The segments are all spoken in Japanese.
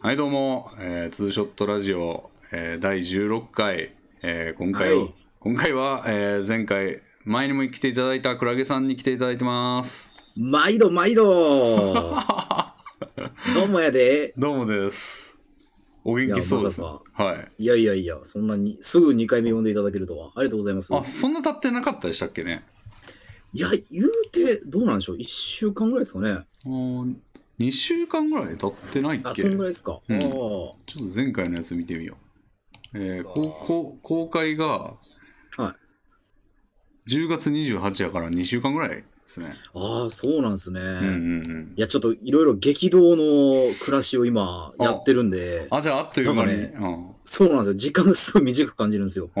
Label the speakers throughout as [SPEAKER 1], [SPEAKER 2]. [SPEAKER 1] はいどうも、えー、ツーショットラジオ、えー第16回、えー今回は、
[SPEAKER 2] はい
[SPEAKER 1] 今回は、えー前回前にも来ていただいたクラゲさんに来ていただいてます
[SPEAKER 2] 毎 度毎度どうもやで。
[SPEAKER 1] どうもですお元気そうですね
[SPEAKER 2] いやま
[SPEAKER 1] はい
[SPEAKER 2] いやいやいや、そんなに、すぐ2回目呼んでいただけるとは。ありがとうございます。
[SPEAKER 1] あそんな経ってなかったでしたっけね
[SPEAKER 2] いや、言うて、どうなんでしょう ?1 週間ぐらいですかね。
[SPEAKER 1] 2週間ぐらい経ってないっ
[SPEAKER 2] あ、
[SPEAKER 1] け
[SPEAKER 2] そ
[SPEAKER 1] ち
[SPEAKER 2] ん
[SPEAKER 1] ょ
[SPEAKER 2] ぐら
[SPEAKER 1] っ
[SPEAKER 2] いですか。
[SPEAKER 1] うん
[SPEAKER 2] あー
[SPEAKER 1] と前回のやつ見てみよう、えー、ここ公開が
[SPEAKER 2] は
[SPEAKER 1] 10月28やから2週間ぐらいですね、
[SPEAKER 2] あー、そうなんですね。
[SPEAKER 1] うんうんうん
[SPEAKER 2] いや、ちょっといろいろ激動の暮らしを今やってるんで、
[SPEAKER 1] あ、じゃあ、あっという間に。
[SPEAKER 2] なん
[SPEAKER 1] うん。
[SPEAKER 2] そうなんですよ。時間がすごい短く感じるんですよ。
[SPEAKER 1] ああ。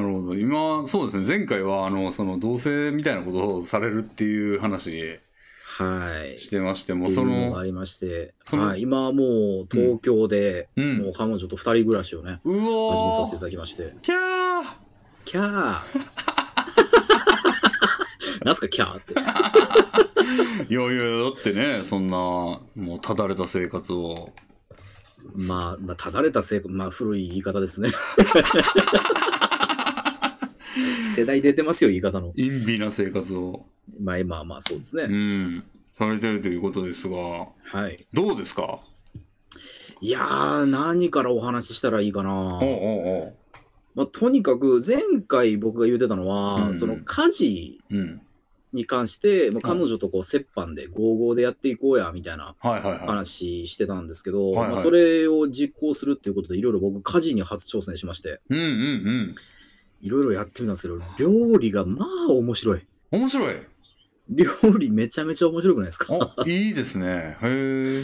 [SPEAKER 1] なるほど。今、そうですね。前回は、あの、その、同棲みたいなことをされるっていう話
[SPEAKER 2] はい。
[SPEAKER 1] してまして、もう
[SPEAKER 2] ってい
[SPEAKER 1] そう
[SPEAKER 2] のが
[SPEAKER 1] の
[SPEAKER 2] あ、りまして、
[SPEAKER 1] その
[SPEAKER 2] はい、今はもう東京で、
[SPEAKER 1] う。
[SPEAKER 2] もうん彼女と二人暮らしをね、
[SPEAKER 1] うお
[SPEAKER 2] 始めさせてい
[SPEAKER 1] ー
[SPEAKER 2] ただきまして。
[SPEAKER 1] キャー
[SPEAKER 2] キャー なんすかキャーって。
[SPEAKER 1] いやいや、だってね、そんな、もう、ただれた生活を。
[SPEAKER 2] まあ、まあ、ただれたせい、まあ、古い言い方です ね。世代出てますよ、言い方の。
[SPEAKER 1] 陰微な生活を。
[SPEAKER 2] まあ、まあまあ、そうですね。
[SPEAKER 1] うん。されてるということですが、
[SPEAKER 2] はい。
[SPEAKER 1] どうですか
[SPEAKER 2] いやー、何からお話ししたらいいかな
[SPEAKER 1] おう。おうおう。
[SPEAKER 2] まあ、とにかく、前回僕が言ってたのは、
[SPEAKER 1] うんうん
[SPEAKER 2] その家事
[SPEAKER 1] うん。
[SPEAKER 2] に関して、まあ、彼女とこう、折半で、合合でやっていこうや、みたいな
[SPEAKER 1] はいはいはい。
[SPEAKER 2] 話してたんですけど、
[SPEAKER 1] はいはい
[SPEAKER 2] まあ、それを実行するっていうことで、いろいろ僕、家事に初挑戦しまして。
[SPEAKER 1] うんうんうん。
[SPEAKER 2] いろいろやってみたんですけど、料理がまあ面白い。
[SPEAKER 1] 面白い。
[SPEAKER 2] 料理めちゃめちゃ面白くないですか
[SPEAKER 1] あ、いいですね。へえ。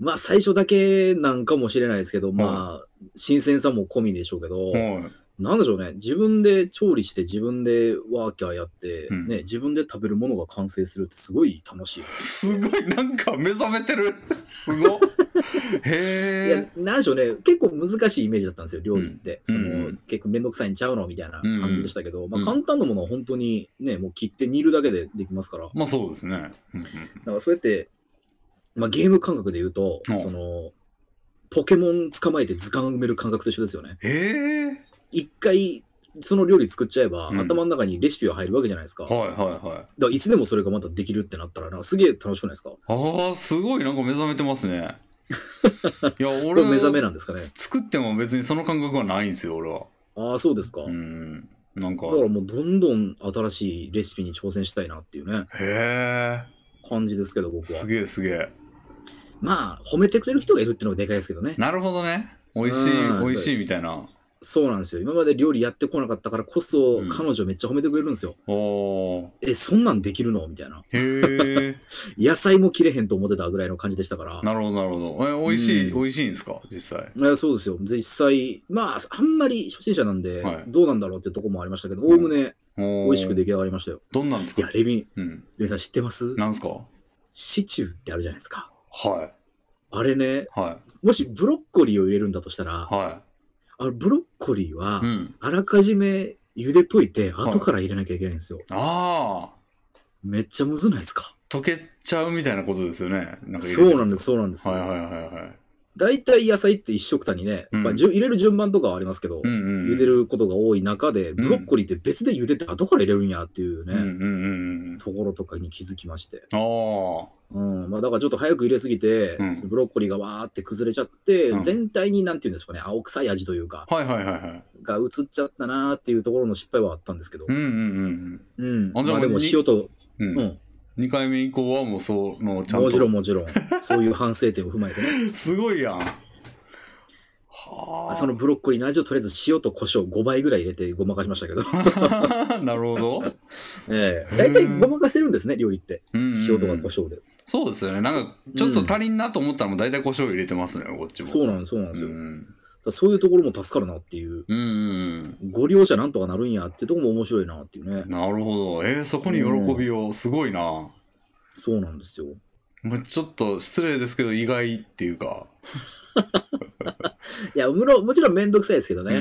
[SPEAKER 2] まあ最初だけなんかもしれないですけど、まあ新鮮さも込みでしょうけど、
[SPEAKER 1] はい。
[SPEAKER 2] なんでしょうね。自分で調理して自分でワーキャーやって、
[SPEAKER 1] うん
[SPEAKER 2] ね、自分で食べるものが完成するってすごい楽しい。
[SPEAKER 1] すごい、なんか目覚めて る。すごっ。
[SPEAKER 2] いや
[SPEAKER 1] へえ。、
[SPEAKER 2] なんでしょうね。結構難しいイメージだったんですよ、料理って。
[SPEAKER 1] うん
[SPEAKER 2] そ
[SPEAKER 1] うん
[SPEAKER 2] の、
[SPEAKER 1] うん
[SPEAKER 2] 結構めんどくさいんちゃうのみたいな感じでしたけど、ま
[SPEAKER 1] う
[SPEAKER 2] あ
[SPEAKER 1] ん
[SPEAKER 2] 簡単なものは本当にね、もう切って煮るだけでできますから。
[SPEAKER 1] まあそうですね。うんうん
[SPEAKER 2] だからそうやって、まあ、ゲーム感覚で言うと、
[SPEAKER 1] うん
[SPEAKER 2] その、ポケモン捕まえて図鑑埋める感覚と一緒ですよね。
[SPEAKER 1] へえ。
[SPEAKER 2] 一回、その料理作っちゃえば、
[SPEAKER 1] うん
[SPEAKER 2] 頭の中にレシピが入るわけじゃないですか。
[SPEAKER 1] はい
[SPEAKER 2] だか
[SPEAKER 1] はいはい。
[SPEAKER 2] らいつでもそれがまたできるってなったら、なんかすげえ楽しくないですか
[SPEAKER 1] ああ、すごい、なんか目覚めてます ね。いや、
[SPEAKER 2] こ
[SPEAKER 1] 俺
[SPEAKER 2] れ目覚めなんですかね。
[SPEAKER 1] 作っても別にその感覚はないんですよ、俺は。
[SPEAKER 2] ああ、そうですか。
[SPEAKER 1] うん。なんか
[SPEAKER 2] だ、からもうどんどん新しいレシピに挑戦したいなっていうね、
[SPEAKER 1] へえ。
[SPEAKER 2] 感じですけど、僕
[SPEAKER 1] す
[SPEAKER 2] は。
[SPEAKER 1] げえすげえ。
[SPEAKER 2] まあ、褒めてくれる人がいるってのがでかいですけどね。
[SPEAKER 1] なるほどね。美味しい、
[SPEAKER 2] うん
[SPEAKER 1] 美味しいみたいな。
[SPEAKER 2] そうなんですよ。今まで料理やってこなかったからこそ
[SPEAKER 1] うん、
[SPEAKER 2] 彼女めっちゃ褒めてくれるんですよ。
[SPEAKER 1] おお
[SPEAKER 2] え、そんなんできるのみたいな。
[SPEAKER 1] ー。へえ。
[SPEAKER 2] 野菜も切れへんと思ってたぐらいの感じでしたから。
[SPEAKER 1] なるほど、なるほど。え、美味しい、
[SPEAKER 2] うん
[SPEAKER 1] 美味しいんですか、実際。
[SPEAKER 2] えそうですよ。実際、まあ、あんまり初心者なんで
[SPEAKER 1] はい、
[SPEAKER 2] どうなんだろうっていうとこもありましたけど、おおむね
[SPEAKER 1] 美
[SPEAKER 2] 美味しく出来上がりましたよ。
[SPEAKER 1] どんなん
[SPEAKER 2] い
[SPEAKER 1] 作
[SPEAKER 2] や、
[SPEAKER 1] る
[SPEAKER 2] レビン、
[SPEAKER 1] うん。
[SPEAKER 2] レビンさん知ってます
[SPEAKER 1] なんすか
[SPEAKER 2] シチューってあるじゃないですか。
[SPEAKER 1] はい。
[SPEAKER 2] あれね、
[SPEAKER 1] はい。
[SPEAKER 2] もしブロッコリーを入れるんだとしたら、
[SPEAKER 1] は。
[SPEAKER 2] あのブロッコリーはい
[SPEAKER 1] う、ん。
[SPEAKER 2] あらかじめ茹でといて、
[SPEAKER 1] い
[SPEAKER 2] 後から入れなきゃいけないんですよ。
[SPEAKER 1] ああ、
[SPEAKER 2] めっちゃむずないですか
[SPEAKER 1] 溶けちゃうみたいなことですよね。なんか入れて
[SPEAKER 2] そうなんです、。そうなんです。
[SPEAKER 1] はいはいはいはい。
[SPEAKER 2] 大体野菜って一食単にね、
[SPEAKER 1] うん
[SPEAKER 2] まあ、じゅ入れる順番とかはありますけど、
[SPEAKER 1] うんうんうん。
[SPEAKER 2] 茹でることが多い中で、ブロッコリーって別で茹でて後から入れるんやっていうね、
[SPEAKER 1] うんうんうんうん。
[SPEAKER 2] ところとかに気づきまして。
[SPEAKER 1] あ
[SPEAKER 2] うん。まあだからちょっと早く入れすぎて、
[SPEAKER 1] うん
[SPEAKER 2] そのブロッコリーがわーって崩れちゃって、
[SPEAKER 1] うん
[SPEAKER 2] 全体になんていうんですかね、青臭い味というか、
[SPEAKER 1] あ。はいはいはいはい。
[SPEAKER 2] が移っちゃったなーっていうところの失敗はあったんですけど
[SPEAKER 1] う、んうん
[SPEAKER 2] うん。
[SPEAKER 1] あじゃあ
[SPEAKER 2] まあで
[SPEAKER 1] もう
[SPEAKER 2] も
[SPEAKER 1] に
[SPEAKER 2] 塩と、
[SPEAKER 1] うんう
[SPEAKER 2] う
[SPEAKER 1] ん。
[SPEAKER 2] ん。
[SPEAKER 1] 二回目以降はもうその、ちゃん
[SPEAKER 2] もちろ
[SPEAKER 1] と。
[SPEAKER 2] んもちろん、そういう反省点を踏まえてね、
[SPEAKER 1] すごいやん。 はあ。
[SPEAKER 2] そのブロッコリーの味をとりあえず塩と胡椒5倍ぐらい入れてごまかしまし たけど、
[SPEAKER 1] なるほど。
[SPEAKER 2] ええ大体ごまかせるんですね、料理って。
[SPEAKER 1] うんうんうん
[SPEAKER 2] 塩とか胡椒で。
[SPEAKER 1] そうですよね。なんか、ちょっと足りんなと思ったらもう大体胡椒入れてますね、こっちも。
[SPEAKER 2] そう
[SPEAKER 1] な
[SPEAKER 2] なんです、そうなんですよ。
[SPEAKER 1] う
[SPEAKER 2] だか
[SPEAKER 1] ん
[SPEAKER 2] らそういうところも助かるなっていう。
[SPEAKER 1] うんうん
[SPEAKER 2] ご利用者なんとかなるんやってとこも面白いなっていうね
[SPEAKER 1] うん。。なるほど。えー、そこに喜びを。すごいな。
[SPEAKER 2] そうなんですよ。
[SPEAKER 1] まあ、ちょっと失礼ですけど意外っていうか、
[SPEAKER 2] いや、むろもちろんめんどくさいですけど
[SPEAKER 1] うんうん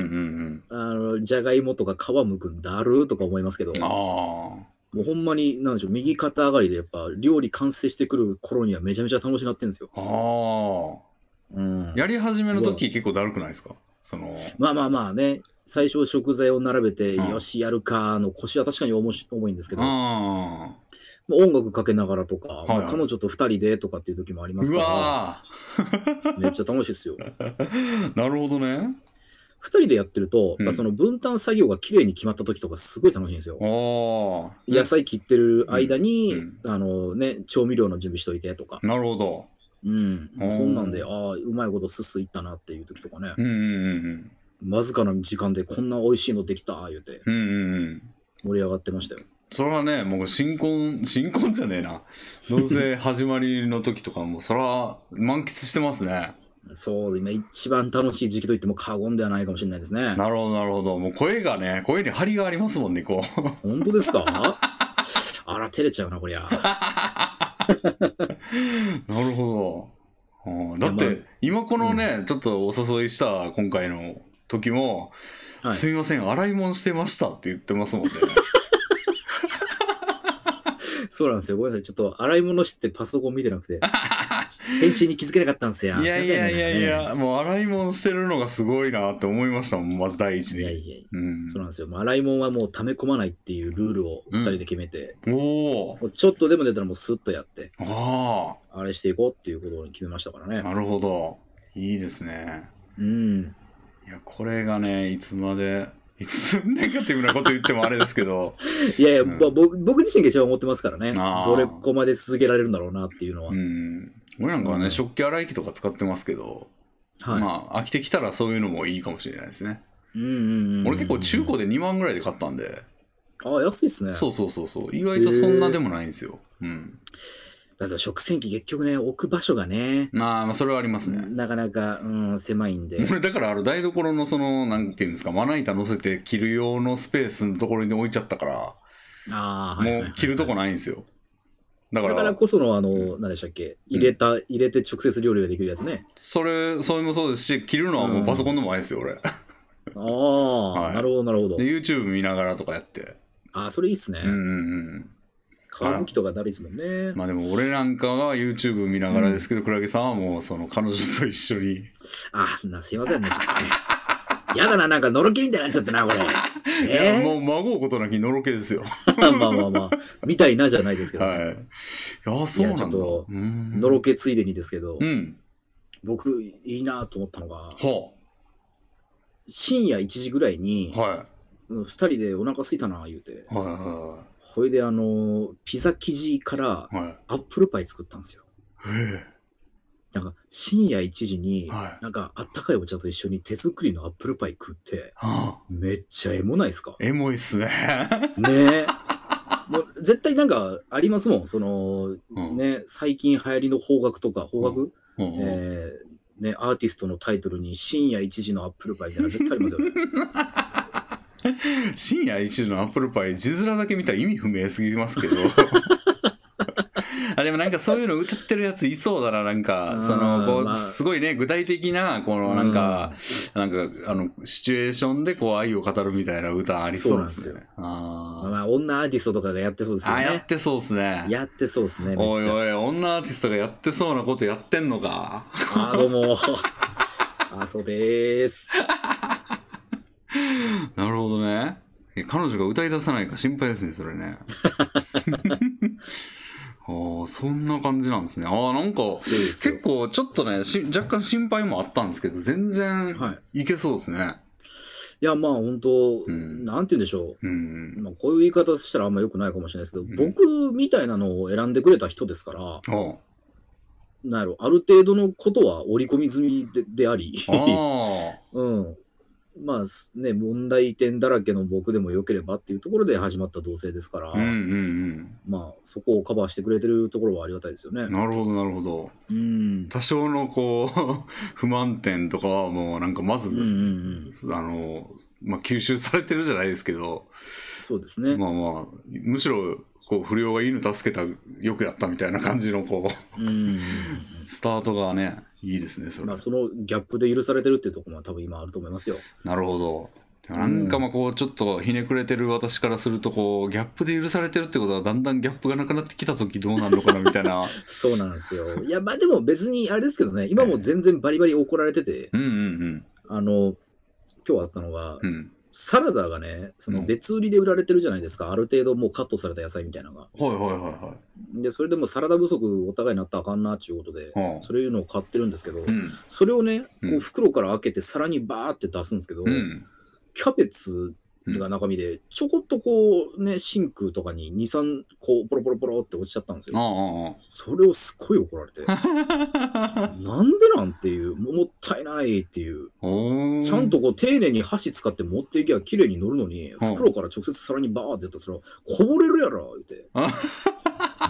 [SPEAKER 2] ね。
[SPEAKER 1] うん
[SPEAKER 2] あの、じゃがいもとか皮むくんだるーとか思いますけど、
[SPEAKER 1] あ
[SPEAKER 2] もうほんまに、なんでしょう、右肩上がりでやっぱ料理完成してくる頃にはめちゃめちゃ楽しなってるんですよ。
[SPEAKER 1] あ
[SPEAKER 2] うん
[SPEAKER 1] あ。やり始めの
[SPEAKER 2] うわ
[SPEAKER 1] 時結構だるくないですかその、
[SPEAKER 2] まあまあまあね、最初食材を並べて、
[SPEAKER 1] うん
[SPEAKER 2] よし、やるかの腰は確かに重し重いんですけど、まあ
[SPEAKER 1] あ
[SPEAKER 2] 音楽かけながらとか、
[SPEAKER 1] い
[SPEAKER 2] まあ彼女と二人でとかっていう時もあり
[SPEAKER 1] あ。
[SPEAKER 2] ます
[SPEAKER 1] う
[SPEAKER 2] か
[SPEAKER 1] わ
[SPEAKER 2] ら、めっちゃ楽しいですよ。
[SPEAKER 1] ーなるほどね。
[SPEAKER 2] 二人でやってると、
[SPEAKER 1] うん
[SPEAKER 2] まあその分担作業が綺麗に決まった時とかすごい楽しいんですよ。
[SPEAKER 1] ああ。
[SPEAKER 2] 野菜切ってる間に、
[SPEAKER 1] うん
[SPEAKER 2] あのね、調味料の準備しといてとか、
[SPEAKER 1] なるほど。
[SPEAKER 2] うん
[SPEAKER 1] うん、
[SPEAKER 2] そんなんで、ああ、うまいことすすいったなっていう時とかね、
[SPEAKER 1] うんうんうん
[SPEAKER 2] わずかな時間でこんな美味しいのできた、言うて
[SPEAKER 1] うん。うんうんうん。
[SPEAKER 2] 盛り上がってましたよ。
[SPEAKER 1] それはね、もう新婚、新婚じゃねえな。同棲始まりの時とかも、それは満喫してますね。
[SPEAKER 2] そう、今一番楽しい時期と言っても過言ではないかもしれないですね。
[SPEAKER 1] なるほど、なるほど。もう声がね、声に張りがありますもんね、こう。
[SPEAKER 2] 本当ですか あら、照れちゃうな、こり ゃ。
[SPEAKER 1] なるほどうん。だっ
[SPEAKER 2] いや
[SPEAKER 1] て
[SPEAKER 2] ま、
[SPEAKER 1] 今このね、ちょっとお誘いした今回の時も、
[SPEAKER 2] はい
[SPEAKER 1] すみません、洗い物してましたって言ってます もんね。
[SPEAKER 2] そうなんですよ。ごめんなさい。ちょっと洗い物してパソコン見てな くて。編集に気づけなかったんですよ。
[SPEAKER 1] いやいやいやい
[SPEAKER 2] すま
[SPEAKER 1] や、もう洗い物してるのがすごいなって思いましたもん、まず第一
[SPEAKER 2] せんね。いや
[SPEAKER 1] に。
[SPEAKER 2] いやいや。
[SPEAKER 1] うん。
[SPEAKER 2] そうなんですよ。もう洗い物はもう溜め込まないっていうルールを二人で決めて、
[SPEAKER 1] おー
[SPEAKER 2] もうちょっとでも出たらもうスッとやって、
[SPEAKER 1] あ
[SPEAKER 2] あれしていこうっていうことに決めましたから
[SPEAKER 1] あ、
[SPEAKER 2] ね。
[SPEAKER 1] なるほど。いいですね。
[SPEAKER 2] うん。
[SPEAKER 1] いや、これがね、いつまで、いつ、ネガティブなこと言ってもあれですけど、
[SPEAKER 2] いやいや、
[SPEAKER 1] うん
[SPEAKER 2] ぼ僕僕自身が一番思ってますからね。
[SPEAKER 1] あー
[SPEAKER 2] どれこまで続けられるんだろうなっていうのは。
[SPEAKER 1] うん。俺なんかは
[SPEAKER 2] う
[SPEAKER 1] ね、
[SPEAKER 2] ん
[SPEAKER 1] 食器洗い機とか使ってますけど、
[SPEAKER 2] はい。
[SPEAKER 1] まあ飽きてきたらそういうのもいいかもしれないですね、
[SPEAKER 2] うんうんうん
[SPEAKER 1] 俺結構中古で2万ぐらいで買ったんで、
[SPEAKER 2] あ、安いっすね。
[SPEAKER 1] そうそうそうそう意外とそんなでもないんですよ、うん
[SPEAKER 2] だから食洗機結局ね、置く場所がね、
[SPEAKER 1] まあまあそれはありますね、
[SPEAKER 2] なかなか、うん、狭いんで。
[SPEAKER 1] 俺だからあの台所のそのなんていうんですかまな板乗せて切る用のスペースのところに置いちゃったから、
[SPEAKER 2] ああ、はいはいはい、
[SPEAKER 1] もう切るとこないんですよだから
[SPEAKER 2] だからこその、あの、何でしたっけ、入れた、入れて直接料理ができるやつね。
[SPEAKER 1] それそれもそうですし切るのはもうパソコンの前ですよ、俺
[SPEAKER 2] ああ、
[SPEAKER 1] い
[SPEAKER 2] なるほど、なるほど
[SPEAKER 1] で。YouTube 見ながらとかやって
[SPEAKER 2] ああ、それいいっすね。
[SPEAKER 1] うんうんうん
[SPEAKER 2] 皮むきとかだるいっすもん ね。
[SPEAKER 1] まあでも俺なんかは YouTube 見ながらですけど、クラゲさんはもうその彼女と一緒に
[SPEAKER 2] ああ、な、すいませんね、ちょっとね。やだな、なんかのろけみたいになっちゃったな、これ。
[SPEAKER 1] いや
[SPEAKER 2] え
[SPEAKER 1] もう孫うことなきのろけですよ。
[SPEAKER 2] ー、 まあまあまあ、みたいなじゃないですけど、ね
[SPEAKER 1] はい。いや、そうなん
[SPEAKER 2] ち
[SPEAKER 1] だ。
[SPEAKER 2] ょっと
[SPEAKER 1] うん
[SPEAKER 2] のろけついでにですけど、
[SPEAKER 1] うん。
[SPEAKER 2] 僕、いいなと思ったのが、
[SPEAKER 1] は
[SPEAKER 2] 深夜1時ぐらいに、
[SPEAKER 1] あ、は
[SPEAKER 2] うん二人でお腹すいたな、言うて。
[SPEAKER 1] い。は
[SPEAKER 2] ほいで、あのーピザ生地から
[SPEAKER 1] い。はい。はい
[SPEAKER 2] アップルパイ作ったんですよ。
[SPEAKER 1] へ
[SPEAKER 2] なんか、深夜1時に、
[SPEAKER 1] え。はい。
[SPEAKER 2] なんか、あったかいお茶と一緒に手作りのアップルパイ食って、
[SPEAKER 1] はあ、
[SPEAKER 2] めっちゃエモないですか
[SPEAKER 1] エモいっすね。
[SPEAKER 2] ねえ。もう絶対なんかありますもん。その、
[SPEAKER 1] うん
[SPEAKER 2] ね、最近流行りの邦楽とか、邦楽、
[SPEAKER 1] うん
[SPEAKER 2] えーね、アーティストのタイトルに深夜1時のアップルパイみたいなの絶対ありますよね。
[SPEAKER 1] 深夜一時のアップルパイ、字面だけ見たら意味不明すぎますけ ど。あでもなんかそういうの歌ってるやついそうだな、なん
[SPEAKER 2] あ
[SPEAKER 1] か、
[SPEAKER 2] ー
[SPEAKER 1] その、こう、
[SPEAKER 2] まあ
[SPEAKER 1] すごいね、具体的な、この、なんか、なんか、あの、シチュエーションで、こう、愛を語るみたいな歌ありそうです
[SPEAKER 2] そうな
[SPEAKER 1] ね。あー
[SPEAKER 2] まあ、女アーティストとかがやってそうですよ
[SPEAKER 1] あ、やっ
[SPEAKER 2] ね。
[SPEAKER 1] てそうですね。
[SPEAKER 2] やってそうですね、め
[SPEAKER 1] お
[SPEAKER 2] っ
[SPEAKER 1] い
[SPEAKER 2] ちゃ。
[SPEAKER 1] おい、女アーティストがやってそうなことやってんのか。
[SPEAKER 2] あー、どうも。あー、そうでーす。
[SPEAKER 1] なるほどね。え彼女が歌い出さないか心配ですね、それ ね。ああ、そんな感じなんですね。ああ、なんか、
[SPEAKER 2] そうですよ
[SPEAKER 1] 結構ちょっとねし、若干心配もあったんですけど、全然
[SPEAKER 2] はい。
[SPEAKER 1] いけそうですね。
[SPEAKER 2] いや、まあ、本当、
[SPEAKER 1] ん
[SPEAKER 2] なんて言うんでしょ
[SPEAKER 1] う
[SPEAKER 2] う。
[SPEAKER 1] ん。
[SPEAKER 2] まあ、こういう言い方したらあんま良くないかもしれないですけど、
[SPEAKER 1] ん
[SPEAKER 2] 僕みたいなのを選んでくれた人ですから、
[SPEAKER 1] ああ
[SPEAKER 2] なんやろ、ある程度のことは織り込み済みでであり、
[SPEAKER 1] ああ、
[SPEAKER 2] うん。まあすね、問題点だらけの僕でも良ければっていうところで始まった同棲ですから、
[SPEAKER 1] うんうん
[SPEAKER 2] まあそこをカバーしてくれてるところはありがたいですよ
[SPEAKER 1] うん。
[SPEAKER 2] ね。
[SPEAKER 1] なるほど、なるほど。
[SPEAKER 2] うん。
[SPEAKER 1] 多少のこう、 不満点とかはもう、なんかまず、
[SPEAKER 2] うんうんうん。
[SPEAKER 1] あの、まあ、吸収されてるじゃないですけど、
[SPEAKER 2] そうですね。
[SPEAKER 1] まあまあ、むしろ、こう、不良が犬助けた、よくやったみたいな感じの、こう、
[SPEAKER 2] うんうんうん
[SPEAKER 1] スタートがね、いいですね、そ
[SPEAKER 2] うん。
[SPEAKER 1] れ。
[SPEAKER 2] まあそのギャップで許されてるっていうところも多分今あると思いますよ。
[SPEAKER 1] なるほど。でもなんかまあこうちょっとひねくれてる私からするとこうギャップで許されてるってことはだんだんギャップがなくなってきた時どうなるのかなみたいな
[SPEAKER 2] そうなんですよ。いや、まあでも別にあれですけどね、今も全然バリバリ怒られてて、
[SPEAKER 1] うんうん
[SPEAKER 2] あの、今日あったのが
[SPEAKER 1] うんう、ん
[SPEAKER 2] サラダがね、そ
[SPEAKER 1] う
[SPEAKER 2] の
[SPEAKER 1] ん
[SPEAKER 2] 別売りで売られてるじゃないですか、ある程度もうカットされた野菜みたいなのが。
[SPEAKER 1] はいはいは
[SPEAKER 2] で、それでもうサラダ不足お互いになったらあかんなっていうことで
[SPEAKER 1] い、はいは
[SPEAKER 2] そういうのを買ってるんですけど、
[SPEAKER 1] あうん
[SPEAKER 2] それをね、
[SPEAKER 1] うん
[SPEAKER 2] こう袋から開けて皿にバーって出すんですけど、
[SPEAKER 1] うん
[SPEAKER 2] キャベツが中身で、ちょこっとこうね、真空とかに2、3個ポロポロポロって落ちちゃったんです
[SPEAKER 1] あ
[SPEAKER 2] よ。
[SPEAKER 1] あ
[SPEAKER 2] それをすっごい怒ら れて、
[SPEAKER 1] ああ
[SPEAKER 2] なんでなんていう、ももったいないっていう、
[SPEAKER 1] おー
[SPEAKER 2] ちゃんとこう丁寧に箸使って持っていけば綺麗に乗るのに、
[SPEAKER 1] ん
[SPEAKER 2] 袋から直接皿にバーってやったら、それはこぼれるやろって
[SPEAKER 1] あ。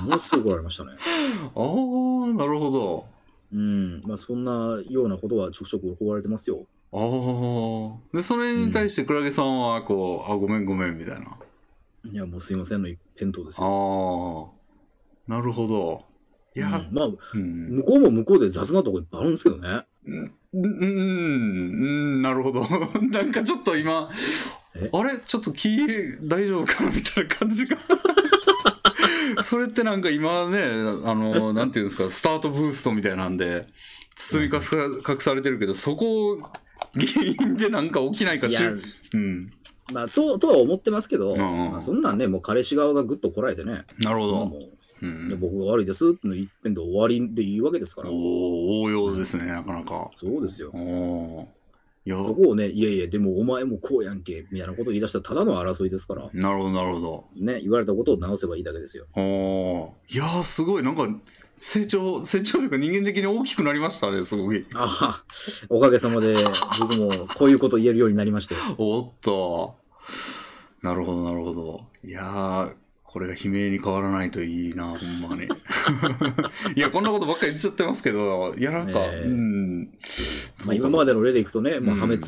[SPEAKER 2] ものすごい怒られましたね。
[SPEAKER 1] ああなるほど
[SPEAKER 2] うん。まあそんなようなことはちょくちょく怒られてますよ。
[SPEAKER 1] ああでそれに対してクラゲさんはこう、あごめんごめんみたいない
[SPEAKER 2] や、もうすいませんの一辺倒です
[SPEAKER 1] あ
[SPEAKER 2] よ。
[SPEAKER 1] あなるほどいや、
[SPEAKER 2] うんまあ、
[SPEAKER 1] うん
[SPEAKER 2] 向こうも向こうで雑なとこいっぱいあるんですけどね。
[SPEAKER 1] うん、うん、なるほど。 なんかちょっと今
[SPEAKER 2] え、
[SPEAKER 1] あれちょっと気大丈夫かなみたいな感じが。 それってなんか今ね、あの、なんていうんですか、スタートブーストみたいなんで、包み隠さ隠されてるけど、そこ原因でなんか起きないか
[SPEAKER 2] い
[SPEAKER 1] し
[SPEAKER 2] や、
[SPEAKER 1] うん。
[SPEAKER 2] まあ、ととは思ってますけど、
[SPEAKER 1] うんうん
[SPEAKER 2] まあ、そんなんね、もう彼氏側がぐっとこらえてね、
[SPEAKER 1] なるほ
[SPEAKER 2] まあ
[SPEAKER 1] ど。
[SPEAKER 2] も
[SPEAKER 1] う
[SPEAKER 2] うで
[SPEAKER 1] ん、
[SPEAKER 2] 僕が悪いですっての一遍で終わりでいいわけですから、
[SPEAKER 1] おー応用ですね、なかなか。
[SPEAKER 2] そうですよ。
[SPEAKER 1] おーいや、
[SPEAKER 2] そこをね、いやいや、でもお前もこうやんけ、みたいなことを言い出したらただの争いですから、
[SPEAKER 1] なるほど、なるほど。
[SPEAKER 2] ね、言われたことを直せばいいだけですよ。
[SPEAKER 1] おーいやーすごいなんか成長成長というか人間的に大きくなりましたねすごい
[SPEAKER 2] ああ、おかげさまで僕もこういうこと言えるようになりまして。
[SPEAKER 1] おっとなるほどなるほどいやーこれが悲鳴に変わらないといいなほん まにいやこんなことばっかり言っちゃってますけどいやなんか、
[SPEAKER 2] ええ
[SPEAKER 1] うん
[SPEAKER 2] まあ、今までの例でいくとね、まあ、
[SPEAKER 1] うん
[SPEAKER 2] 破滅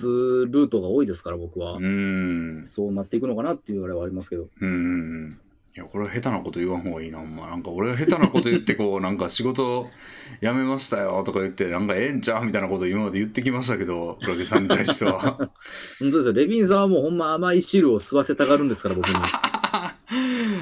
[SPEAKER 2] ルートが多いですから、僕は
[SPEAKER 1] う。ん
[SPEAKER 2] そうなっていくのかなっていうあれはありますけど。
[SPEAKER 1] うんいやこれは下手なこと言わん方がいいなほんまなんか俺が下手なこと言ってこう なんか仕事辞めましたよとか言ってなんかええんちゃうみたいなこと今まで言ってきましたけど黒木さんに対しては。
[SPEAKER 2] 本当ですよ。レビンさんはもうほんま甘い汁を吸わせたがるんですか ら、僕に。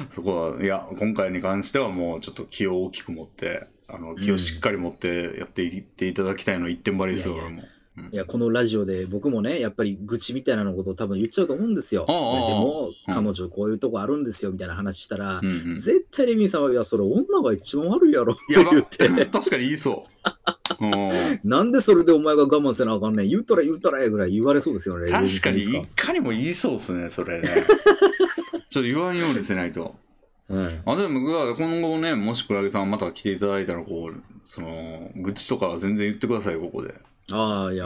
[SPEAKER 1] そこは、いや、今回に関してはもうちょっと気を大きく持って、あの気をしっかり持ってやっていっていただきたいの一点張りですよ、
[SPEAKER 2] いやいや
[SPEAKER 1] 俺も。
[SPEAKER 2] いや、このラジオで僕もね、やっぱり愚痴みたいなのことを多分言っちゃうと思うんですよ。
[SPEAKER 1] あ
[SPEAKER 2] い
[SPEAKER 1] あああ
[SPEAKER 2] やでも、
[SPEAKER 1] うん
[SPEAKER 2] 彼女こういうとこあるんですよ、みたいな話したら
[SPEAKER 1] う、んうん、
[SPEAKER 2] 絶対レミンさんは、いや、それ女が一番悪いやろって
[SPEAKER 1] やば
[SPEAKER 2] 言って、
[SPEAKER 1] 確かに言いそう。うん
[SPEAKER 2] なんでそれでお前が我慢せなあかんねん、言うたら言うたらえぐらい言われそうですよね、レミン
[SPEAKER 1] 確
[SPEAKER 2] さ
[SPEAKER 1] か
[SPEAKER 2] ん
[SPEAKER 1] に、
[SPEAKER 2] です
[SPEAKER 1] いかにも言いそうですね、そ れね。ちょっと言わんようにせないと。
[SPEAKER 2] うん
[SPEAKER 1] あでも僕は今後ね、もしクラゲさんまた来ていただいたら、こう、その、愚痴とかは全然言ってください、ここで。
[SPEAKER 2] ああ、いや、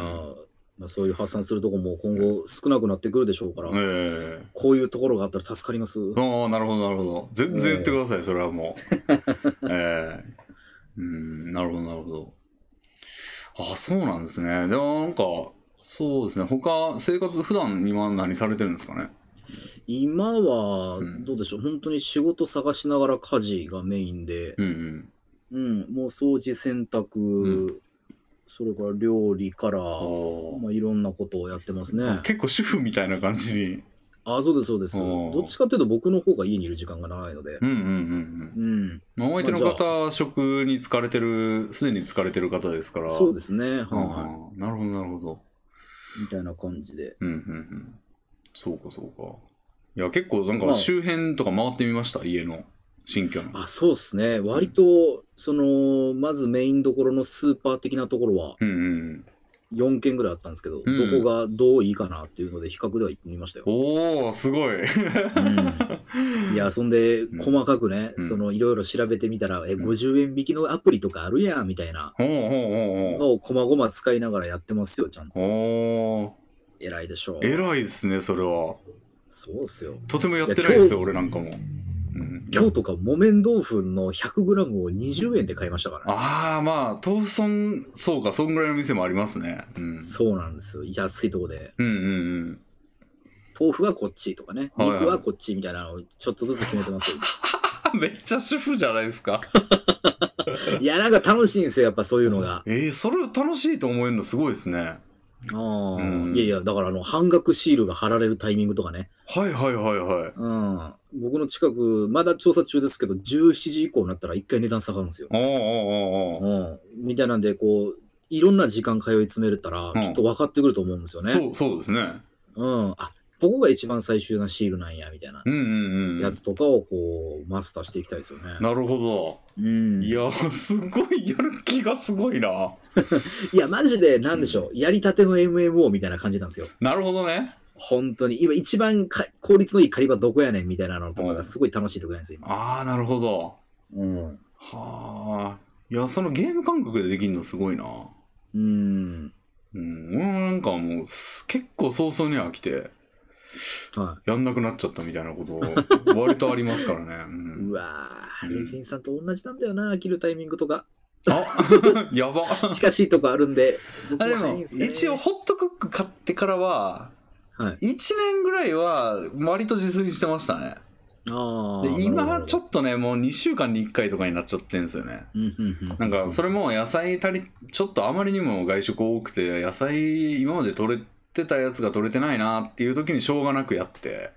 [SPEAKER 2] まあ、そういう発散するとこも今後少なくなってくるでしょうから、
[SPEAKER 1] ええ
[SPEAKER 2] こういうところがあったら助かります。
[SPEAKER 1] ああ、なるほど、なるほど。全然言ってください、それはもう。え えうん、なるほど、なるほど。ああ、そうなんですね。でもなんか、そうですね。他、生活、普段今何されてるんですかね。
[SPEAKER 2] 今は
[SPEAKER 1] うん、
[SPEAKER 2] どうでしょう、本当に仕事探しながら家事がメインで、
[SPEAKER 1] うん
[SPEAKER 2] うん、もう掃除、洗濯、
[SPEAKER 1] う
[SPEAKER 2] それから料理から、
[SPEAKER 1] うん。
[SPEAKER 2] まあ、いろんなことをやってますね
[SPEAKER 1] ああ。。結構主婦みたいな感じに。
[SPEAKER 2] あ、そうです、そうです。
[SPEAKER 1] あー
[SPEAKER 2] どっちかっていうと僕の方が家にいる時間が長いので
[SPEAKER 1] う。んうんうんうん。
[SPEAKER 2] うん、
[SPEAKER 1] まあ、お相手の
[SPEAKER 2] まあじ
[SPEAKER 1] 方、職に疲れてる、すでに疲れてる方ですから。
[SPEAKER 2] そうですね。
[SPEAKER 1] あ
[SPEAKER 2] は
[SPEAKER 1] あなるほど、なるほど。
[SPEAKER 2] い。みたいな感じで。
[SPEAKER 1] うんうんうん。そうか、そうか。いや、結構なん
[SPEAKER 2] ま
[SPEAKER 1] か
[SPEAKER 2] あ
[SPEAKER 1] 周辺とか回ってみました、家の、新居の。
[SPEAKER 2] あ、そうですね。割と、その、まずメインどころのスーパー的なところは
[SPEAKER 1] うんうん、
[SPEAKER 2] 4軒ぐらいあったんですけど、
[SPEAKER 1] うん
[SPEAKER 2] どこがどういいかなっていうので比較では行ってみましたよ。
[SPEAKER 1] おおすごい
[SPEAKER 2] うんいや、そんで、
[SPEAKER 1] ん
[SPEAKER 2] 細かくね、
[SPEAKER 1] うん
[SPEAKER 2] その、いろいろ調べてみたら、え、
[SPEAKER 1] ん
[SPEAKER 2] 50円引きのアプリとかあるやん、みたいな
[SPEAKER 1] ほうほうほう
[SPEAKER 2] のを、こまごま使いながらやってますよ、ちゃんと。
[SPEAKER 1] ほうおお
[SPEAKER 2] 偉いでしょう。
[SPEAKER 1] 偉いですねそれは
[SPEAKER 2] そうっすよ。
[SPEAKER 1] とてもやってないですよ
[SPEAKER 2] い
[SPEAKER 1] 俺なんかも、うん、
[SPEAKER 2] 今日とか、木綿豆腐の 100g を20円で買いましたからね。
[SPEAKER 1] ああまあトーソンそうかそんぐらいの店もありますね、うん、
[SPEAKER 2] そうなんですよ。安いとこで。
[SPEAKER 1] うんうん
[SPEAKER 2] 豆腐はこっちとかね、
[SPEAKER 1] はいはい
[SPEAKER 2] 肉はこっちみたいなのをちょっとずつ決めてますよ。
[SPEAKER 1] う ん めっちゃ主婦じゃないです か
[SPEAKER 2] いや、なんか楽しいんですよ、やっぱそういうのが。
[SPEAKER 1] えー、それ楽しいと思えるのすごいですね
[SPEAKER 2] ああ、
[SPEAKER 1] うん
[SPEAKER 2] いやいや、だからあの、半額シールが貼られるタイミングとかね。
[SPEAKER 1] はいはいはいはい。
[SPEAKER 2] うん。僕の近く、まだ調査中ですけど、17時以降になったら一回値段下がるんですよ。
[SPEAKER 1] おーおーおーおー
[SPEAKER 2] うん。みたいなんで、こう、いろんな時間通い詰めれたら、
[SPEAKER 1] うん
[SPEAKER 2] きっと分かってくると思うんですよね。
[SPEAKER 1] そう、そうですね。
[SPEAKER 2] うん。あ、ここが一番最終なシールなんや、みたいな
[SPEAKER 1] うんうんうん。
[SPEAKER 2] やつとかをこう、マスターしていきたいですよね。
[SPEAKER 1] なるほ
[SPEAKER 2] うん。
[SPEAKER 1] ど。い
[SPEAKER 2] い
[SPEAKER 1] やー、すごい、やる気がすごいな。
[SPEAKER 2] や、マジで、なんでしょう。やりたての MMO みたいな感じなんですよ。
[SPEAKER 1] なるほどね。
[SPEAKER 2] 本当に。今、一番か効率のいい狩り場どこやねんみたいなのとかがすごい楽しいとこなんですよ、今。
[SPEAKER 1] ああ、なるほど。
[SPEAKER 2] うん。
[SPEAKER 1] はあ。いや、そのゲーム感覚でできるのすごいな。
[SPEAKER 2] うん。
[SPEAKER 1] うん、俺もなんかもうす結構早々には来て
[SPEAKER 2] は
[SPEAKER 1] やんなくなっちゃったみたいなこと割とありますからね、う
[SPEAKER 2] い。
[SPEAKER 1] ん
[SPEAKER 2] うわぁ、レフィンさんと同じなんだよな、飽きるタイミングとか。
[SPEAKER 1] あやば
[SPEAKER 2] 近しいとこあるんで。僕
[SPEAKER 1] あで
[SPEAKER 2] 早い
[SPEAKER 1] も
[SPEAKER 2] んすよね
[SPEAKER 1] 一応、ホットクック買ってからは
[SPEAKER 2] はい。
[SPEAKER 1] 1年ぐらいは割と自炊してましたね
[SPEAKER 2] ああ。
[SPEAKER 1] で今ちょ
[SPEAKER 2] っと。
[SPEAKER 1] っとねもう2週間に1回とかになっちゃってんですよね
[SPEAKER 2] うんうんうん
[SPEAKER 1] なんかそれも野菜足りちょっとあまりにも外食多くて野菜今まで取れてたやつが取れてないなっていう時にしょうがなくやって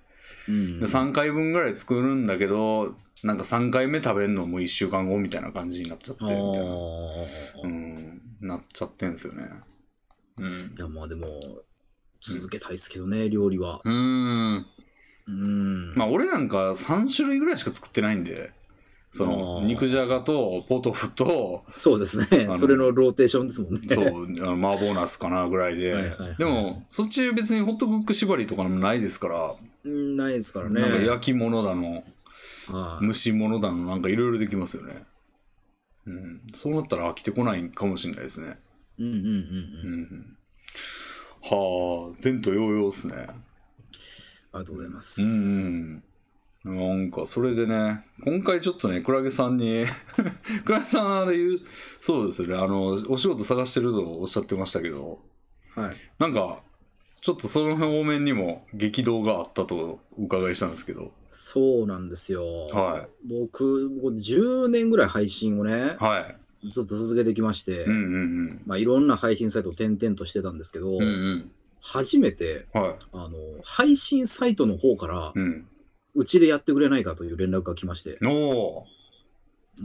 [SPEAKER 2] うん
[SPEAKER 1] で3回分ぐらい作るんだけどなんか3回目食べるのも1週間後みたいな感じになっちゃって
[SPEAKER 2] あ
[SPEAKER 1] みたいな、
[SPEAKER 2] ー
[SPEAKER 1] うん、なっちゃってんですよねうん
[SPEAKER 2] いや、まあでも、続けたいですけどね、料理は。
[SPEAKER 1] うーん
[SPEAKER 2] うん。
[SPEAKER 1] まあ俺なんか3種類ぐらいしか作ってないんでその
[SPEAKER 2] あー
[SPEAKER 1] 肉じゃがとポトフと
[SPEAKER 2] そうです
[SPEAKER 1] あ
[SPEAKER 2] ね。
[SPEAKER 1] の
[SPEAKER 2] それのローテーションですもんね。
[SPEAKER 1] そうあの麻婆ナスかなぐらいで
[SPEAKER 2] はいはいはい
[SPEAKER 1] でもそっち別にホットクック縛りとかもないですから、
[SPEAKER 2] うんないですからね。
[SPEAKER 1] なんか焼き物だの
[SPEAKER 2] はい
[SPEAKER 1] 蒸し物だのなんかいろいろできますよねうんそうなったら飽きてこないかもしれないですね
[SPEAKER 2] うんうんうん
[SPEAKER 1] う
[SPEAKER 2] うん。
[SPEAKER 1] んはあ前途洋々っすね
[SPEAKER 2] ありがとうございま
[SPEAKER 1] う
[SPEAKER 2] す。
[SPEAKER 1] んなんかそれでね今回ちょっとねクラゲさんに クラゲさんあれ言うそうですよねあのお仕事探してるとおっしゃってましたけど
[SPEAKER 2] はい。
[SPEAKER 1] なんかちょっとその方面にも激動があったとお伺いしたんですけど
[SPEAKER 2] そうなんですよ。
[SPEAKER 1] は
[SPEAKER 2] 僕、もう10年ぐらい配信をね、
[SPEAKER 1] いはい
[SPEAKER 2] ずっと続けてきまして、
[SPEAKER 1] うんうん
[SPEAKER 2] まあ、いろんな配信サイトを転々としてたんですけど、
[SPEAKER 1] うんうん
[SPEAKER 2] 初めて
[SPEAKER 1] うんはい
[SPEAKER 2] あの配信サイトの方から、
[SPEAKER 1] うん
[SPEAKER 2] うちでやってくれないかという連絡が来まして、
[SPEAKER 1] おお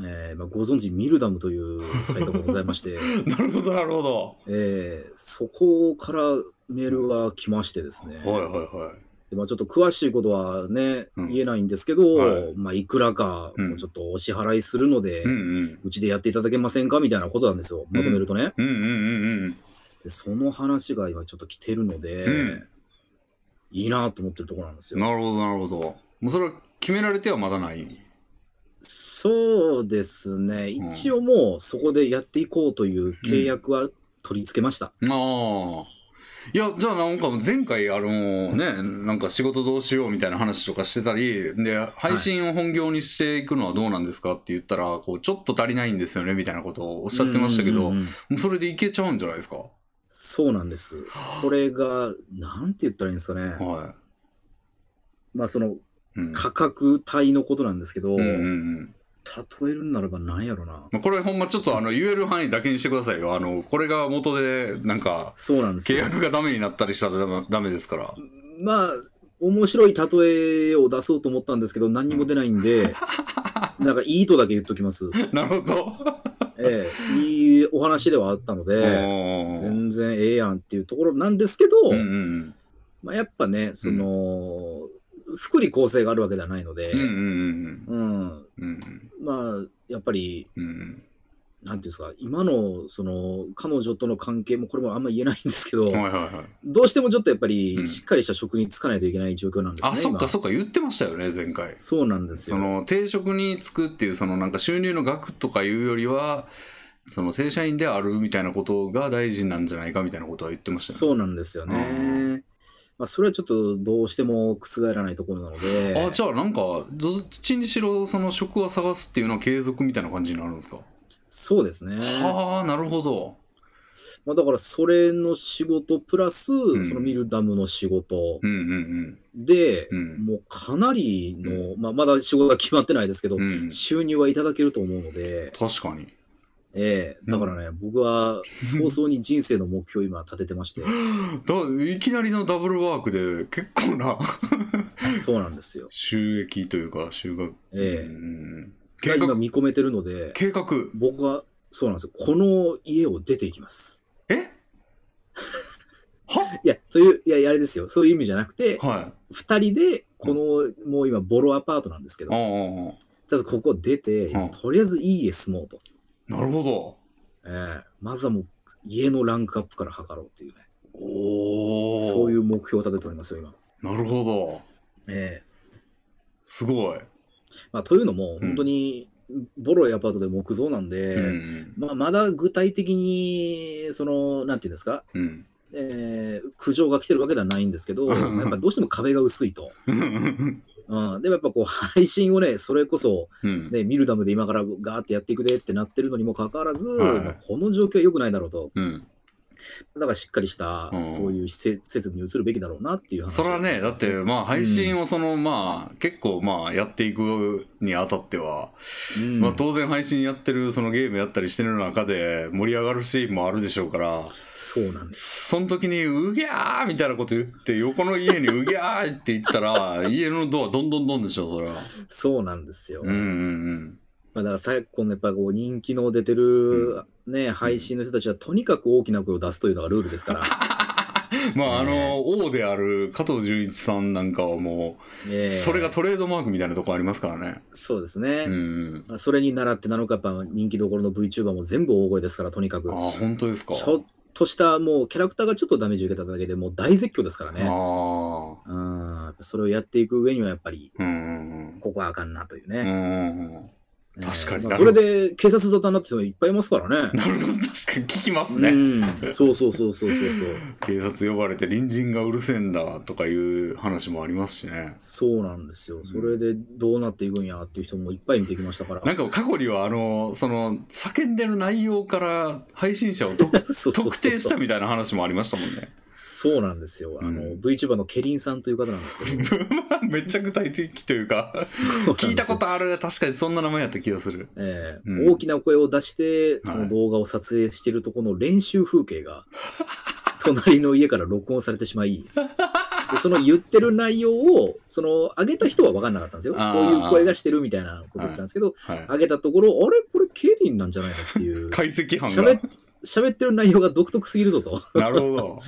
[SPEAKER 2] えーまあ、ご存知、ミルダムというサイトがござい まして、
[SPEAKER 1] ー なるほどなるほど
[SPEAKER 2] えーそこからメールが来ましてですね、
[SPEAKER 1] はいはいはい
[SPEAKER 2] でまあ、ちょっと詳しいことはね、
[SPEAKER 1] うん
[SPEAKER 2] 言えないんですけど、
[SPEAKER 1] はい
[SPEAKER 2] いまあ、いくらか
[SPEAKER 1] うん
[SPEAKER 2] ちょっとお支払いするので、
[SPEAKER 1] う
[SPEAKER 2] うん
[SPEAKER 1] うん
[SPEAKER 2] ちでやっていただけませんかみたいなことなんですよ、求めるとね。
[SPEAKER 1] うんうんうんうん
[SPEAKER 2] でその話が今ちょっと来てるので、
[SPEAKER 1] うん
[SPEAKER 2] いいなと思ってるところなんですよ。
[SPEAKER 1] なるほどなるほどもうそれは決められてはまだない
[SPEAKER 2] そうですね、
[SPEAKER 1] うん
[SPEAKER 2] 一応もうそこでやっていこうという契約は取り付けました。
[SPEAKER 1] ああいやじゃあなんか前回あのねなんか仕事どうしようみたいな話とかしてたりで配信を本業にしていくのはどうなんですかって言ったらこうちょっと足りないんですよねみたいなことをおっしゃってましたけど
[SPEAKER 2] うんう
[SPEAKER 1] も
[SPEAKER 2] んうん
[SPEAKER 1] うそれでいけちゃうんじゃないですか
[SPEAKER 2] そうなんです。これが、なんて言ったらいいんですかね、
[SPEAKER 1] は
[SPEAKER 2] まあその
[SPEAKER 1] い、うん
[SPEAKER 2] 価格帯のことなんですけど、
[SPEAKER 1] うんうんうん
[SPEAKER 2] 例えるんならばなんやろな。
[SPEAKER 1] まあこれほんまちょっとあの言える範囲だけにしてくださいよあのこれが元でなんか
[SPEAKER 2] そうなんです
[SPEAKER 1] 契
[SPEAKER 2] よ。
[SPEAKER 1] 約がダメになったりしたらダメダメですから
[SPEAKER 2] まあ、面白い例えを出そうと思ったんですけど、何にも出ないん で、なんかいいとだけ言っときます。
[SPEAKER 1] なるほど、
[SPEAKER 2] ええ、いいお話ではあったので、
[SPEAKER 1] おー
[SPEAKER 2] 全然ええやんっていうところなんですけど、
[SPEAKER 1] うんうん
[SPEAKER 2] まあ、やっぱね、その、福利厚生があるわけではないので、
[SPEAKER 1] うんうんうん
[SPEAKER 2] うん、
[SPEAKER 1] うんうん
[SPEAKER 2] まあ、やっぱり、
[SPEAKER 1] うんうん
[SPEAKER 2] なんていうんですか、今の、その、彼女との関係も、これもあんま言えないんですけど、
[SPEAKER 1] はいはいはい。
[SPEAKER 2] どうしてもちょっとやっぱ
[SPEAKER 1] うん
[SPEAKER 2] り、しっかりした職に就かないといけない状況なんですね。
[SPEAKER 1] あ、そっ
[SPEAKER 2] 今
[SPEAKER 1] かそっか、言ってましたよね、前回。
[SPEAKER 2] そうなんです
[SPEAKER 1] そ
[SPEAKER 2] よ。
[SPEAKER 1] の定職に就くっていう、そのなんか収入の額とかいうよりは、その正社員であるみたいなことが大事なんじゃないかみたいなことは言ってました
[SPEAKER 2] そ
[SPEAKER 1] よ
[SPEAKER 2] うなんですよね。
[SPEAKER 1] う
[SPEAKER 2] まあ、それはちょっとどうしても覆らないところなので、
[SPEAKER 1] ね。あ、じゃあなんか、どっちにしろその職を探すっていうのは継続みたいな感じになるんですか、
[SPEAKER 2] そうですね。
[SPEAKER 1] はあ、なるほど。
[SPEAKER 2] まあ、だから、それの仕事プラス、
[SPEAKER 1] ん
[SPEAKER 2] そのミルダムの仕事
[SPEAKER 1] うんうん
[SPEAKER 2] で、
[SPEAKER 1] うん。うん。
[SPEAKER 2] もうかなりの、まあ、まだ仕事が決まってないですけど、
[SPEAKER 1] うん、
[SPEAKER 2] 収入はいただけると思うので、
[SPEAKER 1] 確かに。
[SPEAKER 2] ええだからね、僕は早々に人生の目標を今立てて まして、
[SPEAKER 1] だいきなりのダブルワークで結構な
[SPEAKER 2] そうなんですよ。
[SPEAKER 1] 収益というか収穫、
[SPEAKER 2] ええ
[SPEAKER 1] うん計
[SPEAKER 2] が今
[SPEAKER 1] 画
[SPEAKER 2] 見込めてるので、
[SPEAKER 1] 計画
[SPEAKER 2] 僕は、そうなんですよ。この家を出ていきます。
[SPEAKER 1] えはい
[SPEAKER 2] や、という、いや、いやあれですよ。そういう意味じゃなくて、
[SPEAKER 1] はい
[SPEAKER 2] 二人で、この、もう今、ボロアパートなんですけ
[SPEAKER 1] ああ
[SPEAKER 2] ど、とりあえずここ出て
[SPEAKER 1] うん、
[SPEAKER 2] とりあえずいい家住もうと。
[SPEAKER 1] なるほど
[SPEAKER 2] ええまずはもう、家のランクアップから測ろうっていうね。
[SPEAKER 1] おお
[SPEAKER 2] そういう目標を立てておりますよ、今。
[SPEAKER 1] なるほど
[SPEAKER 2] ええ
[SPEAKER 1] すごい、
[SPEAKER 2] まあ、というのも、
[SPEAKER 1] うん
[SPEAKER 2] 本当に、ボロいアパートで木造なんで、
[SPEAKER 1] うん
[SPEAKER 2] まあ、まだ具体的に、その、なんていうんですか、
[SPEAKER 1] うん
[SPEAKER 2] えー苦情が来てるわけではないんですけど、やっぱどうしても壁が薄いと。
[SPEAKER 1] うん
[SPEAKER 2] うん、でもやっぱこう、配信をね、それこそ、
[SPEAKER 1] うん
[SPEAKER 2] ね、ミルダムで今からガーってやっていくでってなってるのにもかかわらず、
[SPEAKER 1] はい
[SPEAKER 2] まあこの状況は良くないだろうと。
[SPEAKER 1] うん
[SPEAKER 2] だからしっかりした、
[SPEAKER 1] うん
[SPEAKER 2] そういう施設設備に移るべきだろうなっていう話。
[SPEAKER 1] それはねだってまあ配信をその、まあ結構まあやっていくにあたっては、
[SPEAKER 2] うん、
[SPEAKER 1] まあ、当然配信やってるそのゲームやったりしてる中で盛り上がるシーンもあるでしょうから
[SPEAKER 2] そうなんです。
[SPEAKER 1] その時にうぎゃーみたいなこと言って横の家にうぎゃーって言ったら家のドアどんどんどんでしょそれは
[SPEAKER 2] そうなんですよ。
[SPEAKER 1] うんうん
[SPEAKER 2] まあ、だから昨今のやっぱこう、人気の出てる、ね、配信の人たちはとにかく大きな声を出すというのがルールですから。
[SPEAKER 1] うんまああ
[SPEAKER 2] ねえ
[SPEAKER 1] の王である加藤純一さんなんかはも
[SPEAKER 2] え
[SPEAKER 1] う
[SPEAKER 2] え
[SPEAKER 1] それがトレードマークみたいなとこありますからね
[SPEAKER 2] そうですね。
[SPEAKER 1] うんうん
[SPEAKER 2] まあそれに倣ってなのか、やっぱ人気どころの VTuber も全部大声ですから、とにかく。
[SPEAKER 1] ああ本当ですか
[SPEAKER 2] ちょっとしたもうキャラクターがちょっとダメージ受けただけでもう大絶叫ですからね。
[SPEAKER 1] ああ
[SPEAKER 2] うん。やっぱそれをやっていく上にはやっぱり、
[SPEAKER 1] うんうん
[SPEAKER 2] ここはあかんなという
[SPEAKER 1] うんう
[SPEAKER 2] ね。
[SPEAKER 1] んうんうん
[SPEAKER 2] えー
[SPEAKER 1] 確かに
[SPEAKER 2] まあそれで警察沙汰になってる人いっぱいいますからね。
[SPEAKER 1] なるほど確かに聞きますね、
[SPEAKER 2] うん。そうそうそうそうそうそう。
[SPEAKER 1] 警察呼ばれて隣人がうるせえんだとかいう話もありますしね
[SPEAKER 2] そうなんですよ。それでどうなっていくんやっていう人もいっぱい見てきましたから。
[SPEAKER 1] なんか過去にはあのその叫んでる内容から配信者をと
[SPEAKER 2] そうそうそう
[SPEAKER 1] 特定したみたいな話もありましたもんね
[SPEAKER 2] そうなんですよ。あの、
[SPEAKER 1] うん
[SPEAKER 2] VTuber のケリンさんという方なんですけど。
[SPEAKER 1] まあめっちゃ具体的というか聞いたことある確かにそんな名前やった気がする
[SPEAKER 2] ええ
[SPEAKER 1] うん
[SPEAKER 2] 大きな声を出して、その動画を撮影してるとこの練習風景 が、隣の家から録音されてしまい、でその言ってる内容を、その上げた人は分かんなかったんですよ。こ
[SPEAKER 1] あー
[SPEAKER 2] ういう声がしてるみたいなこと言ってたんですけど、
[SPEAKER 1] はい
[SPEAKER 2] 上げたところ、あれこれケリンなんじゃないのって いう。
[SPEAKER 1] 解析班
[SPEAKER 2] 喋
[SPEAKER 1] が
[SPEAKER 2] っ喋ってる内容が独特すぎるぞと。
[SPEAKER 1] なるほど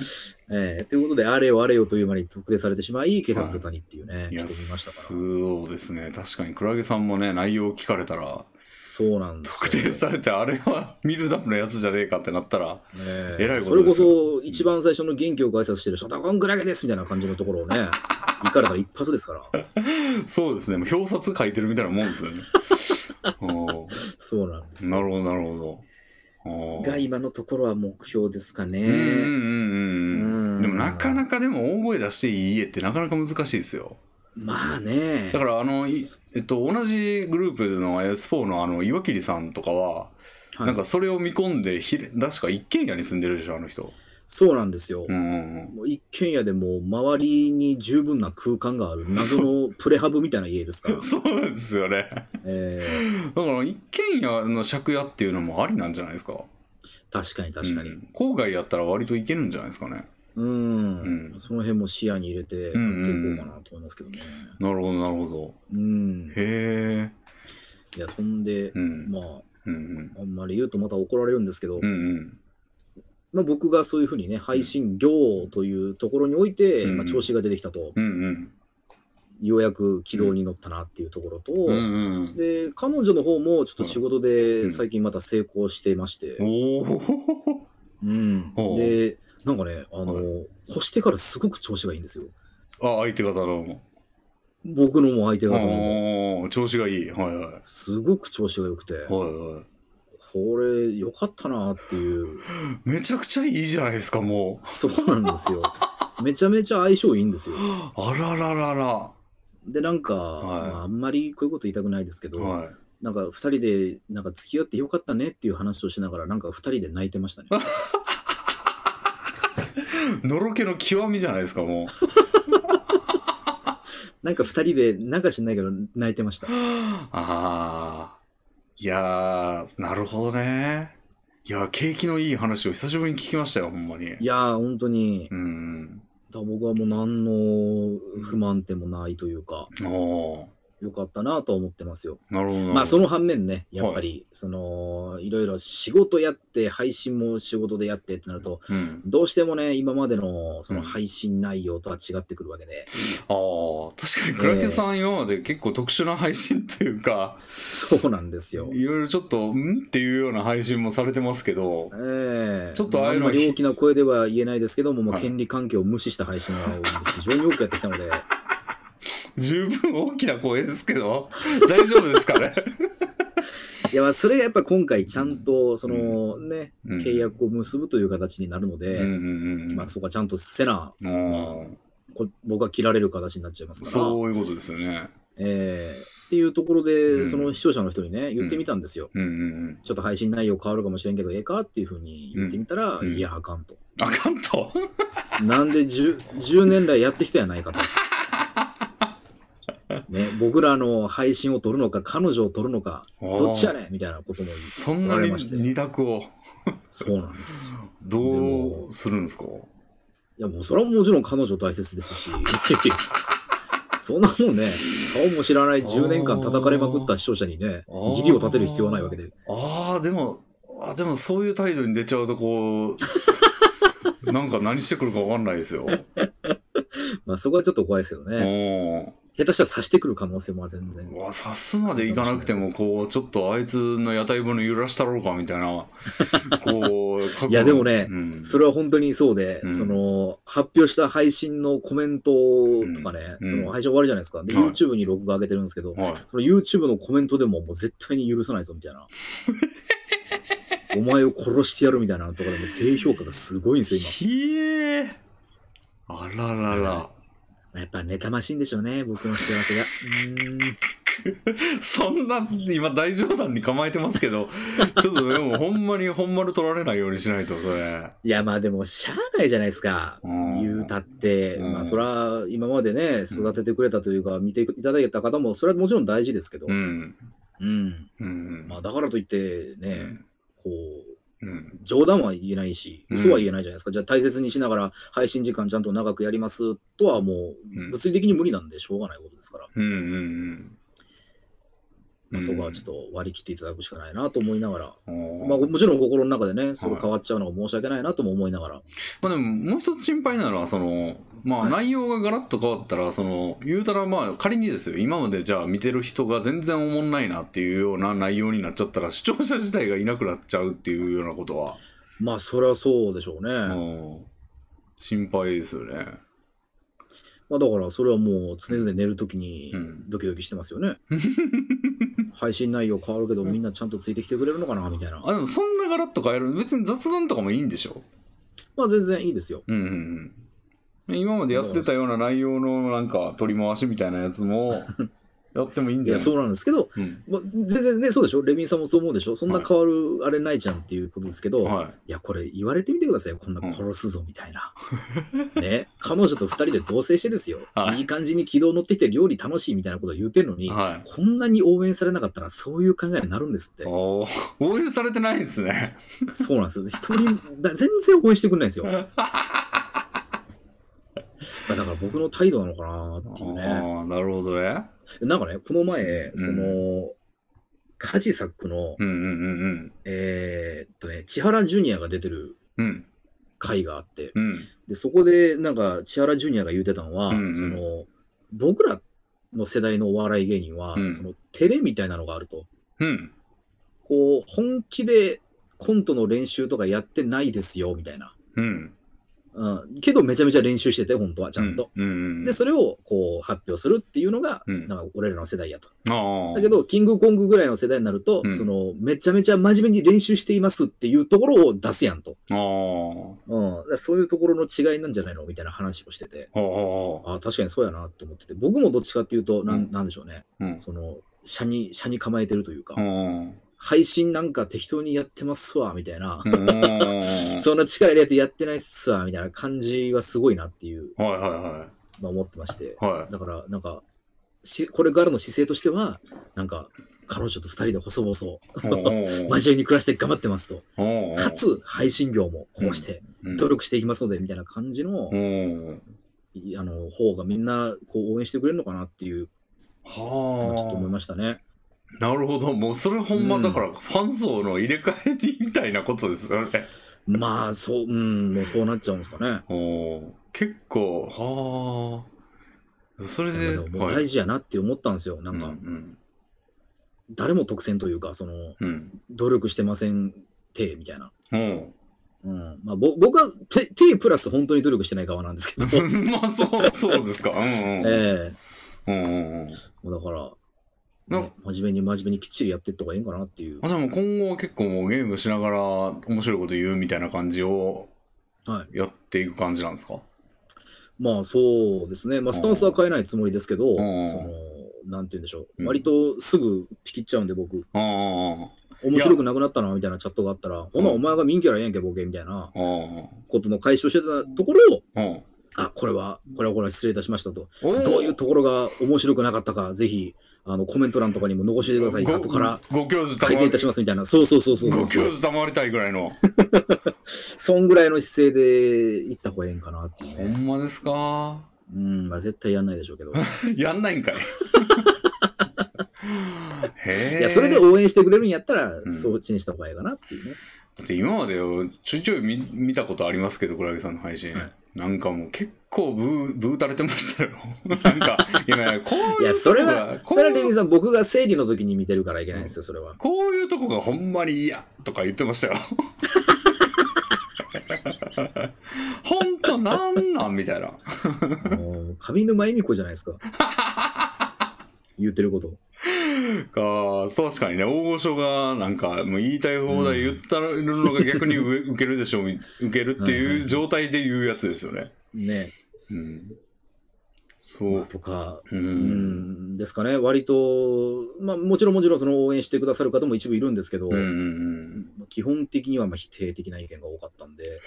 [SPEAKER 2] ええということで、あれよあれよという間に特定されてしまい、警察沙汰にっていうね、
[SPEAKER 1] い
[SPEAKER 2] 人
[SPEAKER 1] や
[SPEAKER 2] もいましたから。
[SPEAKER 1] そうですね確かにクラゲさんもね内容を聞かれたら
[SPEAKER 2] そうなんですよ
[SPEAKER 1] 特定されてあれはミルダムのやつじゃねえかってなったら
[SPEAKER 2] ね
[SPEAKER 1] えらいこと
[SPEAKER 2] それ
[SPEAKER 1] で
[SPEAKER 2] こ
[SPEAKER 1] すよ
[SPEAKER 2] そ一番最初の元気を挨拶してるショタコンクラゲですみたいな感じのところ をね、行かれたら一発ですから。
[SPEAKER 1] そうですね。もう表札書いてるみたいなもんですよね。 お
[SPEAKER 2] そうなんです。
[SPEAKER 1] なるほど、なるほど。お
[SPEAKER 2] が今のところは目標ですか
[SPEAKER 1] うんうん
[SPEAKER 2] ね。
[SPEAKER 1] うんう。
[SPEAKER 2] うんん
[SPEAKER 1] でもなかなかでも大声出していい家ってなかなか難しいですよ。
[SPEAKER 2] まあね。
[SPEAKER 1] だからあの、い
[SPEAKER 2] そ
[SPEAKER 1] えっと、同じグループのえースポーのあの岩切さんとかは、
[SPEAKER 2] はい
[SPEAKER 1] なんかそれを見込んでひれ、確か一軒家に住んでるでしょ、あの人。
[SPEAKER 2] そうなんですよ
[SPEAKER 1] う。んうんうん。
[SPEAKER 2] もう一軒家でもう周りに十分な空間がある謎のプレハブみたいな家ですから。
[SPEAKER 1] そうですよね。だ
[SPEAKER 2] え
[SPEAKER 1] から一軒家の借家っていうのもありなんじゃないですか。
[SPEAKER 2] ー確かに確かに。
[SPEAKER 1] うん郊外やったら割といけるんじゃないですかね。
[SPEAKER 2] うん、
[SPEAKER 1] うん
[SPEAKER 2] その辺も視野に入れてやっていこうかなと思いますけどね。
[SPEAKER 1] なるほど、なるほど。
[SPEAKER 2] うん。
[SPEAKER 1] へえ。
[SPEAKER 2] いや、そんで、
[SPEAKER 1] うん。
[SPEAKER 2] ま
[SPEAKER 1] うんうん
[SPEAKER 2] あ、あんまり言うとまた怒られるんですけど、
[SPEAKER 1] うんうん。
[SPEAKER 2] まあ、僕がそういうふうにね、配信業というところにおいて、
[SPEAKER 1] うん
[SPEAKER 2] まあ、調子が出てきたと、
[SPEAKER 1] うんうん。
[SPEAKER 2] ようやく軌道に乗ったなっていうところと、
[SPEAKER 1] うんうん。
[SPEAKER 2] で、彼女の方もちょっと仕事
[SPEAKER 1] う
[SPEAKER 2] で
[SPEAKER 1] ん
[SPEAKER 2] 最近また成功していまして、
[SPEAKER 1] おお。
[SPEAKER 2] うん
[SPEAKER 1] おう
[SPEAKER 2] で、なんかね、あの、
[SPEAKER 1] は
[SPEAKER 2] 越してからすごく調子がいいんですよ。
[SPEAKER 1] あ、相手方のも。
[SPEAKER 2] 僕のも相手方も、
[SPEAKER 1] おお、調子がいい。はいはい。
[SPEAKER 2] すごく調子が良くて、
[SPEAKER 1] はいはい。
[SPEAKER 2] これ良かったなっていう、
[SPEAKER 1] めちゃくちゃいいじゃないですか、もう。
[SPEAKER 2] そうなんですよ。めちゃめちゃ相性いいんですよ。
[SPEAKER 1] あらららら。
[SPEAKER 2] で、なんか、
[SPEAKER 1] はい
[SPEAKER 2] まあ、あんまりこういうこと言いたくないですけど、
[SPEAKER 1] はい。
[SPEAKER 2] なんか二人でなんか付き合ってよかったねっていう話をしながらなんか二人で泣いてまし たね。
[SPEAKER 1] のろけの極みじゃないですか、もう。
[SPEAKER 2] なんか二人でなんか知んないけど泣いてました。
[SPEAKER 1] ああ。いやー、なるほどね。いやー、景気のいい話を久しぶりに聞きましたよ、ほんまに
[SPEAKER 2] い。やー、本当に、
[SPEAKER 1] うん。
[SPEAKER 2] だから僕はもう何の不満点もないというか、
[SPEAKER 1] おー
[SPEAKER 2] よかったなとは思ってますよ。
[SPEAKER 1] なるほどなるほど。
[SPEAKER 2] まあ、その反面ね、やっぱり、その、いろいろ仕事やって、配信も仕事でやってってなると、
[SPEAKER 1] うん。
[SPEAKER 2] どうしてもね、今までのその
[SPEAKER 1] うん
[SPEAKER 2] 配信内容とは違ってくるわけで、
[SPEAKER 1] ああ、確かに倉木さん、今まで結構特殊な配信というか、
[SPEAKER 2] そうなんですよ。
[SPEAKER 1] いろいろちょっと、んっていうような配信もされてますけど、
[SPEAKER 2] ええ
[SPEAKER 1] ちょっとああいうの
[SPEAKER 2] んまり大きな声では言えないですけども、ま
[SPEAKER 1] は
[SPEAKER 2] あ、
[SPEAKER 1] い
[SPEAKER 2] 権利関係を無視した配信は非常に多くやってきたので、
[SPEAKER 1] 十分大きな声ですけど、大丈夫です かね。
[SPEAKER 2] いやまあそれがやっぱ今回ちゃんとその、ね、
[SPEAKER 1] うん
[SPEAKER 2] 契約を結ぶという形になるので、
[SPEAKER 1] うんうんうん。
[SPEAKER 2] まあ、そこはちゃんとせな
[SPEAKER 1] あー
[SPEAKER 2] こ僕は切られる形になっちゃいますから、
[SPEAKER 1] そういうことですよね。
[SPEAKER 2] ええっていうところで、
[SPEAKER 1] うん
[SPEAKER 2] その視聴者の人にね言ってみたんですよ。
[SPEAKER 1] うんうんうん。
[SPEAKER 2] ちょっと配信内容変わるかもしれんけど、ええかっていうふうに言ってみたら、
[SPEAKER 1] うんうん
[SPEAKER 2] いや、あかんと。
[SPEAKER 1] あかんと。
[SPEAKER 2] なんで 10, 10年来やってきたやないかと。ね、僕らの配信を撮るのか、彼女を撮るのか、どっちやねんみたいなことも
[SPEAKER 1] そんな
[SPEAKER 2] 怒られ
[SPEAKER 1] に
[SPEAKER 2] まして
[SPEAKER 1] 二択を
[SPEAKER 2] そうなんですよ。
[SPEAKER 1] どうするんですか
[SPEAKER 2] いや、もうそれはもちろん彼女大切ですし、 そんなもんね、顔も知らない10年間叩かれまくった視聴者にね
[SPEAKER 1] あー、
[SPEAKER 2] 義理を立てる必要はないわけで。
[SPEAKER 1] ああでもあでもそういう態度に出ちゃうとこ うなんか何してくるか分かんないですよ。
[SPEAKER 2] まあそこはちょっと怖いですよね。
[SPEAKER 1] うん
[SPEAKER 2] 下手したら刺してくる可能性も全然。
[SPEAKER 1] うわさすまでいかなくてもこうちょっとあいつの屋台分の揺らしたろうかみたいなこう覚悟
[SPEAKER 2] いやでもね
[SPEAKER 1] うん
[SPEAKER 2] それは本当にそうで、
[SPEAKER 1] うん
[SPEAKER 2] その、発表した配信のコメントとかね、
[SPEAKER 1] うん
[SPEAKER 2] そ
[SPEAKER 1] うん
[SPEAKER 2] の配信終わるじゃないですか。で、
[SPEAKER 1] はい
[SPEAKER 2] YouTube に録画上げてるんですけど、
[SPEAKER 1] はい、
[SPEAKER 2] その YouTube のコメントでももう絶対に許さないぞみたい な。お前を殺してやるみたいなのとかでも低評価がすごいんですよ、今。
[SPEAKER 1] ひえあららら
[SPEAKER 2] まあやっぱ妬ましいんでしょうね、僕の幸せが。うーん。
[SPEAKER 1] そんな今大冗談に構えてますけ どちょっとでもほんまに本丸取られないようにしないとそれ。
[SPEAKER 2] いや、まあでも、しゃあないじゃないですか。
[SPEAKER 1] うん
[SPEAKER 2] 言うたって、
[SPEAKER 1] うん
[SPEAKER 2] まあそら、今までね、育ててくれたというか、見ていただいた方も、それはもちろん大事ですけど、
[SPEAKER 1] う
[SPEAKER 2] うん。
[SPEAKER 1] んうん
[SPEAKER 2] まあだからといって、
[SPEAKER 1] う
[SPEAKER 2] ね、
[SPEAKER 1] ん
[SPEAKER 2] こ
[SPEAKER 1] うん
[SPEAKER 2] う、冗談は言えないし、
[SPEAKER 1] うん
[SPEAKER 2] 嘘は言えないじゃないですか。じゃあ大切にしながら、配信時間ちゃんと長くやりますとはも
[SPEAKER 1] うん
[SPEAKER 2] う、物理的に無理なんでしょうがないことですから、
[SPEAKER 1] うんうんう
[SPEAKER 2] ま
[SPEAKER 1] ん
[SPEAKER 2] あそこはちょっと割り切っていただくしかないなと思いながら、
[SPEAKER 1] うん
[SPEAKER 2] ま
[SPEAKER 1] ま
[SPEAKER 2] あ
[SPEAKER 1] あ、
[SPEAKER 2] もちろん心の中でね、それ変わっちゃうのは申し訳ないなとも思いながら、
[SPEAKER 1] まあでももう一つ心配なのはそのまあ
[SPEAKER 2] は
[SPEAKER 1] 内容がガラッと変わったらその言うたらまあ仮にですよ今までじゃあ見てる人が全然おもんないなっていうような内容になっちゃったら視聴者自体がいなくなっちゃうっていうようなことは、
[SPEAKER 2] まあそれはそうでしょうね。
[SPEAKER 1] うん心配ですよね。
[SPEAKER 2] まあだからそれはもう常々寝るときに
[SPEAKER 1] うん
[SPEAKER 2] ドキドキしてますよ ね。配信内容変わるけどみんなちゃんとついてきてくれるのかなみたいな。
[SPEAKER 1] あでもそんなガラッと変える別に雑談とかもいいんでしょ
[SPEAKER 2] まあ全然いいですよ。
[SPEAKER 1] うんうんうん、今までやってたような内容のなんか取り回しみたいなやつ もやってもいいん
[SPEAKER 2] い
[SPEAKER 1] じゃ
[SPEAKER 2] や
[SPEAKER 1] ない
[SPEAKER 2] そうなんですけど、
[SPEAKER 1] うん
[SPEAKER 2] まあ、全然ね、そうでしょレミンさんもそう思うでしょそんな変わるあれないじゃんっていうことですけど、い、
[SPEAKER 1] はい、
[SPEAKER 2] や、これ言われてみてくださいよ。こんな殺すぞみた いな。ね、彼女と二人で同棲してですよ。
[SPEAKER 1] はい
[SPEAKER 2] い、い感じに軌道乗ってきて料理楽しいみたいなことを言ってるのに、
[SPEAKER 1] はい、
[SPEAKER 2] こんなに応援されなかったらそういう考えになるんですって。
[SPEAKER 1] おー応援されてないんですね。
[SPEAKER 2] そうなんですよ。一人、だ全然応援してくれないんで すよ。まあだから僕の態度なのかなっていうね。
[SPEAKER 1] ああ、なるほどね。
[SPEAKER 2] なんかね、この前、
[SPEAKER 1] うん
[SPEAKER 2] その、カジサックの、
[SPEAKER 1] うんうんうん
[SPEAKER 2] えーっとね、千原ジュニアが出てる
[SPEAKER 1] うん。うん
[SPEAKER 2] 回があって、
[SPEAKER 1] うん
[SPEAKER 2] で、そこでなんか千原ジュニアが言ってたのは、
[SPEAKER 1] うんうん
[SPEAKER 2] その、僕らの世代のお笑い芸人は、
[SPEAKER 1] うん
[SPEAKER 2] その、照れみたいなのがあると。
[SPEAKER 1] うん。
[SPEAKER 2] こう、本気でコントの練習とかやってないですよ、みたいな。
[SPEAKER 1] うん。
[SPEAKER 2] うん。けどめちゃめちゃ練習してて、本当は、ちゃんと。
[SPEAKER 1] うんうんうん。
[SPEAKER 2] で、それをこう発表するっていうのが、
[SPEAKER 1] うん
[SPEAKER 2] なんか俺らの世代やと。
[SPEAKER 1] ああ。
[SPEAKER 2] だけど、キングコングぐらいの世代になると、
[SPEAKER 1] うん
[SPEAKER 2] その、めちゃめちゃ真面目に練習していますっていうところを出すやんと。
[SPEAKER 1] あー
[SPEAKER 2] うん。だからそういうところの違いなんじゃないのみたいな話をしてて、
[SPEAKER 1] あー。ああ。
[SPEAKER 2] ああ、確かにそうやなと思ってて、僕もどっちかっていうと、な
[SPEAKER 1] うん
[SPEAKER 2] んなんでしょうね。
[SPEAKER 1] うん。
[SPEAKER 2] その、社に、社に構えてるというか、
[SPEAKER 1] うん。
[SPEAKER 2] 配信なんか適当にやってますわ、みたいな。
[SPEAKER 1] うん
[SPEAKER 2] そんな力入れてやってないっすわ、みたいな感じはすごいなっていう
[SPEAKER 1] はいはいは
[SPEAKER 2] のを思ってまして。
[SPEAKER 1] い。は
[SPEAKER 2] だから、なんか、しこれからの姿勢としては、なんか、彼女と二人で細々、
[SPEAKER 1] おうおうおう
[SPEAKER 2] 真面目に暮らして頑張ってますと。
[SPEAKER 1] おうおう
[SPEAKER 2] かつ、配信業もこうして
[SPEAKER 1] うん
[SPEAKER 2] 努力していきますので、みたいな感じの、
[SPEAKER 1] うん
[SPEAKER 2] いあの、方がみんな、こう、応援してくれるのかなっていう、のはちょっと思い
[SPEAKER 1] は
[SPEAKER 2] ましたね。
[SPEAKER 1] あなるほどもうそれほんまだからファン層の入れ替えにみたいなことですよね
[SPEAKER 2] まあ、そう、うん、もうそうなっちゃうんですかね。
[SPEAKER 1] おー結構はあそれで
[SPEAKER 2] でももう大事やなって思ったんですよ。なん
[SPEAKER 1] う
[SPEAKER 2] か、
[SPEAKER 1] ん
[SPEAKER 2] 誰も得せんというか、その、
[SPEAKER 1] うんうん
[SPEAKER 2] 努力してません、て、みたいな。
[SPEAKER 1] お
[SPEAKER 2] うん。まあ、ぼ僕は、て、てプラス本当に努力してない側なんですけど。
[SPEAKER 1] う まあそうそうですかうんうん
[SPEAKER 2] ええ
[SPEAKER 1] うんうんうん
[SPEAKER 2] もうだから、
[SPEAKER 1] な
[SPEAKER 2] ね、真面目に真面目にきっちりやっていった方がいいんかなっていう。
[SPEAKER 1] あじゃあもう今後は結構もうゲームしながら面白いこと言うみたいな感じを
[SPEAKER 2] は
[SPEAKER 1] やっていく感じなんですか、
[SPEAKER 2] まあそうですね。まあスタンスは変えないつもりですけど、そ
[SPEAKER 1] ん
[SPEAKER 2] の、なんて言うんでしょ
[SPEAKER 1] う
[SPEAKER 2] う。
[SPEAKER 1] ん
[SPEAKER 2] 割とすぐピキっちゃうんで僕、
[SPEAKER 1] ああ
[SPEAKER 2] 面白くなくなったな、みたいなチャットがあったら、ほなお前が民キャラやんけ、ボケ、みたい
[SPEAKER 1] ああ
[SPEAKER 2] なことの解消してたところを、
[SPEAKER 1] あうん
[SPEAKER 2] あ、これは、これはこれは失礼いたしましたと。
[SPEAKER 1] お
[SPEAKER 2] どういうところが面白くなかったか、ぜひ、あの、コメント欄とかにも残してください。
[SPEAKER 1] ご
[SPEAKER 2] 後から
[SPEAKER 1] ごご教授
[SPEAKER 2] 改善いた
[SPEAKER 1] 賜
[SPEAKER 2] しますみたいな。そうそうそうそうそ
[SPEAKER 1] ご
[SPEAKER 2] う
[SPEAKER 1] 教授賜りたいぐらいの
[SPEAKER 2] そんぐらいの姿勢で行った方がええんかなっていう
[SPEAKER 1] ほ
[SPEAKER 2] ね。
[SPEAKER 1] んまですか
[SPEAKER 2] うん、まあ絶対やんないでしょうけど。い
[SPEAKER 1] やんないんか いへえ
[SPEAKER 2] や、それで応援してくれるんやったら、
[SPEAKER 1] ん
[SPEAKER 2] そっちにした方がええかなっていうね。
[SPEAKER 1] だって今までよちょいちょい見見たことありますけど、クラゲさんの配信。
[SPEAKER 2] はい
[SPEAKER 1] なんかもう結構ブー、ブー垂れてましたよ。 なんか、いやいや、こういうとこが
[SPEAKER 2] いや、それは、
[SPEAKER 1] こ
[SPEAKER 2] それはレ
[SPEAKER 1] う
[SPEAKER 2] ミさん、僕が生理の時に見てるからいけないんですよ、それは。
[SPEAKER 1] こういうとこがほんまに嫌とか言ってましたよ。 ほんとなんなんみたいな。
[SPEAKER 2] もう、上沼恵美子じゃないで すか。言ってること。
[SPEAKER 1] か確かにね、大御所がなんかもう言いたい放題言ったるのが逆に受け受けるでしょう、受けるっていう状態で言うやつですよね。
[SPEAKER 2] ね。
[SPEAKER 1] うん。そう。
[SPEAKER 2] とか、
[SPEAKER 1] う。
[SPEAKER 2] うんん、ですかね。割と、まあ、もちろんもちろん、その応援してくださる方も一部いるんですけど、
[SPEAKER 1] うんうんうん。
[SPEAKER 2] 基本的にはまあ否定的な意見が多かったんで、
[SPEAKER 1] へ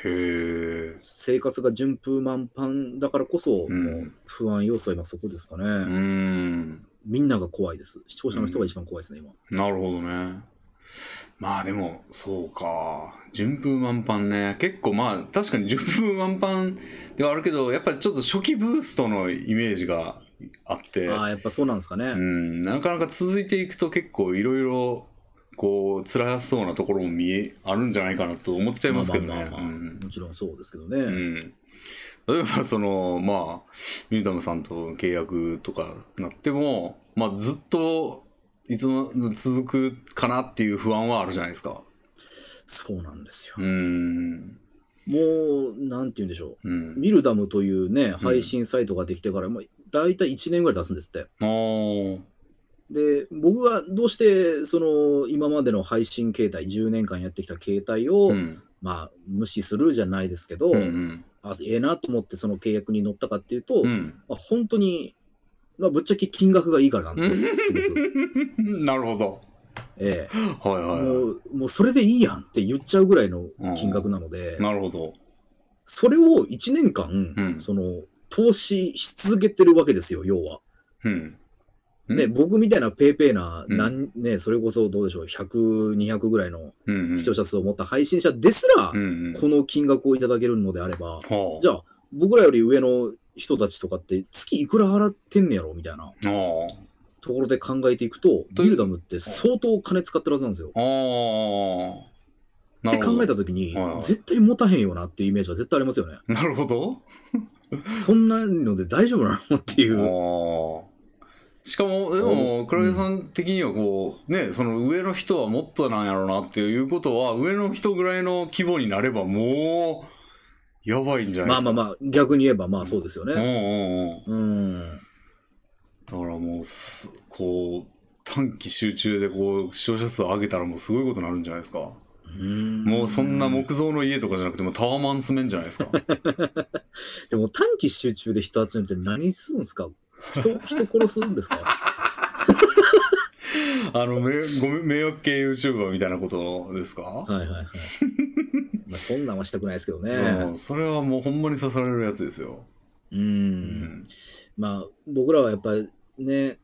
[SPEAKER 1] え。
[SPEAKER 2] 生活が順風満帆だからこそ、
[SPEAKER 1] うん
[SPEAKER 2] もう不安要素は今そこですかね、
[SPEAKER 1] うーん。
[SPEAKER 2] みんなが怖いです。視聴者の人が一番怖いですね、今。
[SPEAKER 1] なるほどね。まあでも、そうか。順風満帆ね。結構まあ、確かに順風満帆ではあるけど、やっぱりちょっと初期ブーストのイメージがあって、
[SPEAKER 2] ああ、やっぱそうなんですかね。
[SPEAKER 1] うん、なかなか続いていくと結構いろいろ、こう、辛そうなところも見え、あるんじゃないかなと思っちゃいますけど
[SPEAKER 2] まあ
[SPEAKER 1] ね
[SPEAKER 2] まあ。ま
[SPEAKER 1] う
[SPEAKER 2] あまあ
[SPEAKER 1] ん
[SPEAKER 2] もちろんそうですけどね。
[SPEAKER 1] うん例えばそのまあミュータムさんと契約とかなってもまあずっといつも続くかなっていう不安はあるじゃないですか
[SPEAKER 2] そうなんですよ
[SPEAKER 1] う。ん
[SPEAKER 2] もう、なんて言うんでしょ
[SPEAKER 1] う
[SPEAKER 2] う。
[SPEAKER 1] ん
[SPEAKER 2] ミルダムというね、配信サイトができてから、もう大体1年ぐらい経つんですって。
[SPEAKER 1] あー
[SPEAKER 2] で、僕がどうして、その、今までの配信形態、10年間やってきた形態を、
[SPEAKER 1] うん
[SPEAKER 2] まあ、無視するじゃないですけど、
[SPEAKER 1] うんうん
[SPEAKER 2] あええなと思ってその契約に乗ったかっていうと、
[SPEAKER 1] うん
[SPEAKER 2] まあ、本当に、まあ、ぶっちゃけ金額がいいからなんですよ、すごく。
[SPEAKER 1] なるほど
[SPEAKER 2] え
[SPEAKER 1] はい
[SPEAKER 2] え、
[SPEAKER 1] はい
[SPEAKER 2] も
[SPEAKER 1] は
[SPEAKER 2] うもうそれでいいやんって言っちゃうぐらいの金額なので、
[SPEAKER 1] いなるほど
[SPEAKER 2] それを1年間、
[SPEAKER 1] うん
[SPEAKER 2] その投資し続けてるわけですよ、要は。
[SPEAKER 1] うん
[SPEAKER 2] ね、
[SPEAKER 1] うん
[SPEAKER 2] 僕みたいなペーペーな、
[SPEAKER 1] うん
[SPEAKER 2] なんね、それこそどうでしょう、100、200ぐらいの
[SPEAKER 1] うんうん
[SPEAKER 2] 視聴者数を持った配信者ですら、
[SPEAKER 1] うんうん
[SPEAKER 2] この金額をいただけるのであれば、
[SPEAKER 1] は
[SPEAKER 2] じゃあ、僕らより上の人たちとかって月いくら払ってんねやろみたいな
[SPEAKER 1] ああ
[SPEAKER 2] ところで考えていくと、
[SPEAKER 1] という
[SPEAKER 2] ビルダムって相当金使ってるはずなんですよ。
[SPEAKER 1] あー
[SPEAKER 2] っ
[SPEAKER 1] な
[SPEAKER 2] て
[SPEAKER 1] るほ
[SPEAKER 2] 考え
[SPEAKER 1] ど
[SPEAKER 2] たときに
[SPEAKER 1] はいはい、
[SPEAKER 2] 絶対持たへんよなっていうイメージは絶対ありますよね。
[SPEAKER 1] なるほど
[SPEAKER 2] そんなので大丈夫なのっていう。
[SPEAKER 1] あーしかもでも黒毛さん的にはこう、ねその上の人はもっとなんやろうなっていうことは上の人ぐらいの規模になればもうやばいんじゃない
[SPEAKER 2] ま
[SPEAKER 1] で
[SPEAKER 2] あ
[SPEAKER 1] す
[SPEAKER 2] ま
[SPEAKER 1] か
[SPEAKER 2] あまあ、逆に言えばまあそうですよ
[SPEAKER 1] うん
[SPEAKER 2] ね。
[SPEAKER 1] うんうん
[SPEAKER 2] うん。
[SPEAKER 1] だからもうすこう短期集中でこう視聴者数を上げたらもうすごいことになるんじゃないですかもうそんな木造の家とかじゃなくてもうタワマン住めんじゃないですか
[SPEAKER 2] でも短期集中で人集めて何するんですか人、人殺すんで すか
[SPEAKER 1] あのめごめん迷惑系 YouTuber みたいなことですか
[SPEAKER 2] はいはいはい。まあそんなんはしたくないですけ ど
[SPEAKER 1] うん
[SPEAKER 2] ね。
[SPEAKER 1] それはもうほんまに刺されるやつですよ
[SPEAKER 2] う。
[SPEAKER 1] うんん
[SPEAKER 2] まあ僕らはやっぱりね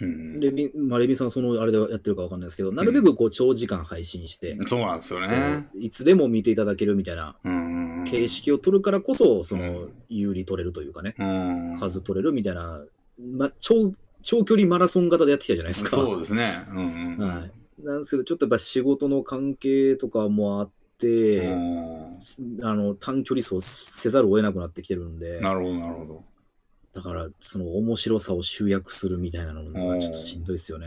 [SPEAKER 1] うん
[SPEAKER 2] レビン、まあ、レビンさんはそのあれでやってるかわかんないですけど、なるべくこう長時間配信して、
[SPEAKER 1] そうなんですよね。
[SPEAKER 2] いつでも見ていただけるみたいな
[SPEAKER 1] うんうん
[SPEAKER 2] 形式を取るからこそ、そうの
[SPEAKER 1] ん
[SPEAKER 2] 有利取れるというかね、
[SPEAKER 1] うん、
[SPEAKER 2] 数取れるみたいな、ま、長長距離マラソン型でやってきたじゃないですか。
[SPEAKER 1] そうですね。うんうん
[SPEAKER 2] はい、なんですけど、ちょっとやっぱ仕事の関係とかもあって、
[SPEAKER 1] うん
[SPEAKER 2] あの短距離走せざるを得なくなってきてるんで、
[SPEAKER 1] なるほど、なるほど。
[SPEAKER 2] だからその面白さを集約するみたいなのがちょっとしんどいですよね。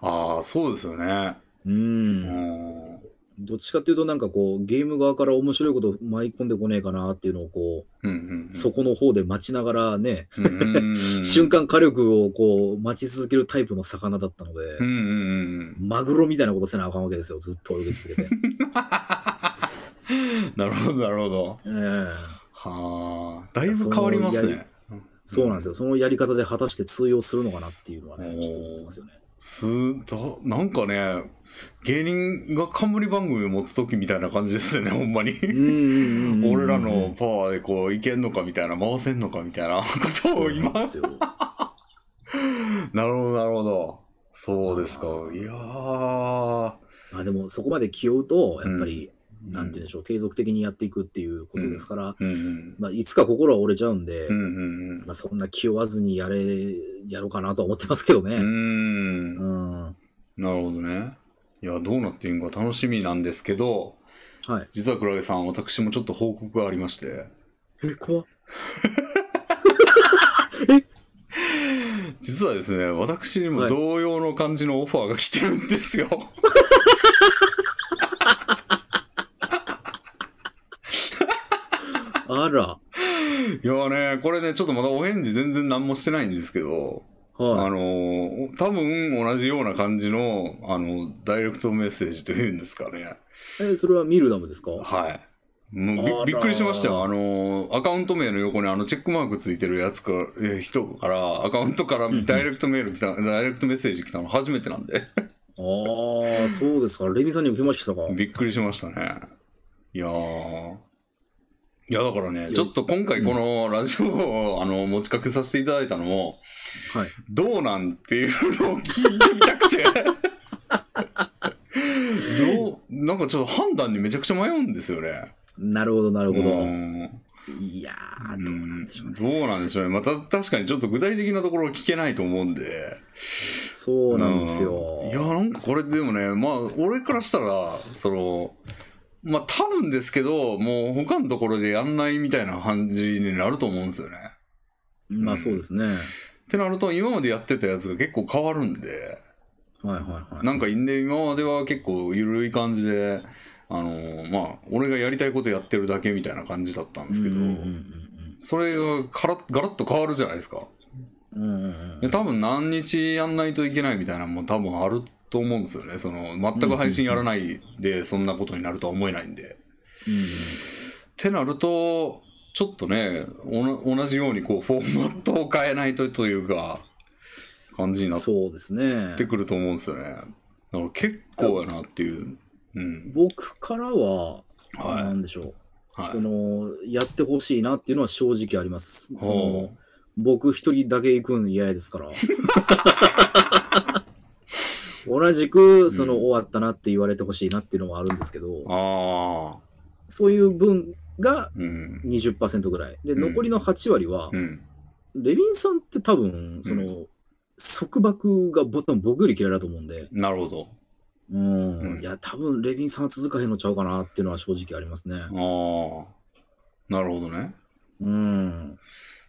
[SPEAKER 1] ああ、そうですよね。
[SPEAKER 2] う。
[SPEAKER 1] うんん。
[SPEAKER 2] どっちかっていうとなんかこうゲーム側から面白いこと舞い込んでこねえかなっていうのをこう、
[SPEAKER 1] うんうんうん
[SPEAKER 2] そこの方で待ちながらね、
[SPEAKER 1] うんうんうんうん
[SPEAKER 2] 瞬間火力をこう待ち続けるタイプの魚だったので、
[SPEAKER 1] うんうんうん。
[SPEAKER 2] マグロみたいなことせなあかんわけですよ、ずっと泳ぎ続 けて。
[SPEAKER 1] なるほど、なるほど。
[SPEAKER 2] ええ
[SPEAKER 1] はあ、だいぶ変わりますね。
[SPEAKER 2] そうなんです
[SPEAKER 1] よ。
[SPEAKER 2] よ。そのやり方で果たして通用するのかなっていうのはね、ちょっと思ってますよね。
[SPEAKER 1] すだなんかね、芸人が冠番組を持つ時みたいな感じですよね、ほ んまに。
[SPEAKER 2] うんうんうんうん
[SPEAKER 1] 俺らのパワーでこういけんのかみたいな回せんのかみたいなことを今
[SPEAKER 2] そうなんですよ
[SPEAKER 1] なるほどなるほどそうですか
[SPEAKER 2] あー
[SPEAKER 1] いやー
[SPEAKER 2] まあでもそこまで気負うと、やっぱり、
[SPEAKER 1] うん
[SPEAKER 2] なんて言うんでしょう、継続的にやっていくっていうことですから、
[SPEAKER 1] うん
[SPEAKER 2] まあいつか心は折れちゃうんで、
[SPEAKER 1] うんうんうん
[SPEAKER 2] まあそんな気負わずにやれ、やろうかなとは思ってますけど
[SPEAKER 1] う
[SPEAKER 2] ね。
[SPEAKER 1] んな
[SPEAKER 2] う。
[SPEAKER 1] んる
[SPEAKER 2] は
[SPEAKER 1] ほどねいやどうなっていくか楽しみなんですけど
[SPEAKER 2] い。
[SPEAKER 1] 実はクラゲさん私もちょっと報告がありまして
[SPEAKER 2] え、怖っ
[SPEAKER 1] 実はですね私にも
[SPEAKER 2] はい
[SPEAKER 1] 同様の感じのオファーが来てるんですよ、
[SPEAKER 2] あら。
[SPEAKER 1] いやーねこれねちょっとまだお返事全然何もしてないんですけどあ
[SPEAKER 2] はい。
[SPEAKER 1] のー多分同じような感じの、あのダイレクトメッセージというんですかね。
[SPEAKER 2] え、それはミルダムですか
[SPEAKER 1] はい。もう
[SPEAKER 2] あらー
[SPEAKER 1] びびっくりしましたよ。あのーアカウント名の横にあのチェックマークついてるやつから、えー人から、アカウントから
[SPEAKER 2] うん
[SPEAKER 1] ダイレクトメール来た、ダイレクトメッセージ来たの初めてなんで、
[SPEAKER 2] ああ、そうですか。レミさんに受けましたか。
[SPEAKER 1] びっくりしましたね。いやー。いやだからね、
[SPEAKER 2] よ
[SPEAKER 1] ちょっと今回このラジオを、あの持ちかけさせていただいたのも、
[SPEAKER 2] はい。
[SPEAKER 1] どうなんっていうのを聞いてみたくてどうなんかちょっと判断にめちゃくちゃ迷うんですよね。
[SPEAKER 2] なるほど、なるほ
[SPEAKER 1] う
[SPEAKER 2] ど。
[SPEAKER 1] ん
[SPEAKER 2] いやー、どうなんでしょうね。
[SPEAKER 1] どうなんでしょうね。まあた確かにちょっと具体的なところは聞けないと思うんで。
[SPEAKER 2] そうなんですよ。
[SPEAKER 1] うんいやなんかこれでもねまあ俺からしたらそのまあ多分ですけどもう他のところでやんないみたいな感じになると思うんですよね。
[SPEAKER 2] まあそうですね。
[SPEAKER 1] ってなると今までやってたやつが結構変わるんで。
[SPEAKER 2] はいはいはい。
[SPEAKER 1] なんかんで今までは結構緩い感じで、あのーまあ俺がやりたいことやってるだけみたいな感じだったんですけど、
[SPEAKER 2] うんうん
[SPEAKER 1] それがからガラッと変わるじゃないですか
[SPEAKER 2] うんうんうんうんう
[SPEAKER 1] で
[SPEAKER 2] ん
[SPEAKER 1] 多分何日やんないといけないみたいなのも多分あると思うんですよねその全く配信やらないでそんなことになるとは思えないんで、ってなるとちょっとねおな同じようにこうフォーマットを変えないとというか感じ
[SPEAKER 2] う
[SPEAKER 1] に
[SPEAKER 2] ん
[SPEAKER 1] なっ
[SPEAKER 2] そうですね
[SPEAKER 1] て。くると思うんですよねだから結構やなっていううん
[SPEAKER 2] 僕からは、
[SPEAKER 1] はい
[SPEAKER 2] なんでしょう、
[SPEAKER 1] はい
[SPEAKER 2] その、やってほしいなっていうのは正直あります。そ
[SPEAKER 1] ほ
[SPEAKER 2] の僕一人だけ行くん嫌で すから。同じく、その、
[SPEAKER 1] うん
[SPEAKER 2] 終わったなって言われてほしいなっていうのもあるんですけど
[SPEAKER 1] う。、ああ。
[SPEAKER 2] そういう分が
[SPEAKER 1] うん。
[SPEAKER 2] 20%ぐらい。で、
[SPEAKER 1] うん
[SPEAKER 2] 残りの8割は、
[SPEAKER 1] うん。
[SPEAKER 2] レビンさんって多分、その、束縛がボタン僕より嫌いだと思うんで、
[SPEAKER 1] なるほど。
[SPEAKER 2] うん、
[SPEAKER 1] うん
[SPEAKER 2] いや、多分レビンさんは続かへんのちゃうかなっていうのは正直ありますね。
[SPEAKER 1] ああ。なるほどね。
[SPEAKER 2] うん。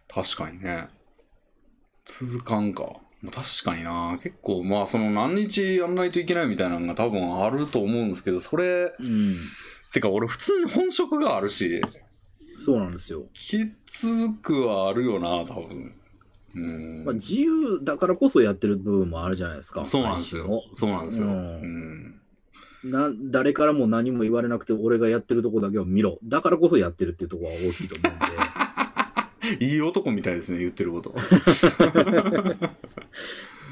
[SPEAKER 1] 確かにね。続かんか。確かにな。結構、まあ、その何日やんないといけないみたいなのが多分あると思うんですけど、それ、
[SPEAKER 2] うん。
[SPEAKER 1] てか俺普通に本職があるし、
[SPEAKER 2] そうなんですよ。
[SPEAKER 1] きつくはあるよな、多分。うん。
[SPEAKER 2] まあ、自由だからこそやってる部分もあるじゃないですか。
[SPEAKER 1] そうなんですよ。そうなんですよ。う
[SPEAKER 2] うん
[SPEAKER 1] ん。
[SPEAKER 2] 配信を。な誰からも何も言われなくて、俺がやってるとこだけを見ろ。だからこそやってるっていうところは大きいと 思うんで。
[SPEAKER 1] いい男みたいですね、言ってること。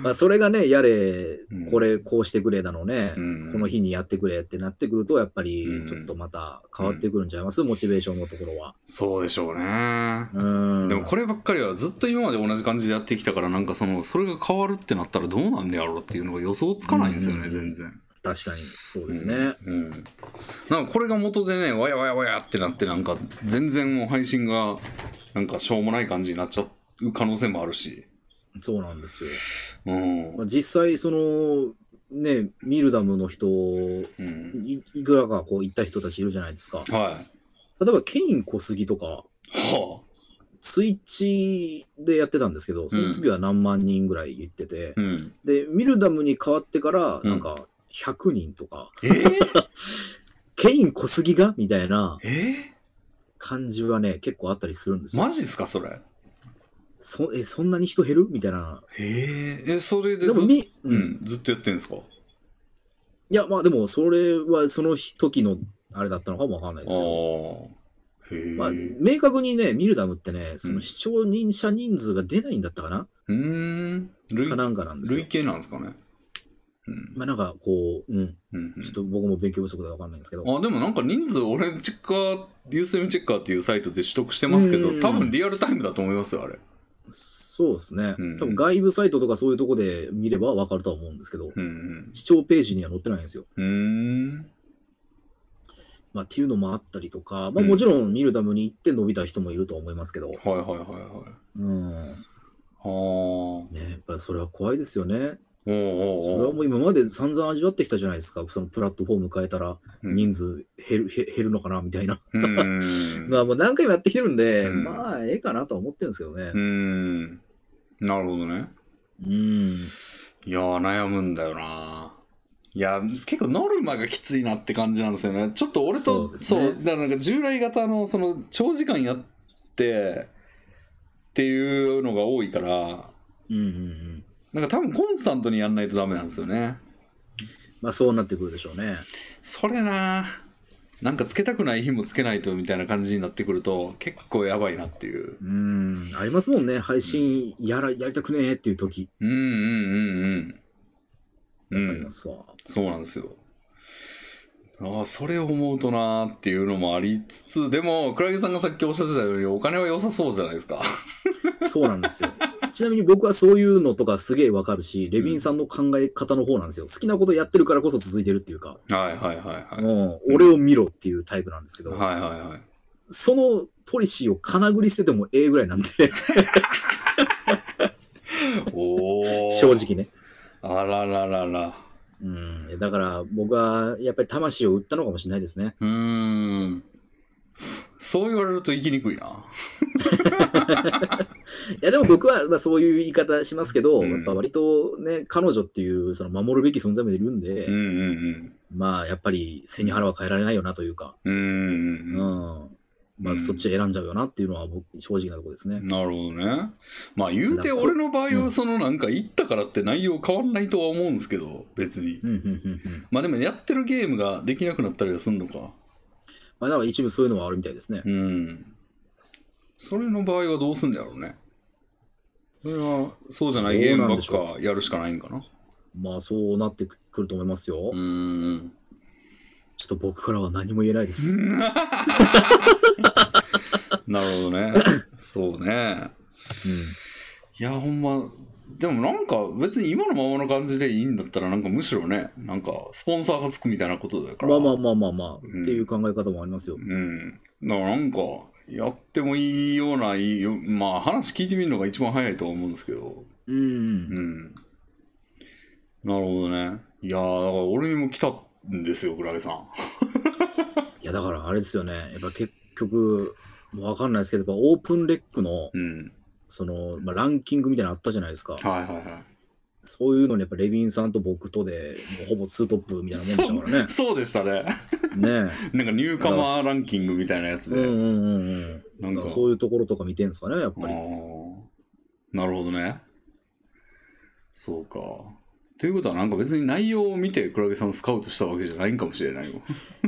[SPEAKER 2] まあ、それがね、やれ
[SPEAKER 1] うん、
[SPEAKER 2] これこうしてくれだのね、
[SPEAKER 1] うん
[SPEAKER 2] この日にやってくれってなってくると、やっぱり
[SPEAKER 1] うん
[SPEAKER 2] ちょっとまた変わってくるんちゃいます、モチベーションのところは。
[SPEAKER 1] そうでしょうね。
[SPEAKER 2] うん。
[SPEAKER 1] でもこればっかりはずっと今まで同じ感じでやってきたからなんかそのそれが変わるってなったらどうなんねやろうっていうのが予想つかないんですよね、
[SPEAKER 2] うん
[SPEAKER 1] 全然。
[SPEAKER 2] 確かに、そうですね。
[SPEAKER 1] うん。なんかこれが元でねわやわやわやってなってなんか全然もう配信がなんかしょうもない感じになっちゃう可能性もあるし。
[SPEAKER 2] そうなんですよ。
[SPEAKER 1] うん。
[SPEAKER 2] まあ、実際、その、ね、ミルダムの人、
[SPEAKER 1] うん、
[SPEAKER 2] いいくらかこう行った人たちいるじゃないですか。
[SPEAKER 1] は
[SPEAKER 2] 例えば、ケイン小杉とか、
[SPEAKER 1] い。はあ。
[SPEAKER 2] ツイッチでやってたんですけど、その次は何万人ぐらい行ってて、
[SPEAKER 1] うん。
[SPEAKER 2] で、ミルダムに変わってから、
[SPEAKER 1] うん
[SPEAKER 2] なんか、100人とか、
[SPEAKER 1] えー、
[SPEAKER 2] ケイン小杉がみたいな
[SPEAKER 1] え
[SPEAKER 2] 感じはね、結構あったりするんです
[SPEAKER 1] ー、
[SPEAKER 2] よ。
[SPEAKER 1] マジっすかそれ。
[SPEAKER 2] そえ、そんなに人減るみたいな。
[SPEAKER 1] えー、え、それで
[SPEAKER 2] でも
[SPEAKER 1] ず,、
[SPEAKER 2] み、う。
[SPEAKER 1] うんん、ずっとやってんですか
[SPEAKER 2] いや、まあでも、それはその時の、あれだったのかもわかんない
[SPEAKER 1] あ
[SPEAKER 2] で
[SPEAKER 1] あ
[SPEAKER 2] すけど。
[SPEAKER 1] ー。へえ。
[SPEAKER 2] まあ、
[SPEAKER 1] う
[SPEAKER 2] 明確にね、ミルダムってね、そ
[SPEAKER 1] うん
[SPEAKER 2] の視聴人者人数が出ないんだったかな、
[SPEAKER 1] ーん。累
[SPEAKER 2] かなんかなんですよ
[SPEAKER 1] 累。計なんですかね。うん。
[SPEAKER 2] まあなんかこう、うん、
[SPEAKER 1] うんうん
[SPEAKER 2] ちょっと僕も勉強不足でわかんないんですけど。
[SPEAKER 1] あでもなんか人数、俺チェッカー、USM チェッカーっていうサイトで取得してますけ
[SPEAKER 2] う
[SPEAKER 1] ど、
[SPEAKER 2] ん
[SPEAKER 1] 多分リアルタイムだと思いますよ、あれ。
[SPEAKER 2] そうですね。
[SPEAKER 1] うん
[SPEAKER 2] 多分外部サイトとかそういうとこで見ればわかるとは思うんですけど、
[SPEAKER 1] うん
[SPEAKER 2] 視聴ページには載ってないんですよ。
[SPEAKER 1] うん。うーん。
[SPEAKER 2] まあっていうのもあったりとか、
[SPEAKER 1] う
[SPEAKER 2] まあ
[SPEAKER 1] ん
[SPEAKER 2] もちろんミルダムに行って伸びた人もいるとは思いますけど、
[SPEAKER 1] はいはいはいはい。
[SPEAKER 2] うん。
[SPEAKER 1] はあ。おう
[SPEAKER 2] ね、やっぱそれは怖いですよね。
[SPEAKER 1] お
[SPEAKER 2] それ
[SPEAKER 1] うお
[SPEAKER 2] は
[SPEAKER 1] う。
[SPEAKER 2] もう今まで散々味わってきたじゃないですか。そのプラットフォーム変えたら
[SPEAKER 1] うん
[SPEAKER 2] 人数減る,へ、減るのかなみたいな。
[SPEAKER 1] うーん。
[SPEAKER 2] まあもう何回もやってきてるんで、
[SPEAKER 1] うん
[SPEAKER 2] まあええかなとは思ってるんですけどね
[SPEAKER 1] うー。ん。なるほどね。
[SPEAKER 2] うん。
[SPEAKER 1] いやー、悩むんだよな。いや、結構ノルマがきついなって感じなんですよね。ちょっと俺
[SPEAKER 2] そう
[SPEAKER 1] と、
[SPEAKER 2] です
[SPEAKER 1] そう,、
[SPEAKER 2] ね
[SPEAKER 1] だからなんか従来型の、その、長時間やって、っていうのが多いから、
[SPEAKER 2] うんうんうん。
[SPEAKER 1] なんか多分コンスタントにやんないとダメなんですよね。
[SPEAKER 2] まあそうなってくるでしょうね。
[SPEAKER 1] それななんかつけたくない日もつけないとみたいな感じになってくると結構やばいなっていう
[SPEAKER 2] うん。ありますもんね。配信やら、やりたくねえっていう時。
[SPEAKER 1] うんうんうんう
[SPEAKER 2] わ
[SPEAKER 1] ん
[SPEAKER 2] か
[SPEAKER 1] う
[SPEAKER 2] りま
[SPEAKER 1] ん
[SPEAKER 2] すわ。
[SPEAKER 1] そうなんですよああそれを思うとなーっていうのもありつつでもクラゲさんがさっきおっしゃってたようにお金は良さそうじゃないですか
[SPEAKER 2] そうなん ですよ。ちなみに僕はそういうのとかすげえわかるし、レビンさんの考え方の方なんですよ。好きなことやってるからこそ続いてるっていうか、
[SPEAKER 1] はいはいはいはい
[SPEAKER 2] もう俺を見ろっていうタイプなんですけど、
[SPEAKER 1] はいはいはい
[SPEAKER 2] そのポリシーをかなぐり捨ててもええぐらいなんで、
[SPEAKER 1] おお
[SPEAKER 2] 正直ね。
[SPEAKER 1] あらららら
[SPEAKER 2] うん。だから僕はやっぱり魂を売ったのかもしれないですね。
[SPEAKER 1] うーんそう言われると生きにくいない
[SPEAKER 2] やでも僕はまあそういう言い方しますけど、
[SPEAKER 1] うん
[SPEAKER 2] やっぱ割とね、彼女っていうその守るべき存在もいるんで、
[SPEAKER 1] うんうんうん
[SPEAKER 2] まあやっぱり背に腹は変えられないよなというか、
[SPEAKER 1] うんうんう
[SPEAKER 2] う
[SPEAKER 1] ん
[SPEAKER 2] ん。ま
[SPEAKER 1] う
[SPEAKER 2] あ
[SPEAKER 1] ん
[SPEAKER 2] そっち選んじゃうよなっていうのは僕正直なとこですね。
[SPEAKER 1] なるほどね。まあ言うて
[SPEAKER 2] だから
[SPEAKER 1] 俺の場合
[SPEAKER 2] う
[SPEAKER 1] は
[SPEAKER 2] ん
[SPEAKER 1] そのなんか言ったからって内容変わんないとは思うんですけど別に
[SPEAKER 2] うんうんうんうん。
[SPEAKER 1] まあでもやってるゲームができなくなったりはすんのか
[SPEAKER 2] まあ、なんか一部そういうのはあるみたいですね。
[SPEAKER 1] うんそれの場合はどうすんだろうねそれはそうじゃない
[SPEAKER 2] ど
[SPEAKER 1] ゲー
[SPEAKER 2] うな
[SPEAKER 1] ムば
[SPEAKER 2] ん
[SPEAKER 1] っ
[SPEAKER 2] でしょう
[SPEAKER 1] かやるしかないんかな
[SPEAKER 2] まあ、そうなってくると思いますよ。
[SPEAKER 1] うーん
[SPEAKER 2] ちょっと僕からは何も言えないです。
[SPEAKER 1] なるほどねそうね
[SPEAKER 2] う
[SPEAKER 1] いやほんまでもなんか別に今のままの感じでいいんだったらなんかむしろねなんかスポンサーがつくみたいなことだか
[SPEAKER 2] ん、
[SPEAKER 1] ら
[SPEAKER 2] まあまあまあまあまあ、
[SPEAKER 1] ん
[SPEAKER 2] っていう考え方もありますよ。
[SPEAKER 1] うんだからなんかやってもいいようないいよまあ話聞いてみるのが一番早いとは思うんですけど
[SPEAKER 2] うん。
[SPEAKER 1] うんなるほどねいやーだから俺にも来たんですよクラゲさん
[SPEAKER 2] いや、だからあれですよね。やっぱ結局、もうわかんないですけど、やっぱオープンレックの、
[SPEAKER 1] うん
[SPEAKER 2] その、まあ、ランキングみたいなのあったじゃないですか。
[SPEAKER 1] はいはいは
[SPEAKER 2] そういうのにやっぱレビンさんと僕とで、もうほぼツートップみたいなもんでしたからね
[SPEAKER 1] い そうでしたね。
[SPEAKER 2] ね
[SPEAKER 1] なんかニューカマーランキングみたいなやつ
[SPEAKER 2] え。うん
[SPEAKER 1] で
[SPEAKER 2] うんうん
[SPEAKER 1] な
[SPEAKER 2] うんん。
[SPEAKER 1] か
[SPEAKER 2] そういうところとか見てんですかね、やっ
[SPEAKER 1] あ
[SPEAKER 2] ぱり。
[SPEAKER 1] ーなるほどね。そうか。ということは、なんか別に内容を見て、クラゲさんをスカウトしたわけじゃないんかもしれないよ。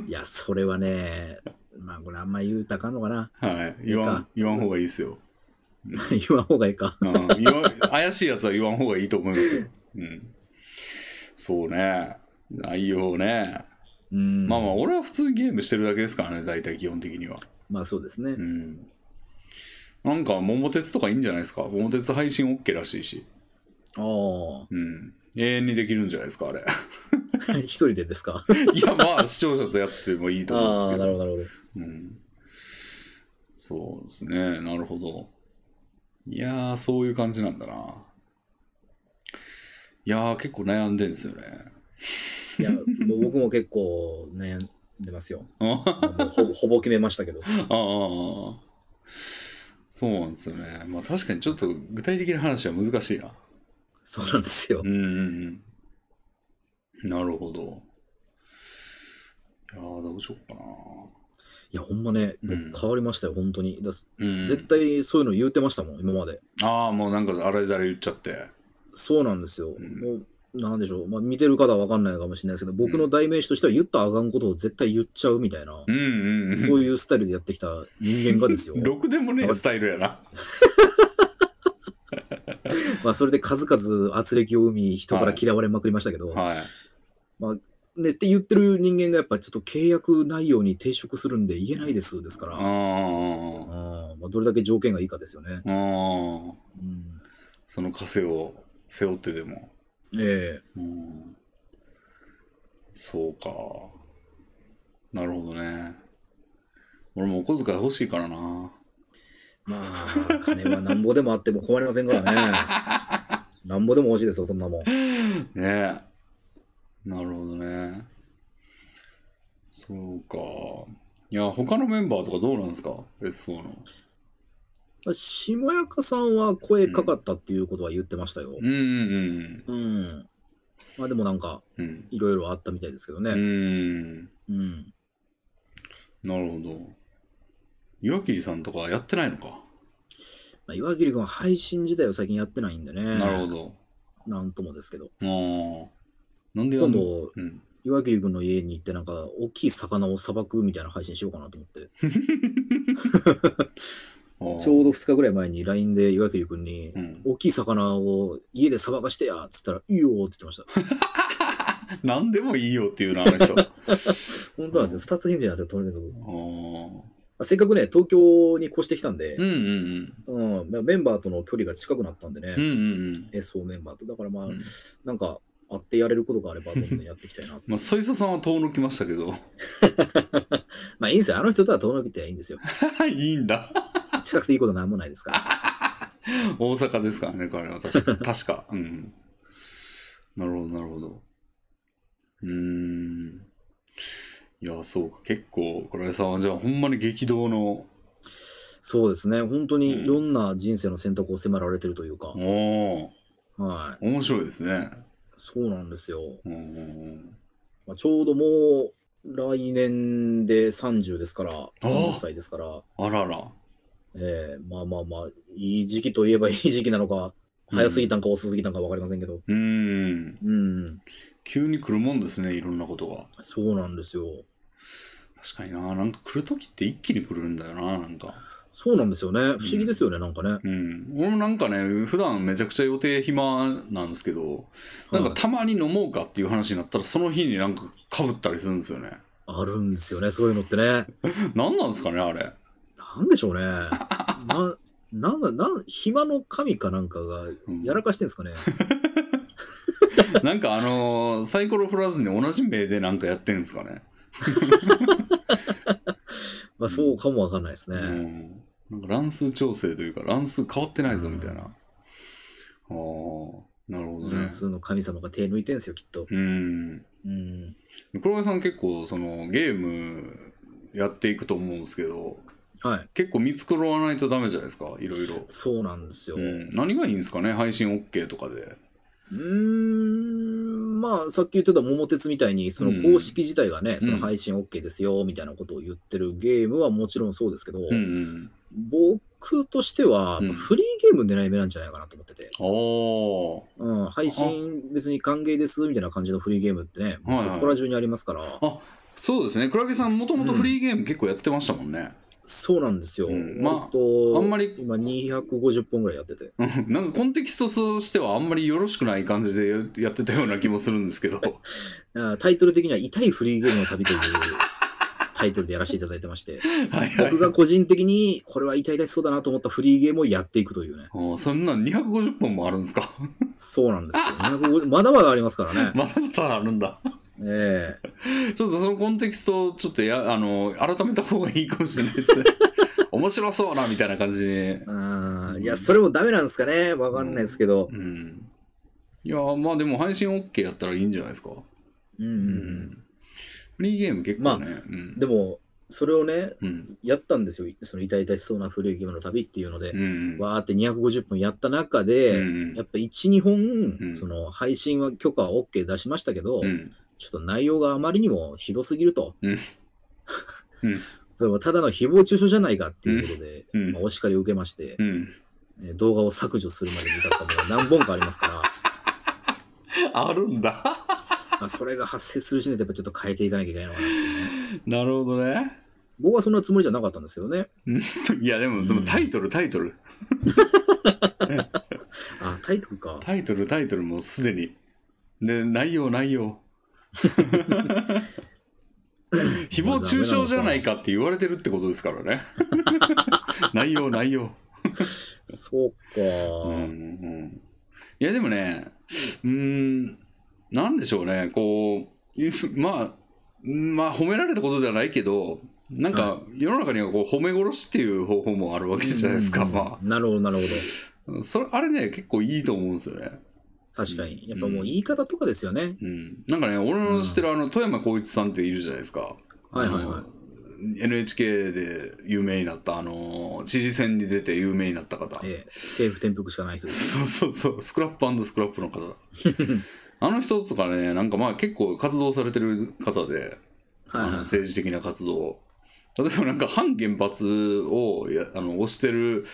[SPEAKER 2] いや、それはね、まあこれあんま言うたらあかんのかな。
[SPEAKER 1] はい。言わ
[SPEAKER 2] いい
[SPEAKER 1] ん
[SPEAKER 2] か、
[SPEAKER 1] 言わん方がいいですよ。
[SPEAKER 2] 言わん方がいいか。
[SPEAKER 1] うん、言わん怪しいやつは言わん方がいいと思いますよ。うん。そうね。内容ね。
[SPEAKER 2] うん。
[SPEAKER 1] まあまあ、俺は普通にゲームしてるだけですからね、大体基本的には。
[SPEAKER 2] まあそうですね
[SPEAKER 1] う。ん。なんか、桃鉄とかいいんじゃないですか。桃鉄配信 OK らしいし。
[SPEAKER 2] あ
[SPEAKER 1] うん。永遠にできるんじゃないですか、あれ。
[SPEAKER 2] あ。一人でですか。
[SPEAKER 1] いや、まあ、視聴者とやってもいいと思
[SPEAKER 2] あ
[SPEAKER 1] うん
[SPEAKER 2] あ、
[SPEAKER 1] です
[SPEAKER 2] なるほど、なるほど。
[SPEAKER 1] けど。うん。そうですね。なるほど。いやー、そういう感じなんだな。いやー、結構悩んでんですよね。
[SPEAKER 2] いや、もう僕も結構悩んでま すよ。
[SPEAKER 1] あ
[SPEAKER 2] もうほぼほぼ決めまし たけど。
[SPEAKER 1] ああ。そうなんですよね。まあ確かにちょっと具体的な話は難しいな。
[SPEAKER 2] そうなんですよ
[SPEAKER 1] う。んうんうん。なるほど。いやーどうしようか
[SPEAKER 2] いや、ほんまね、
[SPEAKER 1] うん
[SPEAKER 2] 変わりましたよ、本当に。だす
[SPEAKER 1] な。うん、
[SPEAKER 2] 絶対そういうの言うてましたもん、今まで。
[SPEAKER 1] ああ、もうなんかあれざれ言っちゃって。
[SPEAKER 2] そうなんですよ。
[SPEAKER 1] ん
[SPEAKER 2] もう、なんでしょう。まあ、見てる方はわかんないかもしれないですけど、僕の代名詞としては言ったらあかんことを絶対言っちゃうみたいな
[SPEAKER 1] う、んうんうん。
[SPEAKER 2] そういうスタイルでやってきた人間がですよ。
[SPEAKER 1] ろくでもねえスタイルやな。
[SPEAKER 2] まあ、それで数々圧力を生み、人から嫌われまくりましたけど、
[SPEAKER 1] はい。
[SPEAKER 2] ねって言ってる人間がやっぱちょっと契約内容に抵触するんで言えないですですから、
[SPEAKER 1] あ
[SPEAKER 2] あ
[SPEAKER 1] ー
[SPEAKER 2] ーまあ、どれだけ条件がいいかですよね。
[SPEAKER 1] あー。
[SPEAKER 2] うん、
[SPEAKER 1] その枷を背負ってでも。
[SPEAKER 2] え
[SPEAKER 1] う
[SPEAKER 2] え
[SPEAKER 1] ん。そうか。なるほどね。俺もお小遣い欲しいからな。
[SPEAKER 2] まあ、金はなんぼでもあっても困りませんからね。 なんぼでも欲しいですよ、そんなもん。
[SPEAKER 1] ねえ。なるほどね。そうか。いや、他のメンバーとかどうなんですか ?S4 の。
[SPEAKER 2] まあしもやかさんは声かかったっていうことは言ってましたよ。
[SPEAKER 1] うんうん
[SPEAKER 2] うん。まあでもなんか、
[SPEAKER 1] うん。うん。
[SPEAKER 2] いろいろあったみたいですけど
[SPEAKER 1] う
[SPEAKER 2] ね。
[SPEAKER 1] ん。
[SPEAKER 2] うん。
[SPEAKER 1] なるほど。岩切さんとかやってないのか。
[SPEAKER 2] まあ、岩切君は配信自体を最近やってないんでね。
[SPEAKER 1] なるほど。
[SPEAKER 2] なんともですけど。
[SPEAKER 1] あーなんでや
[SPEAKER 2] 今
[SPEAKER 1] んの
[SPEAKER 2] 度、
[SPEAKER 1] うん。
[SPEAKER 2] 岩切君の家に行ってなんか、大きい魚をさばくみたいな配信しようかなと思って。
[SPEAKER 1] あー
[SPEAKER 2] ちょうど2日ぐらい前に LINE で岩切君に、
[SPEAKER 1] うん、
[SPEAKER 2] 大きい魚を家でさばかしてやっつったら、いいよって言ってました。
[SPEAKER 1] 何でもいいよっていうな、あの人。 あ
[SPEAKER 2] 本当なんですよ。2つ返事なんですよ、とにかく。
[SPEAKER 1] ーうん
[SPEAKER 2] まあせっかくね、東京に越してきたんで、
[SPEAKER 1] うんうん。
[SPEAKER 2] うんまあメンバーとの距離が近くなったんでね、
[SPEAKER 1] うんうん
[SPEAKER 2] えそうメンバーと。だからまあ、
[SPEAKER 1] うん。。
[SPEAKER 2] なんか、会ってやれることがあれば、どんどんやっていきたいな
[SPEAKER 1] まあ、ソイソさんは遠のきましたけど。
[SPEAKER 2] まあいいんですよ。あの人とは遠のきてはいい んですよ。
[SPEAKER 1] いいんだ。
[SPEAKER 2] 近くていいことなんもないですから。
[SPEAKER 1] 大阪ですからね、彼は確か。確か。うん。なるほど、なるほど。うーん。いや、そうか。結構、倉井さんは、じゃあ、ほんまに激動の。
[SPEAKER 2] そうですね。本当
[SPEAKER 1] うん
[SPEAKER 2] にいろんな人生の選択を迫られてるというか、
[SPEAKER 1] おお
[SPEAKER 2] はい。
[SPEAKER 1] 面白いですね。
[SPEAKER 2] そうなんですよ。
[SPEAKER 1] うんうんうん。
[SPEAKER 2] まあ、ちょうどもう、来年で30ですから、30歳ですから、
[SPEAKER 1] あらら。
[SPEAKER 2] えーまあまあまあ、いい時期といえばいい時期なのか、早すぎたんか遅すぎたんか分かりませんけど、
[SPEAKER 1] うーん。
[SPEAKER 2] うん、
[SPEAKER 1] 急に来るもんですね、いろんなことが。
[SPEAKER 2] そうなんですよ。
[SPEAKER 1] 確かにな、なんか来るときって一気に来るんだよな、なんか。
[SPEAKER 2] そうなんですよね。不思議ですよね、なんかね。
[SPEAKER 1] うん。俺もなんかね、普段めちゃくちゃ予定暇なんですけど、なんか
[SPEAKER 2] はい
[SPEAKER 1] たまに飲もうかっていう話になったら、その日になんか被ったりするんですよね。
[SPEAKER 2] あるんですよね、そういうのってね。
[SPEAKER 1] 何なんですかね、あれ。
[SPEAKER 2] なんで しょうね。な、なんだ、なん、暇の神かなんかが
[SPEAKER 1] うん
[SPEAKER 2] やらかしてんですかね。
[SPEAKER 1] なんかあのーサイコロ振らずに同じ目でなんかやってんですかね。
[SPEAKER 2] まあそうかもわかんないです
[SPEAKER 1] う
[SPEAKER 2] ね。
[SPEAKER 1] ん。なんか乱数調整というか、乱数変わってないぞ、みたいな。ああ、なるほどね
[SPEAKER 2] 乱。数の神様が手抜いてんすよ、きっと。
[SPEAKER 1] うん。
[SPEAKER 2] うん。
[SPEAKER 1] 黒川さん結構そのゲームやっていくと思うんですけど
[SPEAKER 2] はい。
[SPEAKER 1] 結構見繕わないとダメじゃないですかいろいろ、
[SPEAKER 2] そうなんですよ。
[SPEAKER 1] う、
[SPEAKER 2] うん
[SPEAKER 1] 何がいいんですかね配信 OK とかで
[SPEAKER 2] ーん。まあ、さっき言ってた桃鉄みたいに、その公式自体がね、
[SPEAKER 1] ん
[SPEAKER 2] その配信 OK ですよ、みたいなことを言ってるゲームはもちろんそうですけど、
[SPEAKER 1] うんうん
[SPEAKER 2] 僕としては、
[SPEAKER 1] うん
[SPEAKER 2] フリーゲーム狙い目なんじゃないかなと思ってて。
[SPEAKER 1] お
[SPEAKER 2] うん、配信別に歓迎ですみたいな感じのフリーゲームってね、
[SPEAKER 1] はいはい
[SPEAKER 2] そこら中にありますから、
[SPEAKER 1] あそうですね倉木さんもともとフリーゲーム結構やってましたもんね、
[SPEAKER 2] そうなんですよ。
[SPEAKER 1] うんまあ
[SPEAKER 2] えっと
[SPEAKER 1] あんまり
[SPEAKER 2] 今250本ぐらいやってて。
[SPEAKER 1] うんなんかコンテキストとしてはあんまりよろしくない感じでやってたような気もするんですけ ど
[SPEAKER 2] あータイトル的には痛いフリーゲームの旅というタイトルでやらせていただいてまして、
[SPEAKER 1] はいはい
[SPEAKER 2] 僕が個人的にこれは痛い痛いそうだなと思ったフリーゲームをやっていくというね。
[SPEAKER 1] あーそんなん250本もあるんですか
[SPEAKER 2] そうなんですよ。250まだまだありますからね。
[SPEAKER 1] まだまだあるんだ
[SPEAKER 2] ええ
[SPEAKER 1] ちょっとそのコンテキストをちょっとやあの改めた方がいいかもしれない ですね面白そうなみたいな感じに
[SPEAKER 2] あーいや、それもダメなんですかね。わかんないですけど。
[SPEAKER 1] うんいやまあでも配信 OK やったらいいんじゃないですか
[SPEAKER 2] うんう
[SPEAKER 1] うん
[SPEAKER 2] うん
[SPEAKER 1] フリーゲーム結構ね、うん
[SPEAKER 2] でも、それをね、
[SPEAKER 1] うん
[SPEAKER 2] やったんですよ。その痛々しそうな古いゲームの旅っていうので、
[SPEAKER 1] うん
[SPEAKER 2] わーって250分やった中で、
[SPEAKER 1] うん
[SPEAKER 2] やっぱ1、2本、
[SPEAKER 1] うん
[SPEAKER 2] その配信は許可は OK 出しましたけど、
[SPEAKER 1] うん
[SPEAKER 2] ちょっと内容があまりにもひどすぎると。
[SPEAKER 1] うん
[SPEAKER 2] それはただの誹謗中傷じゃないかっていうことで、
[SPEAKER 1] うんうん
[SPEAKER 2] まあお叱りを受けまして、
[SPEAKER 1] うん
[SPEAKER 2] えー動画を削除するまでに至ったものが何本かありま すから、
[SPEAKER 1] あるんだ
[SPEAKER 2] まあそれが発生する時点でやっぱちょっと変えていかなきゃいけないのかなっていうね。
[SPEAKER 1] なるほどね
[SPEAKER 2] 僕はそんなつもりじゃなかったんですけどね。
[SPEAKER 1] いやでも、でもタイトルタイトル
[SPEAKER 2] あ、タイトルか。
[SPEAKER 1] タイトルタイトルもうすでにで内容内容 誹謗中傷じゃないかって言われてるってことですから ね内容内容
[SPEAKER 2] そうか。
[SPEAKER 1] うんうんいやでもねうーんなんでしょうねこうまあまあ褒められたことではないけどなんか世の中にはこう褒め殺しっていう方法もあるわけじゃないですか、
[SPEAKER 2] うん
[SPEAKER 1] ま
[SPEAKER 2] なるほど、なるほど。
[SPEAKER 1] あそれあれね結構いいと思うんですよね
[SPEAKER 2] 確か
[SPEAKER 1] う
[SPEAKER 2] に。
[SPEAKER 1] ん
[SPEAKER 2] やっぱもう言い方とかですよね。
[SPEAKER 1] うん、なんかね俺の知ってるあの富山光一さんっているじゃないですか、
[SPEAKER 2] はいはいはい
[SPEAKER 1] あの NHK で有名になったあの知事選に出て有名になった方、
[SPEAKER 2] ええ、政府転覆しかない人です。
[SPEAKER 1] そうそうそうスクラップスクラップの 方あの人とかねなんかまあ結構活動されてる方で、あ
[SPEAKER 2] はいは
[SPEAKER 1] の
[SPEAKER 2] い。
[SPEAKER 1] 政治的な活動を例えばなんか反原発をやあの推してる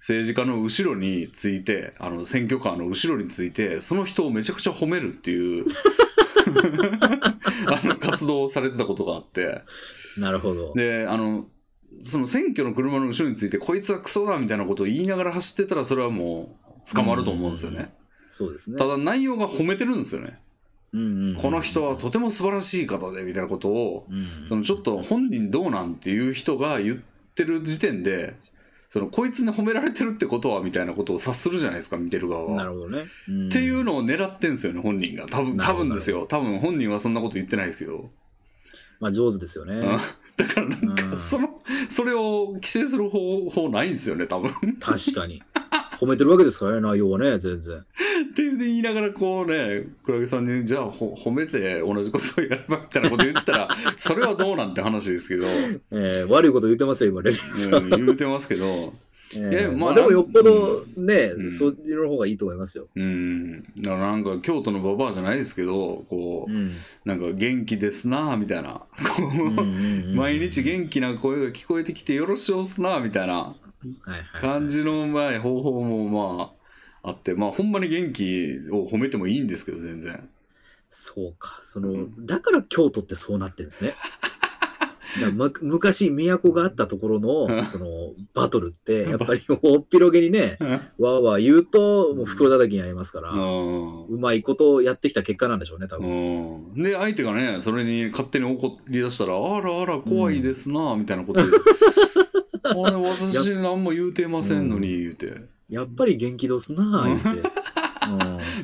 [SPEAKER 1] 政治家の後ろについてあの選挙カーの後ろについてその人をめちゃくちゃ褒めるっていう あの活動をされてたことがあって
[SPEAKER 2] なるほど。
[SPEAKER 1] であのその選挙の車の後ろについてこいつはクソだみたいなことを言いながら走ってたらそれはもう捕まると思うんですよね
[SPEAKER 2] そうですね。
[SPEAKER 1] ただ内容が褒めてるんですよね
[SPEAKER 2] うんうん
[SPEAKER 1] この人はとても素晴らしい方でみたいなことを
[SPEAKER 2] うん
[SPEAKER 1] そのちょっと本人どうなんっていう人が言ってる時点でそのこいつに褒められてるってことはみたいなことを察するじゃないですか見てる側
[SPEAKER 2] な
[SPEAKER 1] は。
[SPEAKER 2] るほどね。っ
[SPEAKER 1] っていうのを狙ってんですよね本人が多分
[SPEAKER 2] なる
[SPEAKER 1] 多
[SPEAKER 2] ほど
[SPEAKER 1] 分ですよ多分本人はそんなこと言ってないですけど、
[SPEAKER 2] まあ上手ですよね。
[SPEAKER 1] うんだからなん
[SPEAKER 2] うん
[SPEAKER 1] かそのそれを規制する方法ないんですよね多分
[SPEAKER 2] 確かに。褒めてるわけですからね、内容はね、全然。
[SPEAKER 1] っていうで言いながらこうねクラゲさんにじゃあほ褒めて同じことをやればみたいなこと言ったらそれはどうなんて話です けど、
[SPEAKER 2] えー悪いこと言ってますよ、今、レベル
[SPEAKER 1] うん、言うてますけど
[SPEAKER 2] え
[SPEAKER 1] いや
[SPEAKER 2] ー
[SPEAKER 1] まあ
[SPEAKER 2] まあでもよっぽどね
[SPEAKER 1] う、ん
[SPEAKER 2] そっちの方がいいと思いますよ。
[SPEAKER 1] うん、だからなんか京都のババアじゃないですけどこ
[SPEAKER 2] うんうん
[SPEAKER 1] うなんか元気ですなあみたいなこう、
[SPEAKER 2] うんうんうん
[SPEAKER 1] 毎日元気な声が聞こえてきてよろしおすなあみたいな
[SPEAKER 2] はいはい
[SPEAKER 1] 感じのまあ方法もまああってまあほんまに元気を褒めてもいいんですけど全 然
[SPEAKER 2] そうか、そうの、
[SPEAKER 1] ん
[SPEAKER 2] だから京都ってそうなってるん ですね。だからむ昔、都があったところ
[SPEAKER 1] うん
[SPEAKER 2] の、その、バトルって、やっぱり大っ広げにね、わーわー言うと、もう袋叩きにありますから、
[SPEAKER 1] う
[SPEAKER 2] うんまいことをやってきた結果なんでしょうね、多分。
[SPEAKER 1] うん、で相手がねそれに勝手に怒り出したら「あらあら怖いですな」みたいなこと です、あれ私何も言うてませんのに言うて、
[SPEAKER 2] やっぱり元気どすなー、言って。うん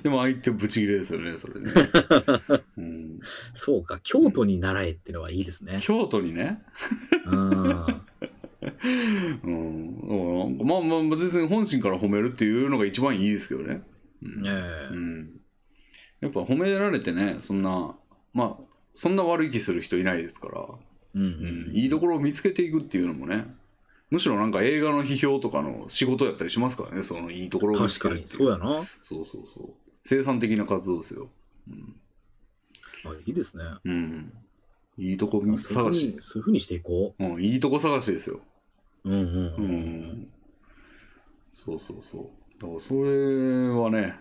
[SPEAKER 1] でも相手ブチギレですよね、そ れね。うん、
[SPEAKER 2] そうか、京都に習えってのはいいですね。
[SPEAKER 1] 京都にね、
[SPEAKER 2] うん。
[SPEAKER 1] うん、まあまあ、全然本心から褒めるっていうのが一番いいですけどね。うんう
[SPEAKER 2] ねえ
[SPEAKER 1] ん、やっぱ褒められてね、そんな、まあ、そんな悪い気する人いないですから、
[SPEAKER 2] うん
[SPEAKER 1] うん、いいところを見つけていくっていうのもね、むしろなんか映画の批評とかの仕事やったりしますからね、そのいいところを見つける
[SPEAKER 2] 確かに、
[SPEAKER 1] って
[SPEAKER 2] そ
[SPEAKER 1] いうう。
[SPEAKER 2] やな。あ
[SPEAKER 1] そうそうそう。生産的な活動ですよ。
[SPEAKER 2] いいですね。
[SPEAKER 1] うん。うん、いいとこ
[SPEAKER 2] そういう
[SPEAKER 1] 探
[SPEAKER 2] ふう
[SPEAKER 1] し
[SPEAKER 2] に。そういうふうにしていこ
[SPEAKER 1] うん、いいとこ探しですよ。
[SPEAKER 2] う。うんうん
[SPEAKER 1] う
[SPEAKER 2] うん。
[SPEAKER 1] ん。そうそうそう。だからそれはね、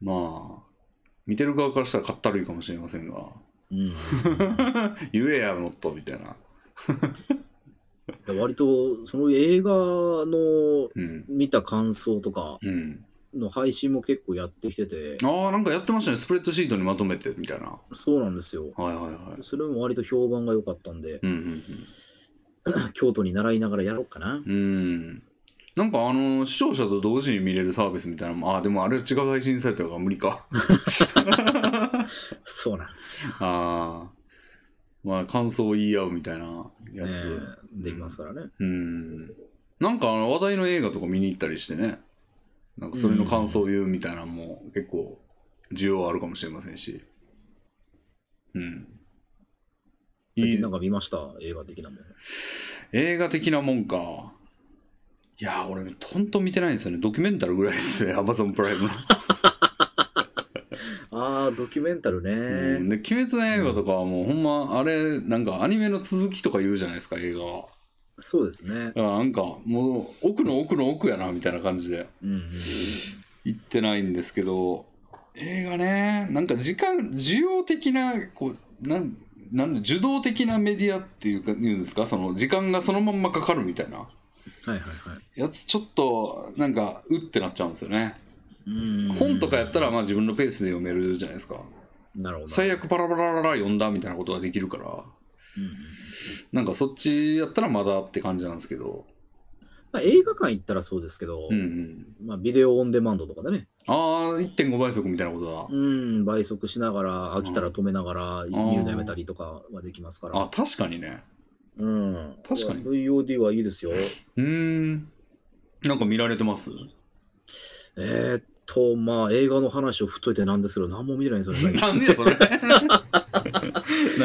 [SPEAKER 1] まあ、見てる側からしたらかったるいかもしれませんが、
[SPEAKER 2] うんうん
[SPEAKER 1] 言えやもっとみたいな。
[SPEAKER 2] いや割と、その映画の
[SPEAKER 1] うん。
[SPEAKER 2] 見た感想とか
[SPEAKER 1] うん。
[SPEAKER 2] の配信も結構やってきてて、
[SPEAKER 1] ああ、なんかやってましたね。スプレッドシートにまとめてみたいな。
[SPEAKER 2] そうなんですよ。
[SPEAKER 1] はいはいはい。
[SPEAKER 2] それも割と評判が良かったんで、
[SPEAKER 1] うんうん
[SPEAKER 2] 京都に習いながらやろうかな。
[SPEAKER 1] うん。うん。なんかあの、視聴者と同時に見れるサービスみたいなのもああ、でもあれは違う配信サイトだから無理か。
[SPEAKER 2] そうなんですよ。
[SPEAKER 1] ああ。まあ、感想を言い合うみたいなや
[SPEAKER 2] ね
[SPEAKER 1] つ。
[SPEAKER 2] えできますからね。
[SPEAKER 1] うん。なんかあの話題の映画とか見に行ったりしてね。なんかそれの感想を言うみたいなのも結構需要あるかもしれませんし。うん。
[SPEAKER 2] 最
[SPEAKER 1] いい
[SPEAKER 2] 近なんか見ました、映画的なもの。
[SPEAKER 1] 映画的なもんか。いやー、俺、ほんと見てないんですよね。ドキュメンタルぐらいですね、ア マゾンプライムの。
[SPEAKER 2] ああ、ドキュメンタルね。
[SPEAKER 1] うんで、鬼滅の刃とかはもう、ほんま、あれ、なんかアニメの続きとか言うじゃないですか、映画は。
[SPEAKER 2] そうですね。
[SPEAKER 1] だからなんか、もう、奥の奥の奥やな、みたいな感じで。
[SPEAKER 2] うんうんうん、
[SPEAKER 1] 行ってないんですけど映画ねなんか時間需要的なこうなんなんで受動的なメディアっていうか言うんですかその時間がそのまんまかかるみたいな
[SPEAKER 2] はいはいはい。
[SPEAKER 1] やつちょっとなんかうってなっちゃうんですよね
[SPEAKER 2] うん
[SPEAKER 1] 本とかやったらまあ自分のペースで読めるじゃないですか
[SPEAKER 2] なるほど。
[SPEAKER 1] 最悪パラパラララ読んだみたいなことができるから
[SPEAKER 2] うんうん
[SPEAKER 1] なんかそっちやったらまだって感じなんですけど
[SPEAKER 2] まあ、映画館行ったらそうですけど、
[SPEAKER 1] うんうん
[SPEAKER 2] まあ、ビデオオンデマンドとかでね、
[SPEAKER 1] ああ1.5倍速みたいなことだ
[SPEAKER 2] うん、倍速しながら、飽きたら止めながら、見るのやめたりとかはできますか
[SPEAKER 1] あ
[SPEAKER 2] ら。
[SPEAKER 1] 確かにね
[SPEAKER 2] うん、
[SPEAKER 1] 確かに
[SPEAKER 2] VOD はいいですよ。
[SPEAKER 1] うーんなんか見られてます
[SPEAKER 2] えー、っと、まあ、映画の話を振っといてなんですけど、何も見てないんですよ ね。
[SPEAKER 1] なんでや それ何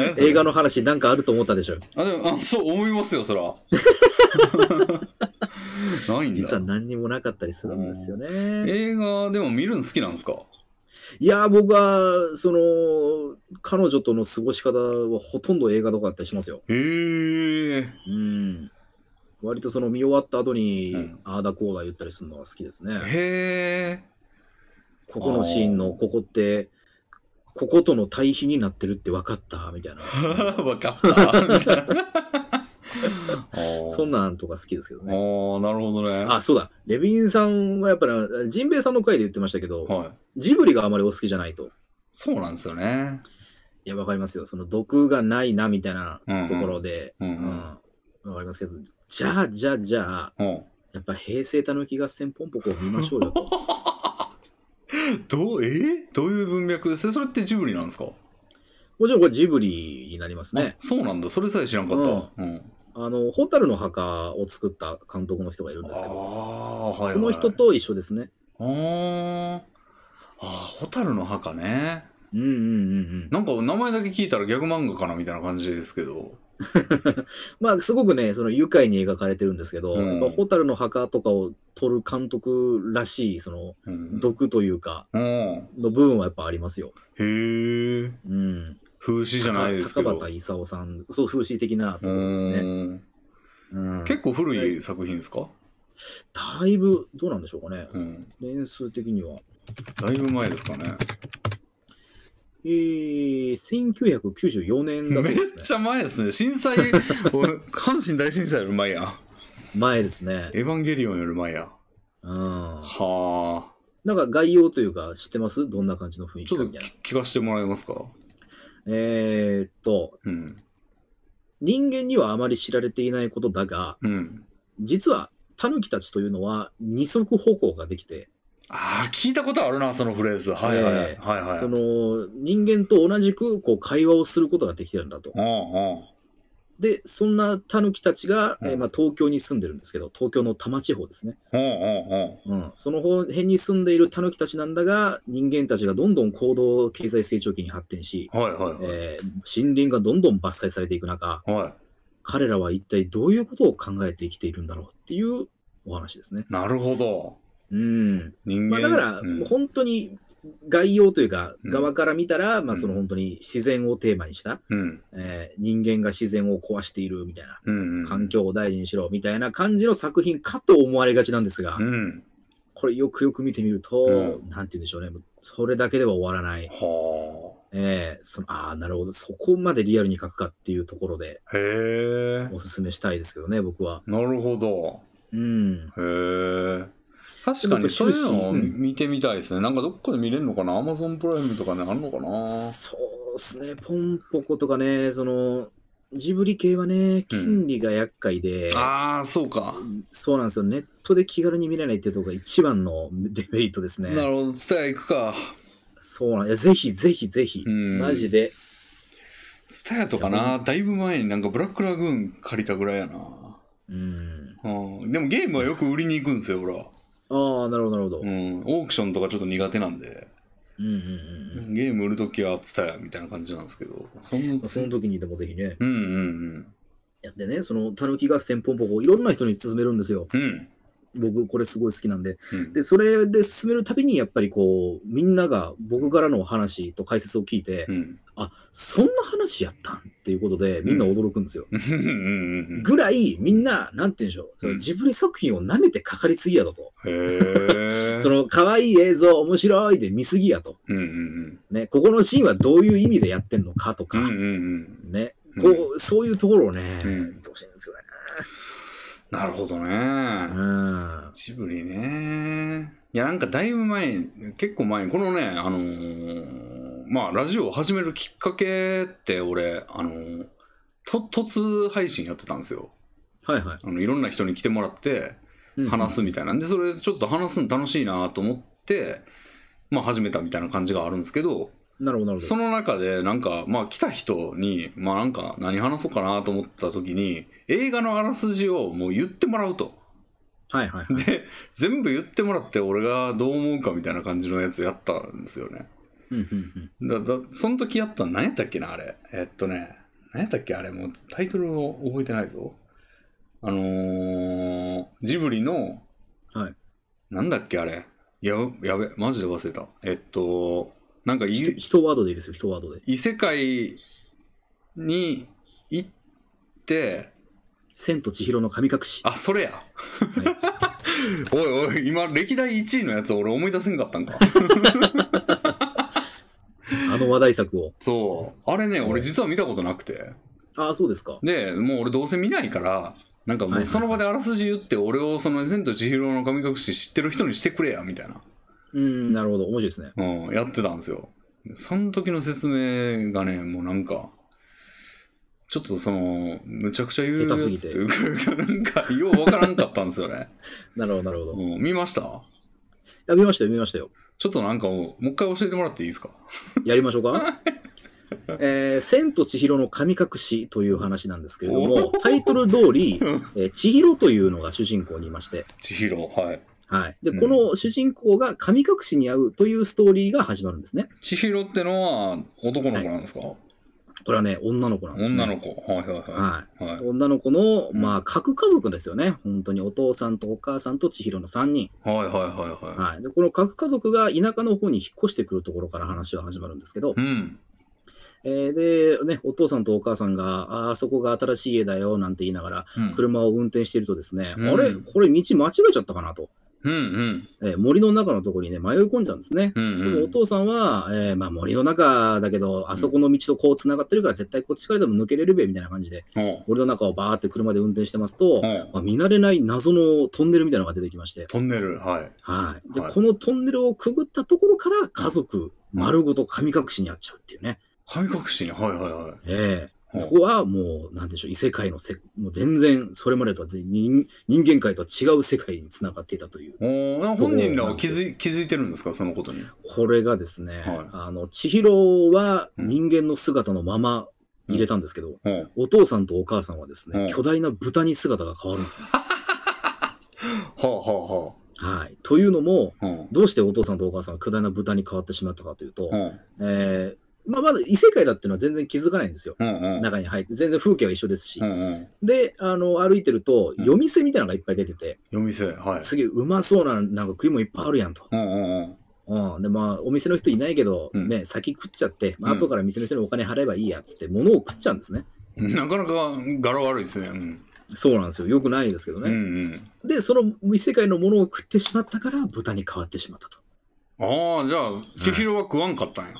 [SPEAKER 1] やそれ
[SPEAKER 2] 映画の話なんかあると思ったでしょ。
[SPEAKER 1] あでもあそう思いますよそ らないんだ
[SPEAKER 2] 実は何にもなかったりするんですよね。
[SPEAKER 1] 映画でも見るの好きなんですか
[SPEAKER 2] いやー、僕は、その、彼女との過ごし方はほとんど映画とかだったりしますよ。
[SPEAKER 1] へえ
[SPEAKER 2] うん。割とその見終わった後に、
[SPEAKER 1] うん
[SPEAKER 2] ああだこうだ言ったりするのが好きですね。
[SPEAKER 1] へえ
[SPEAKER 2] ここのシーンのここって、こことの対比になってるって分かったみたいな。
[SPEAKER 1] 分かったみたいなあー
[SPEAKER 2] そんなんとか好きですけど
[SPEAKER 1] あ
[SPEAKER 2] ね。
[SPEAKER 1] ーなるほどね
[SPEAKER 2] あ、そうだ。レビンさんはやっぱり、ジンベイさんの回で言ってましたけど、
[SPEAKER 1] はい
[SPEAKER 2] ジブリがあまりお好きじゃないと。
[SPEAKER 1] そうなんですよね
[SPEAKER 2] いや、わかりますよ。その毒がないなみたいな
[SPEAKER 1] うんうん
[SPEAKER 2] ところで、
[SPEAKER 1] うん
[SPEAKER 2] うんわかりますけど、じゃあ、じゃあ、じゃあ、
[SPEAKER 1] うん
[SPEAKER 2] やっぱ平成たぬき合戦ポンポコを見ましょうよ と。
[SPEAKER 1] どうえーどういう文脈それそれってジブリなんですか、
[SPEAKER 2] もちろんこれジブリになりますね。
[SPEAKER 1] あそうなんだそれさえ知らんかった、うん
[SPEAKER 2] あの、ホタルの墓を作った監督の人がいるんですけど、
[SPEAKER 1] ああー、はいはい、
[SPEAKER 2] その人。と一緒ですね。
[SPEAKER 1] あーあー、ホタルの墓ね。
[SPEAKER 2] うんうんうんうん。
[SPEAKER 1] なんか名前だけ聞いたらギャグ漫画かなみたいな感じですけど。
[SPEAKER 2] まあ、すごくね、その愉快に描かれてるんですけど、
[SPEAKER 1] うん
[SPEAKER 2] やっぱホタルの墓とかを撮る監督らしい、その、
[SPEAKER 1] うん。
[SPEAKER 2] 毒というか、
[SPEAKER 1] うん
[SPEAKER 2] の部分はやっぱありますよ。
[SPEAKER 1] へえ。
[SPEAKER 2] うん。
[SPEAKER 1] 風刺じゃないですけ
[SPEAKER 2] 高
[SPEAKER 1] ど。
[SPEAKER 2] 畑勲さん、そう、風刺的なところです
[SPEAKER 1] う
[SPEAKER 2] ね。
[SPEAKER 1] ん
[SPEAKER 2] うん、
[SPEAKER 1] 結構古い作品ですか、
[SPEAKER 2] だいぶ、どうなんでしょうかね。
[SPEAKER 1] うん。
[SPEAKER 2] 年数的には。
[SPEAKER 1] だいぶ前ですかね。
[SPEAKER 2] えー、1994年だそ
[SPEAKER 1] め
[SPEAKER 2] う
[SPEAKER 1] っ
[SPEAKER 2] ですね。
[SPEAKER 1] ちゃ前ですね。震災、 おい阪神大震災より前や。
[SPEAKER 2] 前ですね。
[SPEAKER 1] エヴァンゲリオンより前や。
[SPEAKER 2] うん。
[SPEAKER 1] はあ。
[SPEAKER 2] なんか概要というか知ってますどんな感じの雰囲
[SPEAKER 1] ち
[SPEAKER 2] 気
[SPEAKER 1] ょ
[SPEAKER 2] か
[SPEAKER 1] っ
[SPEAKER 2] み
[SPEAKER 1] と
[SPEAKER 2] たいな。
[SPEAKER 1] 聞かせてもらえますか
[SPEAKER 2] えーっと、
[SPEAKER 1] うん。
[SPEAKER 2] 人間にはあまり知られていないことだが、
[SPEAKER 1] うん。
[SPEAKER 2] 実はタヌキたちというのは二足歩行ができて、
[SPEAKER 1] ああ、聞いたことあるな、そのフレーズ。はいはい、
[SPEAKER 2] ええ
[SPEAKER 1] はいはい。
[SPEAKER 2] その人間と同じくこう会話をすることができてるんだと
[SPEAKER 1] う。んうん。
[SPEAKER 2] で、そんなタヌキたちが、えー
[SPEAKER 1] うん
[SPEAKER 2] まあ、東京に住んでるんですけど、東京の多摩地方ですね。
[SPEAKER 1] うんうんうん。
[SPEAKER 2] うん、その辺に住んでいるタヌキたちなんだが、人間たちがどんどん行動経済成長期に発展し、
[SPEAKER 1] はいはいはい。
[SPEAKER 2] えー森林がどんどん伐採されていく中、
[SPEAKER 1] は
[SPEAKER 2] 彼らは一体どういうことを考えて生きているんだろうっていうお話ですね。
[SPEAKER 1] い。なるほど。
[SPEAKER 2] うん。
[SPEAKER 1] 人
[SPEAKER 2] ま
[SPEAKER 1] 間。
[SPEAKER 2] あ、だから、
[SPEAKER 1] うん
[SPEAKER 2] 本当に概要というか、
[SPEAKER 1] うん
[SPEAKER 2] 側から見たら、まあ、その
[SPEAKER 1] うん
[SPEAKER 2] 本当に自然をテーマにした、
[SPEAKER 1] うん。
[SPEAKER 2] えー人間が自然を壊しているみたいな、
[SPEAKER 1] うんうん。
[SPEAKER 2] 環。境を大事にしろみたいな感じの作品かと思われがちなんですが
[SPEAKER 1] う、ん。
[SPEAKER 2] これよくよく見てみると、
[SPEAKER 1] う
[SPEAKER 2] なんて言うんでしょうね、それだけでは終わらない。
[SPEAKER 1] は
[SPEAKER 2] ええその、ああ、なるほど。そこまでリアルに書くかっていうところで、
[SPEAKER 1] へえ。
[SPEAKER 2] おすすめしたいですけどね、僕は。
[SPEAKER 1] なるほど。
[SPEAKER 2] うん。
[SPEAKER 1] へえ。確かにそういうのを見てみたいですね。なんかどっかで見れるのかなアマゾンプライムとかね、あんのかな
[SPEAKER 2] そうですね、ポンポコとかね、その、ジブリ系はね、権利が厄介で、
[SPEAKER 1] ああ、そうか。
[SPEAKER 2] そうなんですよ。ネットで気軽に見れないっていうところが一番のデメリットです
[SPEAKER 1] な
[SPEAKER 2] ね。
[SPEAKER 1] るほど。ツタヤ行くか。
[SPEAKER 2] そうなんいやぜひぜひぜひ。
[SPEAKER 1] うん
[SPEAKER 2] マジで。
[SPEAKER 1] ツタヤとかな、だいぶ前になんかブラックラグーン借りたぐらいやな。
[SPEAKER 2] うん。
[SPEAKER 1] うん、でもゲームはよく売りに行くんですよ、俺は。
[SPEAKER 2] ああ、なるほど、なるほど。う
[SPEAKER 1] うんん、オークションとかちょっと苦手なんで、
[SPEAKER 2] うんうんうん。
[SPEAKER 1] ゲーム売るときはツタヤみたいな感じなんですけど、そんな
[SPEAKER 2] まあ、その時にでもぜひね。
[SPEAKER 1] うんうん
[SPEAKER 2] やってね、その、たぬき合戦ポンポコ、いろんな人に勧めるんですよ。
[SPEAKER 1] うん。うん。
[SPEAKER 2] 僕、これすごい好きなんで。
[SPEAKER 1] うん、
[SPEAKER 2] で、それで進めるたびに、やっぱりこう、みんなが僕からの話と解説を聞いて、
[SPEAKER 1] うん。
[SPEAKER 2] あ、そんな話やったんっていうことで、みんな驚くんですよ。
[SPEAKER 1] うんうんうん。
[SPEAKER 2] ぐらい、みんな、なんて言うんでしょう、そのジブリ作品を舐めてかかりすぎやだと。
[SPEAKER 1] へぇ
[SPEAKER 2] その、可愛い映像、面白いで見すぎやと。
[SPEAKER 1] うんうん
[SPEAKER 2] ね、ここのシーンはどういう意味でやってんのかと
[SPEAKER 1] う
[SPEAKER 2] か、
[SPEAKER 1] ん。うんうん
[SPEAKER 2] ね、
[SPEAKER 1] うん
[SPEAKER 2] こう、そういうところをね、
[SPEAKER 1] うん
[SPEAKER 2] やってほしいんですよね。
[SPEAKER 1] なるほど
[SPEAKER 2] う
[SPEAKER 1] ね。
[SPEAKER 2] ん。
[SPEAKER 1] ジブリね。いや、なんかだいぶ前、結構前に、このね、あのーまあ、ラジオを始めるきっかけって、俺、あのーと、突配信やってたんですよ。
[SPEAKER 2] はいはい。
[SPEAKER 1] あのいろんな人に来てもらって、
[SPEAKER 2] うん
[SPEAKER 1] 話すみたいなんで、それちょっと話すの楽しいなと思って、まあ、始めたみたいな感じがあるんですけど、
[SPEAKER 2] なるほど、なるほど。
[SPEAKER 1] その中で、なんか、まあ、来た人に、まあ、なんか、何話そうかなと思った時に、映画のあらすじをもう言ってもらうと。
[SPEAKER 2] はいはいはい。
[SPEAKER 1] で、全部言ってもらって、俺がどう思うかみたいな感じのやつやったんですよね。
[SPEAKER 2] うんうん
[SPEAKER 1] だ、だ、その時やったの何やったっけな、あれ。えっとね、何やったっけ、あれ、もうタイトルを覚えてないぞ。あのー、ジブリの、
[SPEAKER 2] はい。
[SPEAKER 1] なんだっけ、あれ。や、やべ、マジで忘れた。えっと、なんかい、
[SPEAKER 2] ひと一ワードでいいですよ、一ワードで。
[SPEAKER 1] 異世界に行って、
[SPEAKER 2] 千と千尋の神隠し。
[SPEAKER 1] あ、それや。 おいおい、今、歴代1位のやつ俺思い出せんかったんか。
[SPEAKER 2] あの話題作を。
[SPEAKER 1] そう。あれね、
[SPEAKER 2] うん
[SPEAKER 1] 俺実は見たことなくて。
[SPEAKER 2] ああ、そうですか。
[SPEAKER 1] で、もう俺どうせ見ないから、なんかもうその場であらすじ言って、俺をその千と千尋の神隠し知ってる人にしてくれや、みたいな。
[SPEAKER 2] うん、なるほど。面白いですね。
[SPEAKER 1] うん、やってたんですよ。その時の説明がね、もうなんか、ちょっとその、むちゃくちゃ言うや
[SPEAKER 2] 下
[SPEAKER 1] つ
[SPEAKER 2] 手す
[SPEAKER 1] と
[SPEAKER 2] ぎて
[SPEAKER 1] いうか、なんか、ようわからんかったんですよね。
[SPEAKER 2] なるほど、なるほど。い
[SPEAKER 1] うん、見ました
[SPEAKER 2] や、見ましたよ、見ましたよ。
[SPEAKER 1] ちょっとなんかもう、もう一回教えてもらっていいですか
[SPEAKER 2] やりましょう か。えー、千と千尋の神隠しという話なんですけれども
[SPEAKER 1] お、
[SPEAKER 2] タイトル通り
[SPEAKER 1] うん、
[SPEAKER 2] えー千尋というのが主人公にいまして、
[SPEAKER 1] 千尋、はい。
[SPEAKER 2] はい。で、
[SPEAKER 1] うん
[SPEAKER 2] この主人公が神隠しに遭うというストーリーが始まるんですね。
[SPEAKER 1] 千尋ってのは男の子なんですか、
[SPEAKER 2] これはね、女の子なんですね。
[SPEAKER 1] 女の子。はいはいは
[SPEAKER 2] はい。
[SPEAKER 1] い。はい。
[SPEAKER 2] 女の子の、
[SPEAKER 1] ん
[SPEAKER 2] まあ、核家族ですよね。本当にお父さんとお母さんと千尋の3人。
[SPEAKER 1] はいはいはいはい。
[SPEAKER 2] はい。で、この核家族が田舎の方に引っ越してくるところから話は始まるんですけど、
[SPEAKER 1] うん。
[SPEAKER 2] えーで、ね、お父さんとお母さんが、あーそこが新しい家だよ、なんて言いながら、
[SPEAKER 1] うん。
[SPEAKER 2] 車を運転しているとですね、
[SPEAKER 1] うん
[SPEAKER 2] あれこれ道間違えちゃったかなと。
[SPEAKER 1] うんうん。
[SPEAKER 2] えー森の中のところにね、迷い込んじゃうんですね。
[SPEAKER 1] う
[SPEAKER 2] で
[SPEAKER 1] んう
[SPEAKER 2] もお
[SPEAKER 1] ん。
[SPEAKER 2] 父さんは、えーまあ森の中だけど、あそこの道とこう繋がってるから絶対こっちからでも抜けれるべ、みたいな感じで、
[SPEAKER 1] おう
[SPEAKER 2] 森の中をバーって車で運転してますと、
[SPEAKER 1] おう
[SPEAKER 2] まあ、見慣れない謎のトンネルみたいなのが出てきまして、
[SPEAKER 1] トンネル、はい。
[SPEAKER 2] はい。で、
[SPEAKER 1] はい
[SPEAKER 2] このトンネルをくぐったところから家族丸ごと神隠しにあっちゃうっていうね。
[SPEAKER 1] 神隠しに、はいはいはい。
[SPEAKER 2] ええ
[SPEAKER 1] ほう
[SPEAKER 2] ここはもう、なんでしょう、異世界のせ、もう全然、それまでとは全人人間界とは違う世界につながっていたという。
[SPEAKER 1] おーなんか本人らは気づい気づいてるんですか、そのことに。
[SPEAKER 2] これがですね、
[SPEAKER 1] はい
[SPEAKER 2] あの、千尋は
[SPEAKER 1] うん
[SPEAKER 2] 人間の姿のまま入れたんですけど、
[SPEAKER 1] おう
[SPEAKER 2] お父さんとお母さんはです
[SPEAKER 1] うん
[SPEAKER 2] ね、巨大な豚に姿が変わるんですね。
[SPEAKER 1] はあは
[SPEAKER 2] はい。というのも、
[SPEAKER 1] あはあ。
[SPEAKER 2] どうしてお父さんとお母さんは巨大な豚に変わってしまったかというと、
[SPEAKER 1] うん。うん。
[SPEAKER 2] えーまあ、まだ異世界だっていうのは全然気づかないんですよ。
[SPEAKER 1] うんうん。
[SPEAKER 2] 中に入って、全然風景は一緒ですし
[SPEAKER 1] う。んうん。
[SPEAKER 2] で、あの、歩いてると、
[SPEAKER 1] うん
[SPEAKER 2] 夜店みたいなのがいっぱい出てて、
[SPEAKER 1] 夜店、はい。
[SPEAKER 2] すげえうまそうな、なんか食い物いっぱいあるやんと。
[SPEAKER 1] うんうんうん。
[SPEAKER 2] うん。で、まあ、お店の人いないけど、
[SPEAKER 1] うん
[SPEAKER 2] ね、先食っちゃって、まあ、
[SPEAKER 1] うん
[SPEAKER 2] 後から店の人にお金払えばいいや、つって、物を食っちゃうんですね。
[SPEAKER 1] なかなか柄悪いですね。うん。
[SPEAKER 2] そうなんですよ。よくないですけど
[SPEAKER 1] う
[SPEAKER 2] ね。
[SPEAKER 1] ん
[SPEAKER 2] で、その異世界のものを食ってしまったから、豚に変わってしまったと。
[SPEAKER 1] うん。ああ、じゃあ、千尋は食わんかったんや。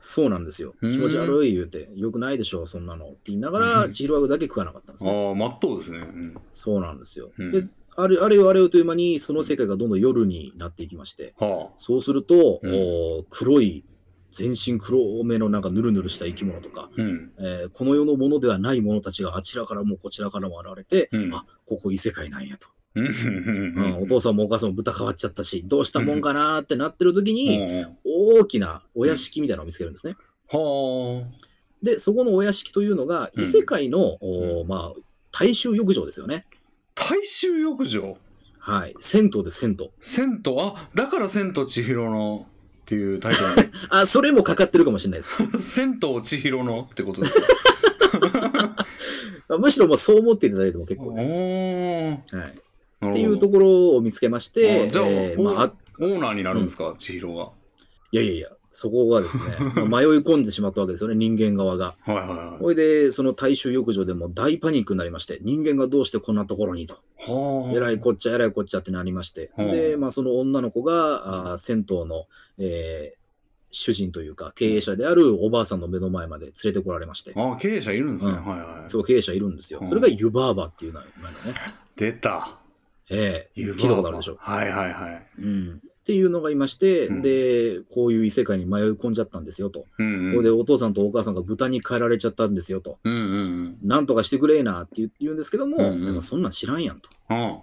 [SPEAKER 2] そうなんですよ。
[SPEAKER 1] うん
[SPEAKER 2] 気持ち悪い言うて、よくないでしょ、そんなの。って言いながら
[SPEAKER 1] う、ん
[SPEAKER 2] チヒロワグだけ食わなかったんですね。
[SPEAKER 1] ああ、まっとうですね。うん。
[SPEAKER 2] そうなんですよ。
[SPEAKER 1] うん
[SPEAKER 2] で、あれ、あれよあれよという間に、その世界がどんどん夜になっていきまして、
[SPEAKER 1] は
[SPEAKER 2] そうすると、
[SPEAKER 1] うん
[SPEAKER 2] おー黒い、全身黒めのなんかぬるぬるした生き物とか、
[SPEAKER 1] あ。うん。
[SPEAKER 2] えーこの世のものではないものたちがあちらからもこちらからも現れて、
[SPEAKER 1] うん
[SPEAKER 2] あ、ここ異世界なんやと。
[SPEAKER 1] うん。う
[SPEAKER 2] うん
[SPEAKER 1] ん。
[SPEAKER 2] お父さんもお母さんも豚変わっちゃったし、どうしたもんかなーってなってる時に、
[SPEAKER 1] うん
[SPEAKER 2] 大きなお屋敷みたいなのを見つけるんですね。
[SPEAKER 1] は
[SPEAKER 2] で、そこのお屋敷というのが、
[SPEAKER 1] うん
[SPEAKER 2] 異世界の、おーまあ、大衆浴場ですよね。
[SPEAKER 1] あ。大衆浴場
[SPEAKER 2] はい。銭湯で銭湯。
[SPEAKER 1] 千と、あ、だから千と千尋のっていうタイトルなん だ
[SPEAKER 2] あ、それもかかってるかもしれないです。
[SPEAKER 1] 千と千尋のってことですか。
[SPEAKER 2] あむしろもうそう思っていただいても結
[SPEAKER 1] お
[SPEAKER 2] 構
[SPEAKER 1] ー
[SPEAKER 2] です。
[SPEAKER 1] な
[SPEAKER 2] はい、っ
[SPEAKER 1] るほど
[SPEAKER 2] ていうところを見つけまし
[SPEAKER 1] あ
[SPEAKER 2] て、
[SPEAKER 1] じゃあ
[SPEAKER 2] えーまあ、あ
[SPEAKER 1] オーナーになるんですか、千尋が。
[SPEAKER 2] いやいやいや、そこがですね、 まあ迷い込んでしまったわけですよね、人間側が。
[SPEAKER 1] はいはいはい。
[SPEAKER 2] ほいで、その大衆浴場でも大パニックになりまして、人間がどうしてこんなところにと。
[SPEAKER 1] はあ。
[SPEAKER 2] えらいこっちゃえらいこっちゃってなりまして、
[SPEAKER 1] うん
[SPEAKER 2] で、まあ、その女の子が、あー銭湯の、えー主人というか、経営者であるおばあさんの目の前まで連れてこられまして、
[SPEAKER 1] ああ、経営者いるんですね。
[SPEAKER 2] うん
[SPEAKER 1] はいはい。
[SPEAKER 2] そう、経営者いるんですよ
[SPEAKER 1] う。ん
[SPEAKER 2] それが湯婆婆っていう名前のね、
[SPEAKER 1] 出た。
[SPEAKER 2] ええ
[SPEAKER 1] 湯
[SPEAKER 2] 聞いたことあるでしょう。
[SPEAKER 1] はいはいはい。
[SPEAKER 2] うん。っていうのがいまして、
[SPEAKER 1] うん
[SPEAKER 2] で、こういう異世界に迷い込んじゃったんですよと。
[SPEAKER 1] うん
[SPEAKER 2] こ
[SPEAKER 1] う
[SPEAKER 2] れ
[SPEAKER 1] ん。
[SPEAKER 2] でお父さんとお母さんが豚に変えられちゃったんですよと。
[SPEAKER 1] うんうん
[SPEAKER 2] なんとかしてくれーなって言う言うんですけども、
[SPEAKER 1] うんうん
[SPEAKER 2] でもそんなん知らんやんと。
[SPEAKER 1] うん。は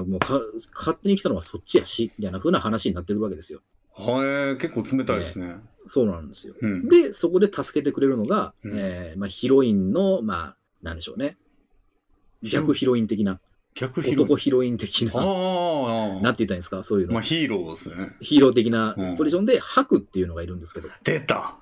[SPEAKER 2] あもうか勝手に来たのはそっちやし、みたいな風な話になってくるわけですよ。
[SPEAKER 1] えー、結構冷たいですね。
[SPEAKER 2] そうなんですよ。
[SPEAKER 1] うん。
[SPEAKER 2] で、そこで助けてくれるのが、
[SPEAKER 1] うん
[SPEAKER 2] えーまあ、ヒロインの、まあ、なんでしょうね。逆ヒロイン的な、
[SPEAKER 1] 逆ヒロイン
[SPEAKER 2] 男ヒロイン的
[SPEAKER 1] あ
[SPEAKER 2] な、
[SPEAKER 1] あ
[SPEAKER 2] なんて言ったらいいんですか、そういうの。
[SPEAKER 1] まあヒーローですね。
[SPEAKER 2] ヒーロー的な
[SPEAKER 1] うん
[SPEAKER 2] ポジションで、ハクっていうのがいるんですけど、
[SPEAKER 1] 出た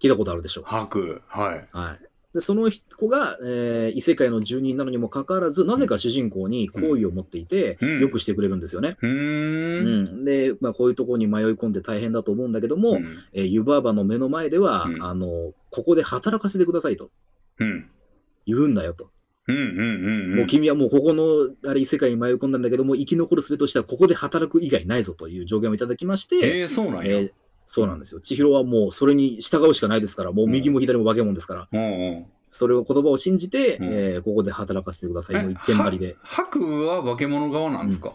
[SPEAKER 2] 聞いたことあるでしょ
[SPEAKER 1] 白。はい。
[SPEAKER 2] う。はい。で、その子が、えー異世界の住人なのにもかかわらず、なぜか主人公に好意を持っていて、
[SPEAKER 1] うん
[SPEAKER 2] よくしてくれるんですよね。
[SPEAKER 1] う
[SPEAKER 2] う
[SPEAKER 1] ーん。
[SPEAKER 2] ん。で、まあ、こういうところに迷い込んで大変だと思うんだけども、
[SPEAKER 1] うん。
[SPEAKER 2] えー湯婆婆の目の前では、
[SPEAKER 1] うん
[SPEAKER 2] あの、ここで働かせてくださいと
[SPEAKER 1] うん。
[SPEAKER 2] 言うんだよと。
[SPEAKER 1] うんうんうん。
[SPEAKER 2] もう君はもうここの、あれ、異世界に迷い込んだんだけども、生き残る術としてはここで働く以外ないぞという上限をいただきまして、
[SPEAKER 1] ええー、そうなん
[SPEAKER 2] え
[SPEAKER 1] や。
[SPEAKER 2] ーそうなんですよ。千尋はもうそれに従うしかないですから、もう右も左も化け物ですから、
[SPEAKER 1] うんうん。
[SPEAKER 2] それを言葉を信じて、
[SPEAKER 1] うん
[SPEAKER 2] えーここで働かせてください。
[SPEAKER 1] え
[SPEAKER 2] もう一点張りで。
[SPEAKER 1] 白は化け物側なんですか、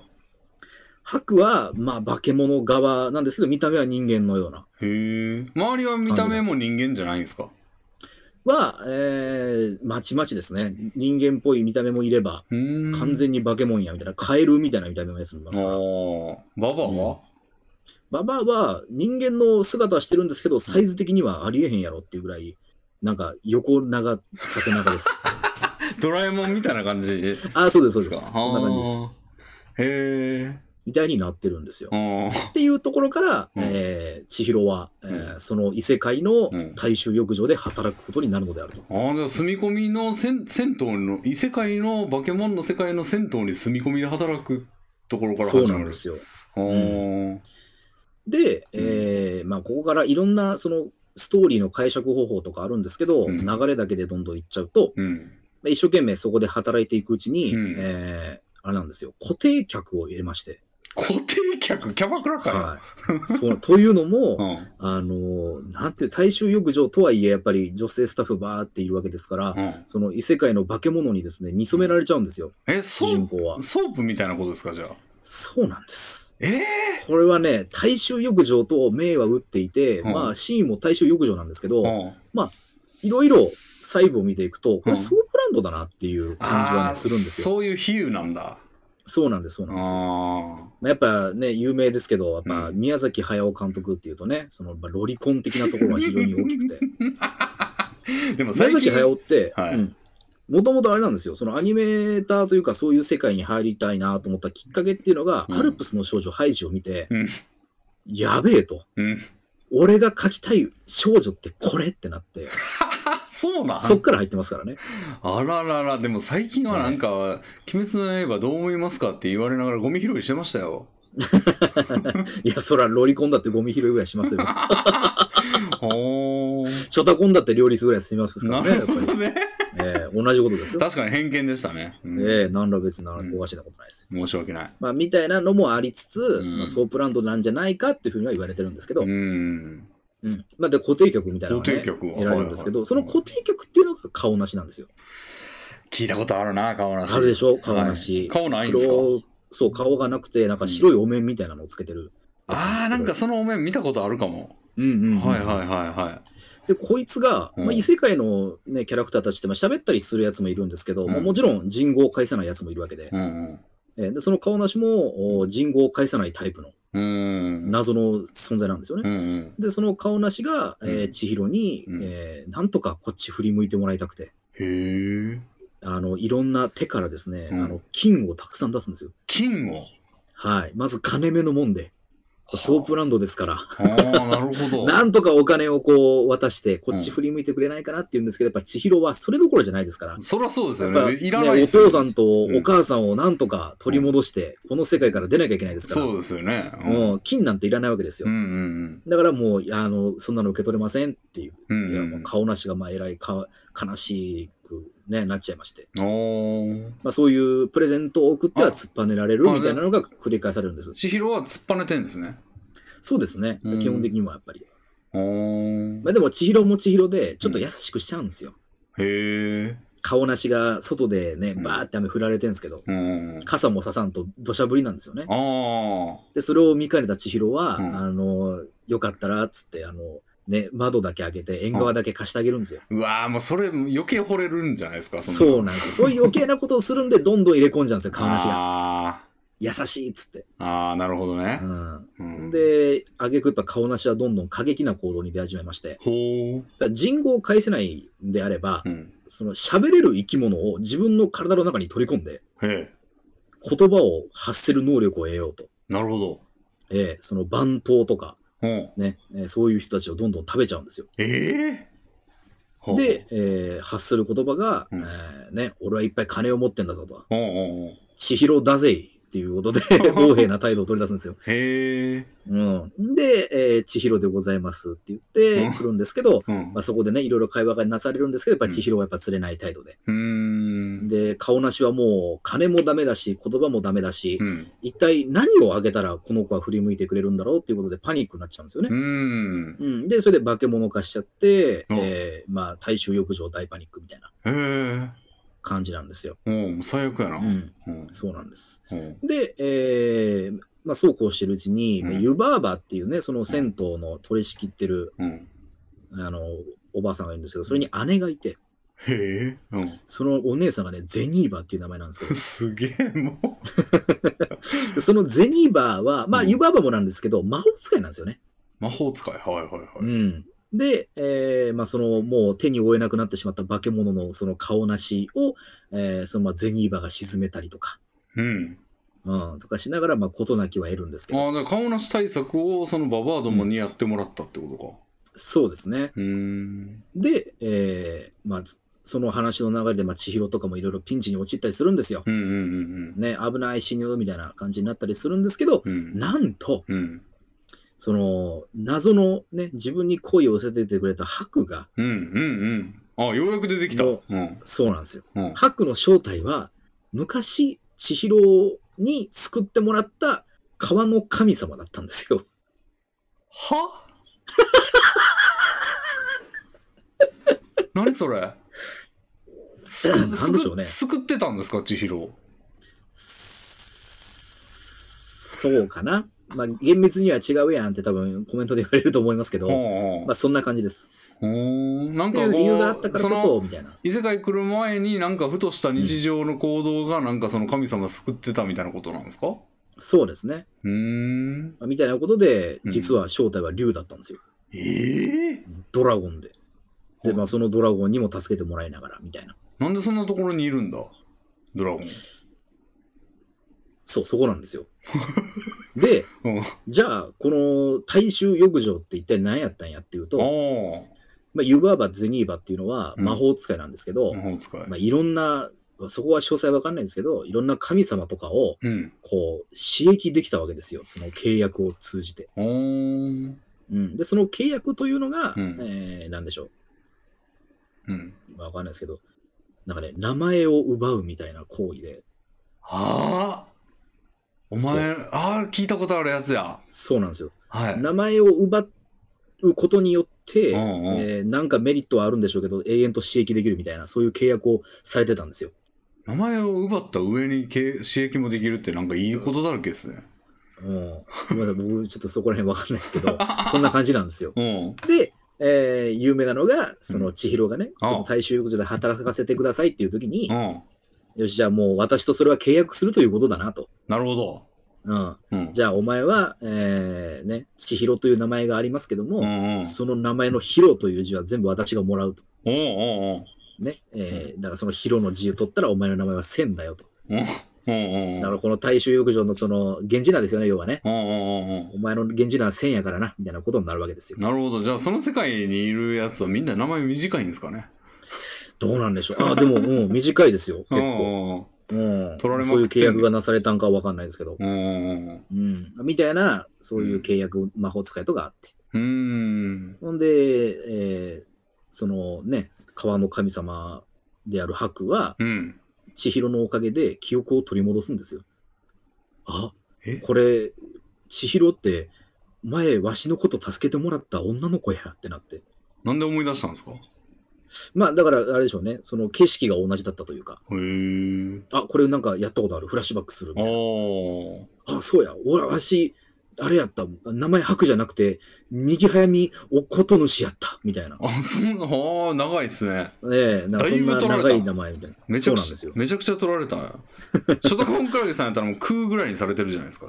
[SPEAKER 2] 白は、まあ、化け物側なんですけど、見た目は人間のような。
[SPEAKER 1] へえ。周りは見た目も人間じゃないんですか
[SPEAKER 2] は、えーまちまちですね。人間っぽい見た目もいれば、
[SPEAKER 1] うーん。
[SPEAKER 2] 完全に化け物や、みたいな、カエルみたいな見た目のやつもいま
[SPEAKER 1] あ
[SPEAKER 2] すから。
[SPEAKER 1] ーババアは、
[SPEAKER 2] ババアは人間の姿はしてるんですけど、サイズ的にはありえへんやろっていうぐらい、なんか横長、縦 長です。
[SPEAKER 1] ドラえもんみたいな感じですか
[SPEAKER 2] ああ、そうです、そうです。
[SPEAKER 1] あ
[SPEAKER 2] そんな感じです。
[SPEAKER 1] ーへえ。
[SPEAKER 2] みたいになってるんですよ
[SPEAKER 1] あ。ー
[SPEAKER 2] っていうところから、
[SPEAKER 1] うん
[SPEAKER 2] えー、千尋は、えー
[SPEAKER 1] う
[SPEAKER 2] その異世界の
[SPEAKER 1] うん
[SPEAKER 2] 大衆浴場で働くことになるのであると。
[SPEAKER 1] あー、じゃあ住み込みの銭銭湯の、異世界の化け物の世界の銭湯に住み込みで働くところから
[SPEAKER 2] そう
[SPEAKER 1] 始
[SPEAKER 2] な
[SPEAKER 1] ま
[SPEAKER 2] ん
[SPEAKER 1] る
[SPEAKER 2] で。すよ。
[SPEAKER 1] あー
[SPEAKER 2] で、えーまあ、ここからいろんな、その、ストーリーの解釈方法とかあるんですけど、
[SPEAKER 1] うん
[SPEAKER 2] 流れだけでどんどんいっちゃうと、
[SPEAKER 1] うん。
[SPEAKER 2] まあ一生懸命そこで働いていくうちに、
[SPEAKER 1] うん
[SPEAKER 2] えーあれなんですよ、固定客を入れまして、
[SPEAKER 1] 固定客、キャバクラかよ。
[SPEAKER 2] はい。そうというの
[SPEAKER 1] う
[SPEAKER 2] も、
[SPEAKER 1] ん
[SPEAKER 2] あのーなんていう、大衆浴場とはいえ、やっぱり女性スタッフバーっているわけですから、
[SPEAKER 1] うん、
[SPEAKER 2] その異世界の化け物にですね、見初められちゃうんですよ、
[SPEAKER 1] え、
[SPEAKER 2] 主
[SPEAKER 1] ソー
[SPEAKER 2] 人公は
[SPEAKER 1] プ、。ソープみたいなことですか、じゃあ。
[SPEAKER 2] そうなんです。
[SPEAKER 1] ええ
[SPEAKER 2] これはね、大衆浴場と銘は打っていて、
[SPEAKER 1] うん
[SPEAKER 2] まあ、シーンも大衆浴場なんですけ
[SPEAKER 1] う
[SPEAKER 2] ど、
[SPEAKER 1] ん、
[SPEAKER 2] いろいろ細部を見ていくと、こ
[SPEAKER 1] うん
[SPEAKER 2] れソープランドだなっていう感じは
[SPEAKER 1] あー
[SPEAKER 2] ね、するんですよ。
[SPEAKER 1] そういう比喩なんだ。
[SPEAKER 2] そうなんです、そう
[SPEAKER 1] あ
[SPEAKER 2] なんですよ。
[SPEAKER 1] ー
[SPEAKER 2] まあやっぱね、有名ですけど、やっぱ
[SPEAKER 1] う
[SPEAKER 2] 宮崎駿監督っていうとね、そのまあロリコン的なところが非常に大きくて。
[SPEAKER 1] でも
[SPEAKER 2] 宮
[SPEAKER 1] 最
[SPEAKER 2] 崎
[SPEAKER 1] 近、
[SPEAKER 2] 駿って
[SPEAKER 1] はい、
[SPEAKER 2] もともとあれなんですよ、そのアニメーターというか、そういう世界に入りたいなと思ったきっかけっていうのが、
[SPEAKER 1] うん
[SPEAKER 2] アルプスの少女ハイジを見て、
[SPEAKER 1] うん
[SPEAKER 2] やべえと。
[SPEAKER 1] うん、
[SPEAKER 2] 俺が描きたい少女ってこれってなって、
[SPEAKER 1] あそうなん
[SPEAKER 2] そっから入ってますからね。
[SPEAKER 1] あららら、でも最近はなんか、鬼滅の刃どう思いますかって言われながらゴミ拾いしてましたよ。
[SPEAKER 2] いや、そらロリコンだってゴミ拾いぐらいしま すよ。
[SPEAKER 1] おー。
[SPEAKER 2] ショタコンだって両立ぐらいしますか
[SPEAKER 1] な
[SPEAKER 2] らね、や
[SPEAKER 1] る
[SPEAKER 2] っぱ
[SPEAKER 1] ほ
[SPEAKER 2] り。
[SPEAKER 1] どね。
[SPEAKER 2] ええ同じことですよ。
[SPEAKER 1] 確かに偏見でしたね。うん
[SPEAKER 2] ええ何ら別に何らおかしなことないですよ。
[SPEAKER 1] 申し訳ない。
[SPEAKER 2] まあ、みたいなのもありつつ、
[SPEAKER 1] ん
[SPEAKER 2] まあ、ソープランドなんじゃないかっていうふうには言われてるんですけど、
[SPEAKER 1] うん。
[SPEAKER 2] うん。まあ、で、固定曲みたいなのが、ね、
[SPEAKER 1] 固定曲
[SPEAKER 2] 得られるんですけ
[SPEAKER 1] は
[SPEAKER 2] ど、
[SPEAKER 1] いはい
[SPEAKER 2] その固定曲っていうのが顔なしなんですよ。
[SPEAKER 1] 聞いたことあるな、顔なし。
[SPEAKER 2] あるでしょ顔
[SPEAKER 1] はい
[SPEAKER 2] なし。
[SPEAKER 1] 顔ないんですか
[SPEAKER 2] 黒そう、顔がなくて、なんか白いお面みたいなのをつけてるやつ
[SPEAKER 1] ああ、
[SPEAKER 2] ですけ
[SPEAKER 1] な
[SPEAKER 2] ど
[SPEAKER 1] んかそのお面見たことあるかも。
[SPEAKER 2] うんうんうん。
[SPEAKER 1] はいはいはいは
[SPEAKER 2] で、こいつが、
[SPEAKER 1] うん
[SPEAKER 2] まあ、異世界の、ね、キャラクターたちって、まあ、喋ったりするやつもいるんですけど、
[SPEAKER 1] うん
[SPEAKER 2] まあもちろん人語を介さないやつもいるわけで
[SPEAKER 1] い。、うん
[SPEAKER 2] えーでその顔なしもお人語を介さないタイプの
[SPEAKER 1] うん。うん。
[SPEAKER 2] 謎の存在なんですよ
[SPEAKER 1] う
[SPEAKER 2] ね。
[SPEAKER 1] んうん。
[SPEAKER 2] で、その顔なしが、え
[SPEAKER 1] う
[SPEAKER 2] ー、
[SPEAKER 1] ん
[SPEAKER 2] 千尋に、
[SPEAKER 1] うん
[SPEAKER 2] えーなんとかこっち振り向いてもらいたくて、
[SPEAKER 1] へえ。
[SPEAKER 2] あの、いろんな手からですね、
[SPEAKER 1] うん
[SPEAKER 2] あの、金をたくさん出すんですよ。
[SPEAKER 1] 金 を。
[SPEAKER 2] はい。まず金目のもんで、ソープランドですから。
[SPEAKER 1] ああ、なるほど。
[SPEAKER 2] なんとかお金をこう渡して、こっち振り向いてくれないかなって言うんですけど、やっぱ千尋はそれどころじゃないですから。
[SPEAKER 1] そりゃそうです
[SPEAKER 2] や
[SPEAKER 1] よ
[SPEAKER 2] っぱ
[SPEAKER 1] ね。いらない
[SPEAKER 2] ね、お
[SPEAKER 1] ですよ
[SPEAKER 2] 父さんとお母さんをなんとか取り戻して、この世界から出なきゃいけないですから、
[SPEAKER 1] そうですよね。
[SPEAKER 2] もう金なんていらないわけですよ。
[SPEAKER 1] うんうん
[SPEAKER 2] だからもういや、あの、そんなの受け取れませんっていう。
[SPEAKER 1] うん。
[SPEAKER 2] で
[SPEAKER 1] うん
[SPEAKER 2] もう顔なしがまあえらいか悲しく、ね、なっちゃいまして、
[SPEAKER 1] うん。おー。
[SPEAKER 2] まあ、そういうプレゼントを送っては
[SPEAKER 1] あ
[SPEAKER 2] 突っぱねられるみたいなのが繰り返されるんです。
[SPEAKER 1] 千尋は突っぱねてんですね。
[SPEAKER 2] そうですね、
[SPEAKER 1] うん
[SPEAKER 2] 基本的にもやっぱり。
[SPEAKER 1] おー
[SPEAKER 2] まあ、でも千尋も千尋で、ちょっと優しくしちゃうんですよ。
[SPEAKER 1] へえ。
[SPEAKER 2] 顔なしが外でね、
[SPEAKER 1] ん
[SPEAKER 2] バーって雨降られてるんですけど、
[SPEAKER 1] うん。
[SPEAKER 2] 傘もささんと土砂降りなんですよね。
[SPEAKER 1] ああ。
[SPEAKER 2] で、それを見かねた千尋は、
[SPEAKER 1] うん
[SPEAKER 2] あの、よかったら、つって、あの、ね、窓だけ開けて、縁側だけ貸してあげるんですよ。
[SPEAKER 1] うわーもうそれ余計惚れるんじゃないですか、んな
[SPEAKER 2] そうなんです よ。そういう余計なことをするんで、どんどん入れ込んじゃうんですよ、顔なしが。
[SPEAKER 1] あ
[SPEAKER 2] 優しいっつって。
[SPEAKER 1] ーあー、なるほどね
[SPEAKER 2] う。ん。
[SPEAKER 1] うん、
[SPEAKER 2] で、あげくやっぱ顔なしはどんどん過激な行動に出始めまして、
[SPEAKER 1] ほう。
[SPEAKER 2] だから人語を返せないんであれば、
[SPEAKER 1] うん。
[SPEAKER 2] その喋れる生き物を自分の体の中に取り込んで、
[SPEAKER 1] ええ、
[SPEAKER 2] 言葉を発せる能力を得ようと。
[SPEAKER 1] なるほど。
[SPEAKER 2] えーその番頭とか、
[SPEAKER 1] うん、
[SPEAKER 2] ね、えーそういう人たちをどんどん食べちゃうんですよ。
[SPEAKER 1] ええほう
[SPEAKER 2] で、、えー発する言葉が、
[SPEAKER 1] うん
[SPEAKER 2] えーね、俺はいっぱい金を持ってんだぞと、
[SPEAKER 1] うんうんうん。
[SPEAKER 2] 千尋だぜいっていう ことで、横柄な態度を取り出すんですよ。
[SPEAKER 1] へえ。
[SPEAKER 2] うん、で、えー千尋でございますって言って来るんですけど、
[SPEAKER 1] うん。
[SPEAKER 2] まあ、そこでね、いろいろ会話がなされるんですけど、やっぱ千尋はやっぱ釣れない態度で。
[SPEAKER 1] うーん。
[SPEAKER 2] で、顔なしはもう、金もダメだし、言葉もダメだし、
[SPEAKER 1] うん。
[SPEAKER 2] 一体何をあげたらこの子は振り向いてくれるんだろうっていうことでパニックになっちゃうんですよね。
[SPEAKER 1] うん。
[SPEAKER 2] うん、で、それで化け物化しちゃって、
[SPEAKER 1] うん
[SPEAKER 2] えーまあ、大衆浴場大パニックみたいな
[SPEAKER 1] へえ。
[SPEAKER 2] 感じなんですよ。
[SPEAKER 1] うん、最悪やな。
[SPEAKER 2] う
[SPEAKER 1] うん。
[SPEAKER 2] ん、
[SPEAKER 1] うん。
[SPEAKER 2] そうなんです。
[SPEAKER 1] うん。
[SPEAKER 2] で、えーまあ、そうこうしてるうちに、
[SPEAKER 1] うん
[SPEAKER 2] 湯婆婆っていうね、その銭湯の取り仕切ってる、
[SPEAKER 1] うん、
[SPEAKER 2] あの、おばあさんがいるんですけど、それに姉がいて、
[SPEAKER 1] へえ。う
[SPEAKER 2] そのお姉さんがね、ゼニーバっていう名前なんですけ
[SPEAKER 1] ん。すげえ、もう。
[SPEAKER 2] ど、 そのゼニーバは、まあ、
[SPEAKER 1] うん
[SPEAKER 2] 湯婆婆もなんですけど、魔法使いなんですよね。
[SPEAKER 1] 魔法使い。はいはいは
[SPEAKER 2] う
[SPEAKER 1] い。
[SPEAKER 2] ん。で、えーまあ、その、もう手に負えなくなってしまった化け物のその顔なしを、えーその、まあ、ゼニーバが沈めたりとか、
[SPEAKER 1] うん。
[SPEAKER 2] うん、とかしながら、まあ、事なきは得るんですけ
[SPEAKER 1] あ
[SPEAKER 2] ど、
[SPEAKER 1] あ、だから顔なし対策をそのババアどもにやってもらったってことか。
[SPEAKER 2] そうですね。
[SPEAKER 1] うーん。
[SPEAKER 2] で、えーまあ、つその話の流れで、まあ、千尋とかもいろいろピンチに陥ったりするんですよ。
[SPEAKER 1] うんうんうん
[SPEAKER 2] ね、危ない死ぬみたいな感じになったりするんですけど、
[SPEAKER 1] うん。うん。
[SPEAKER 2] なんと、
[SPEAKER 1] うん。
[SPEAKER 2] その、謎のね、自分に恋を寄せててくれた白が、
[SPEAKER 1] うんうんうん。あ、ようやく出てきた。う
[SPEAKER 2] の
[SPEAKER 1] ん。
[SPEAKER 2] そうなんですよ。
[SPEAKER 1] うん。
[SPEAKER 2] 白の正体は、昔、千尋に救ってもらった川の神様だったんですよ。
[SPEAKER 1] は 何それす
[SPEAKER 2] なん
[SPEAKER 1] く
[SPEAKER 2] で
[SPEAKER 1] す
[SPEAKER 2] しょうね
[SPEAKER 1] くすくってたんですか千尋
[SPEAKER 2] そうかな。まあ、厳密には違うやんって多分コメントで言われると思いますけど、
[SPEAKER 1] は
[SPEAKER 2] まあ、そんな感じです。
[SPEAKER 1] あうんなん
[SPEAKER 2] って
[SPEAKER 1] か
[SPEAKER 2] いう理由があっ
[SPEAKER 1] こ
[SPEAKER 2] た
[SPEAKER 1] う
[SPEAKER 2] から
[SPEAKER 1] そ
[SPEAKER 2] こ
[SPEAKER 1] の
[SPEAKER 2] そ、みたいな。
[SPEAKER 1] 異世界来る前になんかふとした日常の行動がなんかその神様救ってたみたいなことなんですか
[SPEAKER 2] そうですね。
[SPEAKER 1] うーん
[SPEAKER 2] まあみたいなことで、
[SPEAKER 1] うん
[SPEAKER 2] 実は正体は竜だったんですよ。
[SPEAKER 1] ええ
[SPEAKER 2] ドラゴンで。で、
[SPEAKER 1] ほう
[SPEAKER 2] まあ、そのドラゴンにも助けてもらいながら、みたいな。
[SPEAKER 1] なんでそんなところにいるんだドラゴン
[SPEAKER 2] そう、そこな んですよ。で、
[SPEAKER 1] うん
[SPEAKER 2] じゃあ、この大衆浴場って一体何やったんやっていうと、
[SPEAKER 1] あ
[SPEAKER 2] まあ、ユバーバ、ゼニーバっていうのは
[SPEAKER 1] うん
[SPEAKER 2] 魔法使いなんですけど、
[SPEAKER 1] あ魔法使い
[SPEAKER 2] まあ、いろんな、そこは詳細わかんないんですけど、いろんな神様とかを、
[SPEAKER 1] うん
[SPEAKER 2] こう、刺激できたわけですよ。その契約を通じて。
[SPEAKER 1] おー
[SPEAKER 2] うん。で、その契約というのが、
[SPEAKER 1] うん
[SPEAKER 2] えー、なんでしょ
[SPEAKER 1] うん
[SPEAKER 2] う。まあわかんないですけど、なんかね、名前を奪うみたいな行為で、
[SPEAKER 1] ああお
[SPEAKER 2] そ
[SPEAKER 1] 前ああ聞いたことあるやつや
[SPEAKER 2] そうなんですよ。
[SPEAKER 1] はい
[SPEAKER 2] 名前を奪っうことによって、
[SPEAKER 1] うんうん
[SPEAKER 2] えーなんかメリットはあるんでしょうけど、永遠と刺激できるみたいな、そういう契約をされてたんですよ。
[SPEAKER 1] 名前を奪った上にけ刺激もできるってなんかいいことだらけですね。
[SPEAKER 2] うん。ごめんなさい、僕ちょっとそこら辺わかんないです けど、そんな感じなんですよ。
[SPEAKER 1] うん。
[SPEAKER 2] で、えー有名なのが、その千尋がね、
[SPEAKER 1] ああ
[SPEAKER 2] その大衆浴場で働かせてくださいっていう時に
[SPEAKER 1] う、ん。
[SPEAKER 2] よし、じゃあもう私とそれは契約するということだなと。
[SPEAKER 1] なるほど。
[SPEAKER 2] うん。
[SPEAKER 1] うん。
[SPEAKER 2] じゃあお前は、えー、ね、千尋という名前がありますけど
[SPEAKER 1] うんう
[SPEAKER 2] も、
[SPEAKER 1] ん。
[SPEAKER 2] その名前のヒロという字は全部私がもらうと。
[SPEAKER 1] うんうん
[SPEAKER 2] ね。えー、だからそのヒロの字を取ったらお前の名前は千だよと。
[SPEAKER 1] うん。うんうんうん。
[SPEAKER 2] だからこの大衆浴場のその、源氏名ですよね、要はね。
[SPEAKER 1] うんうんうんうん。
[SPEAKER 2] お前の源氏名は千やからな、みたいなことになるわけですよ。
[SPEAKER 1] なるほど。じゃあその世界にいるやつはみんな名前短いんですかね。
[SPEAKER 2] どうなんでしょう。ああ、でも、うん、短いですよ、結
[SPEAKER 1] うん
[SPEAKER 2] 構。う
[SPEAKER 1] 取られまくっ
[SPEAKER 2] ん。
[SPEAKER 1] てんね
[SPEAKER 2] そういう契約がなされたんかはわかんないですけど。
[SPEAKER 1] うんうんうん。
[SPEAKER 2] うん。みたいな、そういう契約魔法使いとかあって。
[SPEAKER 1] うん。
[SPEAKER 2] ほんで、えーそのね、川の神様である白は、
[SPEAKER 1] うん。
[SPEAKER 2] 千尋のおかげで記憶を取り戻すんですよ。あ
[SPEAKER 1] え
[SPEAKER 2] これ、千尋って、前、わしのこと助けてもらった女の子やってなって。
[SPEAKER 1] なんで思い出したんですかへ
[SPEAKER 2] まあ、だから、あれでしょうね。その景色が同じだったというか、
[SPEAKER 1] え。
[SPEAKER 2] あ、これなんかやったことある。フラッシュバックするみ
[SPEAKER 1] あ
[SPEAKER 2] たいな。
[SPEAKER 1] あ。
[SPEAKER 2] あ、そうや。俺、わし、あれやった。名前白じゃなくて、右早見おこと主やった。みたいな。
[SPEAKER 1] あ、そんな、ああ、長いっすね。
[SPEAKER 2] ええなんかそんな
[SPEAKER 1] だいぶ取られた
[SPEAKER 2] 長い名前みたいな。
[SPEAKER 1] めち
[SPEAKER 2] そ
[SPEAKER 1] ゃ
[SPEAKER 2] う
[SPEAKER 1] く
[SPEAKER 2] なん
[SPEAKER 1] ち
[SPEAKER 2] です
[SPEAKER 1] ゃ
[SPEAKER 2] よ、。
[SPEAKER 1] めちゃくちゃ取られたな。ショタコンクラゲさんやったらもう空ぐらいにされてるじゃないですか。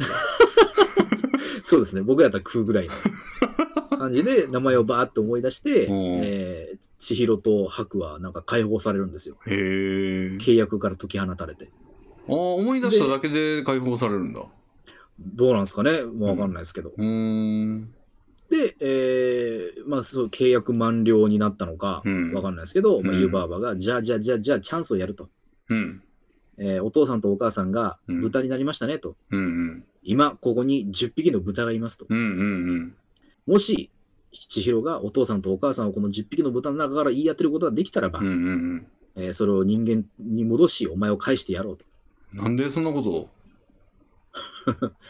[SPEAKER 2] そうですね。僕やったら食うぐらい の感じで、名前をバーっと思い出して、
[SPEAKER 1] うん
[SPEAKER 2] えー、千尋と白はなんか解放されるんですよ。
[SPEAKER 1] へえ。
[SPEAKER 2] 契約から解き放たれて。
[SPEAKER 1] ああ、思い出しただけで解放されるんだ。
[SPEAKER 2] どうなんですかねもうわかんないですけど。
[SPEAKER 1] うーん。
[SPEAKER 2] で、えー、まあそう、契約満了になったのか、
[SPEAKER 1] うん
[SPEAKER 2] わかんないですけど、まあ、
[SPEAKER 1] うん
[SPEAKER 2] 湯婆婆が、じゃあじゃあじゃあじゃあチャンスをやると。
[SPEAKER 1] うん。
[SPEAKER 2] えーお父さんとお母さんが
[SPEAKER 1] うん
[SPEAKER 2] 豚になりましたねと。
[SPEAKER 1] うんうん。
[SPEAKER 2] 今、ここに10匹の豚がいますと。
[SPEAKER 1] うんうんうん。
[SPEAKER 2] もし、千尋がお父さんとお母さんをこの10匹の豚の中から言い当てることができたらば、
[SPEAKER 1] うんうんうん。
[SPEAKER 2] えーそれを人間に戻し、お前を返してやろうと。
[SPEAKER 1] なんでそんなことを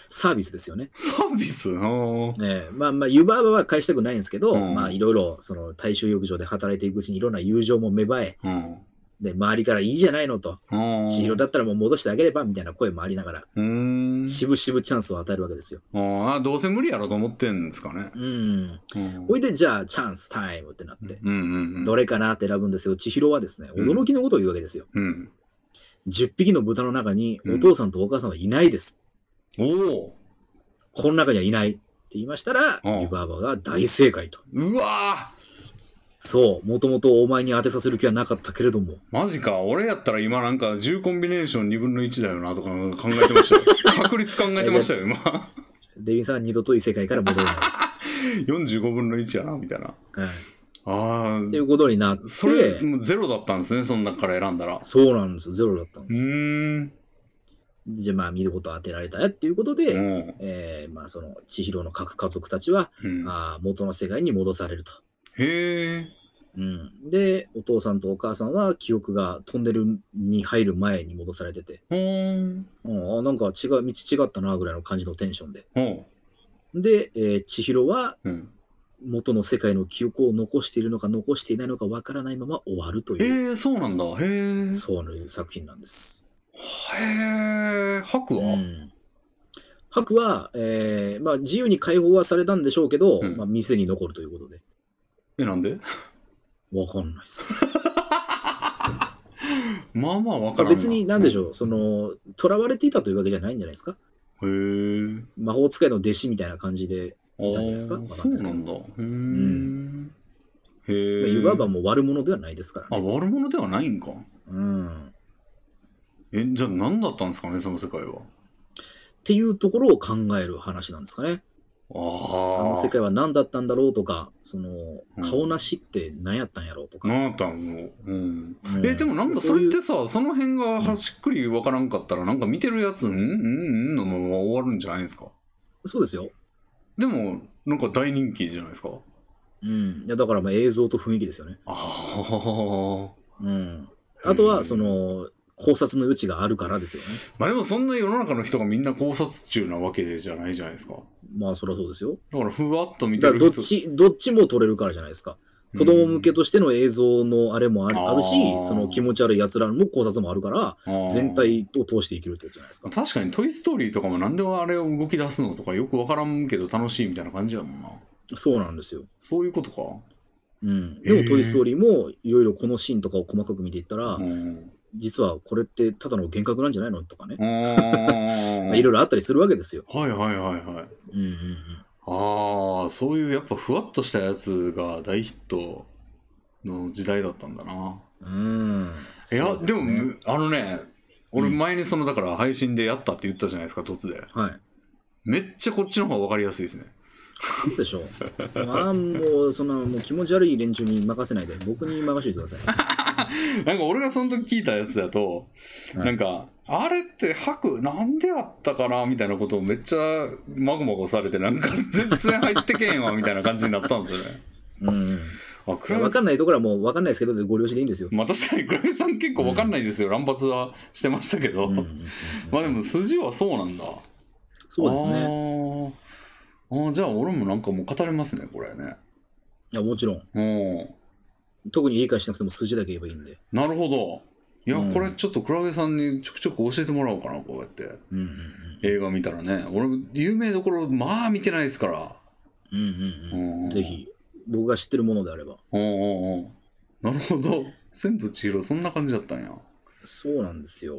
[SPEAKER 2] サービスですよね。
[SPEAKER 1] サービスあー
[SPEAKER 2] えーまあまあ、湯婆婆は返したくないんですけど、
[SPEAKER 1] うん
[SPEAKER 2] まあいろいろ、その大衆浴場で働いていくうちにいろんな友情も芽生え、
[SPEAKER 1] うん。
[SPEAKER 2] で、周りからいいじゃないのと。
[SPEAKER 1] ああ。
[SPEAKER 2] 千尋だったらもう戻してあげれば、みたいな声もありながら、
[SPEAKER 1] うーん。
[SPEAKER 2] しぶしぶチャンスを与えるわけですよ。
[SPEAKER 1] あーあ、どうせ無理やろと思ってんですかね。
[SPEAKER 2] うん。
[SPEAKER 1] うん
[SPEAKER 2] ほいで、じゃあ、チャンスタイムってなって、
[SPEAKER 1] うんうんうん。
[SPEAKER 2] どれかなって選ぶんですよ。千尋はですね、
[SPEAKER 1] うん
[SPEAKER 2] 驚きのことを言うわけですよ。
[SPEAKER 1] うん。
[SPEAKER 2] 10匹の豚の中に、
[SPEAKER 1] うん
[SPEAKER 2] お父さんとお母さんはいないです。
[SPEAKER 1] おお
[SPEAKER 2] この中にはいない。って言いましたら、
[SPEAKER 1] うん
[SPEAKER 2] 湯婆婆が大正解と。
[SPEAKER 1] うわー
[SPEAKER 2] そう、もともとお前に当てさせる気はなかったけれども、
[SPEAKER 1] マジか。俺やったら今なんか10コンビネーション2分の1だよなとか考えてま したよ。確率考えてましたよ、今。
[SPEAKER 2] レビンさんは二度と異世界から戻れな いです。
[SPEAKER 1] 45分の1やな、みたいな。
[SPEAKER 2] はい。
[SPEAKER 1] あ
[SPEAKER 2] ということになって
[SPEAKER 1] あ、、それ、もうゼロだったんですね、その中から選んだら。
[SPEAKER 2] そうなんですよ。ゼロだったん
[SPEAKER 1] う
[SPEAKER 2] です。
[SPEAKER 1] ーん。
[SPEAKER 2] じゃあまあ見ることを当てられたよっていうことで、
[SPEAKER 1] うん
[SPEAKER 2] えーまあその千尋の各家族たちは、
[SPEAKER 1] うん
[SPEAKER 2] あー元の世界に戻されると。
[SPEAKER 1] へえ。
[SPEAKER 2] うん、で、お父さんとお母さんは記憶がトンネルに入る前に戻されてて、
[SPEAKER 1] ほーん。
[SPEAKER 2] うん、あなんか違う、道違ったなぐらいの感じのテンションで。
[SPEAKER 1] ほう。
[SPEAKER 2] で、えー千尋は
[SPEAKER 1] うん。
[SPEAKER 2] 元の世界の記憶を残しているのか残していないのかわからないまま終わると
[SPEAKER 1] え
[SPEAKER 2] いう、
[SPEAKER 1] ー、そうなんだ。へえ。
[SPEAKER 2] そういう作品なんです。
[SPEAKER 1] へえ。白
[SPEAKER 2] う
[SPEAKER 1] は
[SPEAKER 2] んハクは、えーまあ、自由に解放はされたんでしょうけど、
[SPEAKER 1] うん
[SPEAKER 2] まあ、店に残るということで。
[SPEAKER 1] え、なんで
[SPEAKER 2] わかんないっす。
[SPEAKER 1] まあまあわか
[SPEAKER 2] まあ
[SPEAKER 1] らんな。
[SPEAKER 2] 別に何でしょう、その、囚われていたというわけじゃないんじゃないですか。
[SPEAKER 1] うん。へえ。
[SPEAKER 2] 魔法使いの弟子みたいな感じで、
[SPEAKER 1] ああ
[SPEAKER 2] たんじゃないですか
[SPEAKER 1] ー、そうなんだ。うーん。へ
[SPEAKER 2] まあ、
[SPEAKER 1] え。
[SPEAKER 2] いわばもう悪者ではないですから
[SPEAKER 1] あ、
[SPEAKER 2] ね。
[SPEAKER 1] 悪者ではないんか。
[SPEAKER 2] うん。っ
[SPEAKER 1] え、じゃあ何だったんですかね、その世界は。
[SPEAKER 2] ていうところを考える話なんですかね。あ
[SPEAKER 1] ああ。
[SPEAKER 2] の世界は何だったんだろうとか、その
[SPEAKER 1] う、ん
[SPEAKER 2] 顔なしって何やったんやろうとか。
[SPEAKER 1] なんだったんもう。うん。
[SPEAKER 2] う
[SPEAKER 1] え、でもなんかそれってさ、その辺がはしっくりわからんかったら、なんか見てるやつ、んんんんのまま終わるんじゃないですか。
[SPEAKER 2] そういうそうですよ。
[SPEAKER 1] でも、なんか大人気じゃないですか。
[SPEAKER 2] うん。いや、だからまあ映像と雰囲気ですよね。
[SPEAKER 1] ああ。
[SPEAKER 2] うん。あと
[SPEAKER 1] う
[SPEAKER 2] は、
[SPEAKER 1] ん
[SPEAKER 2] その、考察の余地があるからですよね。
[SPEAKER 1] まあでもそんな世の中の人がみんな考察中なわけじゃないじゃないですか。
[SPEAKER 2] まあ、そりゃそうですよ。
[SPEAKER 1] だからふわっと見て
[SPEAKER 2] だか
[SPEAKER 1] る
[SPEAKER 2] ら
[SPEAKER 1] 人
[SPEAKER 2] どっち、どっちも撮れるからじゃないですか。子供向けとしての映像のあれもある,、
[SPEAKER 1] うん
[SPEAKER 2] あるし
[SPEAKER 1] あー、
[SPEAKER 2] その気持ち悪い奴らも考察もあるから、
[SPEAKER 1] うん
[SPEAKER 2] 全体を通していけるってことじゃないですか。
[SPEAKER 1] 確かに「トイ・ストーリー」とかもなんであれを動き出すのとかよくわからんけど楽しいみたいな感じやもんな
[SPEAKER 2] そうなんですよ。
[SPEAKER 1] そういうことか
[SPEAKER 2] うん。
[SPEAKER 1] え
[SPEAKER 2] で
[SPEAKER 1] ー
[SPEAKER 2] も、トイ・ストーリーもいろいろこのシーンとかを細かく見ていったら、
[SPEAKER 1] うん
[SPEAKER 2] 実はこれってただの幻覚なんじゃないのとかね。
[SPEAKER 1] うん
[SPEAKER 2] ま
[SPEAKER 1] は
[SPEAKER 2] あいろいろあったりするわけですよ。
[SPEAKER 1] はいはいはいはい
[SPEAKER 2] うんうんうん。
[SPEAKER 1] ああそういうやっぱふわっとしたやつが大ヒットの時代だったんだな
[SPEAKER 2] うん。
[SPEAKER 1] いや
[SPEAKER 2] そう
[SPEAKER 1] ですも
[SPEAKER 2] ね
[SPEAKER 1] あのね俺
[SPEAKER 2] うん
[SPEAKER 1] 前にそのだから配信でやったって言ったじゃないですか突で
[SPEAKER 2] はい。
[SPEAKER 1] めっちゃこっちの方が分かりやすいですね
[SPEAKER 2] そうでしょう。まあ、もう、その、もう気持ち悪い連中に任せないで、僕に任せてください。
[SPEAKER 1] なんか俺がその時聞いたやつだと、
[SPEAKER 2] はい
[SPEAKER 1] なんかあれって吐くなんでやったかなみたいなことをめっちゃまごまごされてなんか全然入ってけへんわみたいな感じになったんですよね。
[SPEAKER 2] うんうん。
[SPEAKER 1] あ
[SPEAKER 2] い
[SPEAKER 1] 倉光
[SPEAKER 2] やわかんないところはもうわかんないですけど、でご了承でいいんですよ。
[SPEAKER 1] まあ確かに倉石さん結構わかんないですよ、乱発はしてましたけど、
[SPEAKER 2] うんうんうんうん
[SPEAKER 1] まあでも筋はそうなんだ
[SPEAKER 2] そうですね。
[SPEAKER 1] ねあーあーじゃあ俺もなんかもう語れますねこれね
[SPEAKER 2] いや、もちろん。
[SPEAKER 1] うん
[SPEAKER 2] 特に理解しなくても筋だけ言えばいいんで。
[SPEAKER 1] なるほどいや、
[SPEAKER 2] うん
[SPEAKER 1] これちょっと倉石さんにちょくちょく教えてもらおうかなこうやって
[SPEAKER 2] うんうん
[SPEAKER 1] 映画見たらね俺有名どころまあ見てないですから
[SPEAKER 2] うん。うんうん
[SPEAKER 1] う
[SPEAKER 2] うんん。ぜひ、僕が知ってるものであれば。
[SPEAKER 1] おうおうおうなるほど「千と千尋」そんな感じだったんやへ
[SPEAKER 2] そうなんですよ。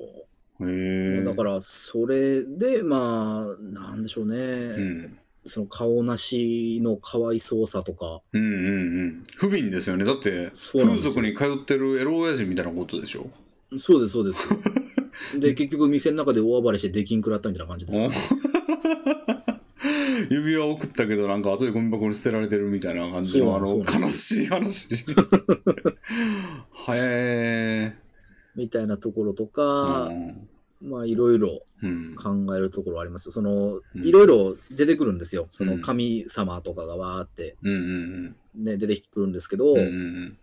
[SPEAKER 1] え
[SPEAKER 2] だから、それで、まあ、なんでしょうね。
[SPEAKER 1] うん
[SPEAKER 2] その顔なしの可哀想さとか、
[SPEAKER 1] うんうんうん不憫ですよねだって
[SPEAKER 2] そうなん
[SPEAKER 1] 風
[SPEAKER 2] ですよ
[SPEAKER 1] 俗に通ってるエロ親父みたいなことでしょ
[SPEAKER 2] そうです、そうです。 で、結局、店の中で大暴れして出禁食らったみたいな感じですよ。
[SPEAKER 1] お 指輪送ったけどなんか後でゴミ箱に捨てられてるみたいな感じのあ
[SPEAKER 2] そう
[SPEAKER 1] の
[SPEAKER 2] なんですそうなんです
[SPEAKER 1] 悲しい話 へえ
[SPEAKER 2] みたいなところと
[SPEAKER 1] う
[SPEAKER 2] か、
[SPEAKER 1] ん
[SPEAKER 2] まあ、いろいろ
[SPEAKER 1] うん
[SPEAKER 2] 考えるところありますよ。その
[SPEAKER 1] う、ん
[SPEAKER 2] いろいろ出てくるんですよ。そ
[SPEAKER 1] うん
[SPEAKER 2] の、神様とかがわーって、
[SPEAKER 1] うんうん
[SPEAKER 2] ね、出てくるんですけど、
[SPEAKER 1] うんうんうん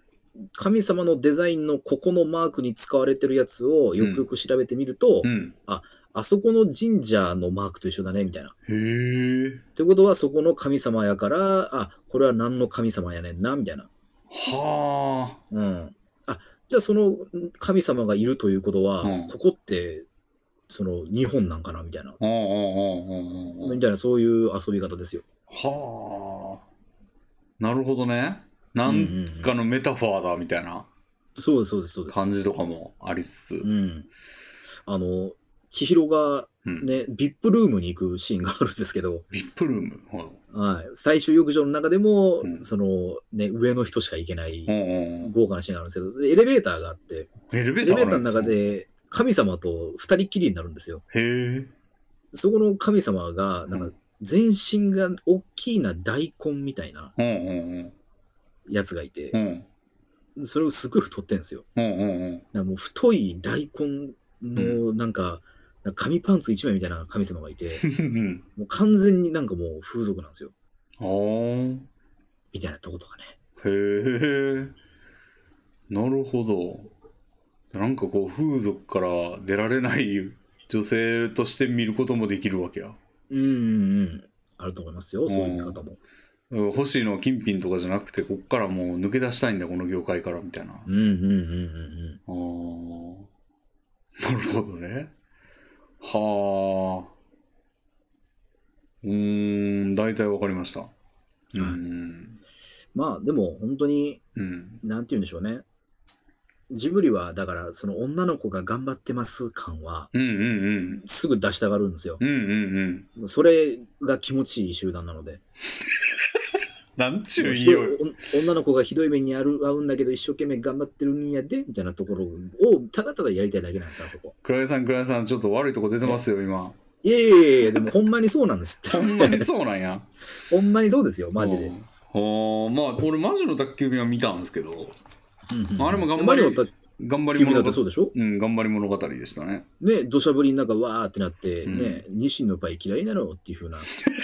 [SPEAKER 2] 神様のデザインのここのマークに使われてるやつをよくよく調べてみると、
[SPEAKER 1] うん
[SPEAKER 2] あそこの神社のマークと一緒だね、みたいな。
[SPEAKER 1] へえ
[SPEAKER 2] ってことは、そこの神様やから、あ、これは何の神様やねんな、みたいな。
[SPEAKER 1] はあ
[SPEAKER 2] うん。あ、じゃあそのん神様がいるということは、
[SPEAKER 1] うん
[SPEAKER 2] ここって、その日本なんかなみたいな。
[SPEAKER 1] うんうんうんうんうんうん
[SPEAKER 2] みたいな、そういう遊び方ですよ。
[SPEAKER 1] はあなるほどねな
[SPEAKER 2] うんんうん
[SPEAKER 1] かのメタファーだみたいな
[SPEAKER 2] そうです、そうです、そうです。
[SPEAKER 1] 感じとかもありつつ
[SPEAKER 2] うん。あの、千尋が
[SPEAKER 1] うん
[SPEAKER 2] ね、VIP ルームに行くシーンがあるんですけど、
[SPEAKER 1] ビップルームはい
[SPEAKER 2] はい。最終浴場の中でも、
[SPEAKER 1] うん
[SPEAKER 2] その、ね、上の人しか行けない
[SPEAKER 1] うんうんうん
[SPEAKER 2] 豪華なシーンがあるんですけど、でエレベーターがあって、
[SPEAKER 1] エレベ
[SPEAKER 2] エ
[SPEAKER 1] ータ
[SPEAKER 2] レ
[SPEAKER 1] ー
[SPEAKER 2] ベ
[SPEAKER 1] あ
[SPEAKER 2] ータ
[SPEAKER 1] る
[SPEAKER 2] ーの中で神様と二人っきりになるんですよ。
[SPEAKER 1] へえ
[SPEAKER 2] そこの神様が、なんか
[SPEAKER 1] うん
[SPEAKER 2] 全身が大きいな大根みたいな
[SPEAKER 1] うんうん
[SPEAKER 2] やつがいて
[SPEAKER 1] うんう、ん
[SPEAKER 2] それをすごい太ってんですよ。
[SPEAKER 1] うんうんうん
[SPEAKER 2] なんかもう太い大根のなんか、なんか紙パンツ一枚みたいな神様がい て、
[SPEAKER 1] うん
[SPEAKER 2] もう完全になんかもう風俗なんですよ。
[SPEAKER 1] うん
[SPEAKER 2] みたいなとことかね。
[SPEAKER 1] あーへえなるほどなんかこう風俗から出られない女性として見ることもできるわけや
[SPEAKER 2] うんうんうん。あると思いますよ、そういう見方も。
[SPEAKER 1] うん星野金品とかじゃなくてこっからもう抜け出したいんだこの業界からみたいな、
[SPEAKER 2] うんうんうんうん
[SPEAKER 1] あーなるほどね。はあ。うーん、大体わかりました。うーん。
[SPEAKER 2] うん。まあでも本当に、
[SPEAKER 1] うん。
[SPEAKER 2] なんて言うんでしょうね。ジブリは、だから、その女の子が頑張ってます感は、
[SPEAKER 1] うんうんうん。
[SPEAKER 2] すぐ出したがるんですよ。
[SPEAKER 1] うんうんうん。
[SPEAKER 2] それが気持ちいい集団なので。
[SPEAKER 1] なんちゅう言いようよ。
[SPEAKER 2] お女の子がひどい目にある合うんだけど、一生懸命頑張ってるんやで、みたいなところを、ただただやりたいだけなんですよ、あそこ。
[SPEAKER 1] 倉井さん、倉井さん、ちょっと悪いとこ出てますよ、今。
[SPEAKER 2] いやいやいやいや、でもほんまにそうなんですって。
[SPEAKER 1] ほんまにそうなん や。
[SPEAKER 2] ほんまにそうですよ、マジで。
[SPEAKER 1] うん。はあ、まあ、俺、魔女の宅急便は見たんですけど、
[SPEAKER 2] うんうん
[SPEAKER 1] あれも頑張り
[SPEAKER 2] マリオだっ
[SPEAKER 1] 頑張り
[SPEAKER 2] 君だ
[SPEAKER 1] 物
[SPEAKER 2] って
[SPEAKER 1] 語
[SPEAKER 2] そう。でしょ
[SPEAKER 1] うん、頑張り物語でしたね。
[SPEAKER 2] ね、土砂降りの中、わーってなって、ね、ニシンのパイ嫌いなのっていうふうな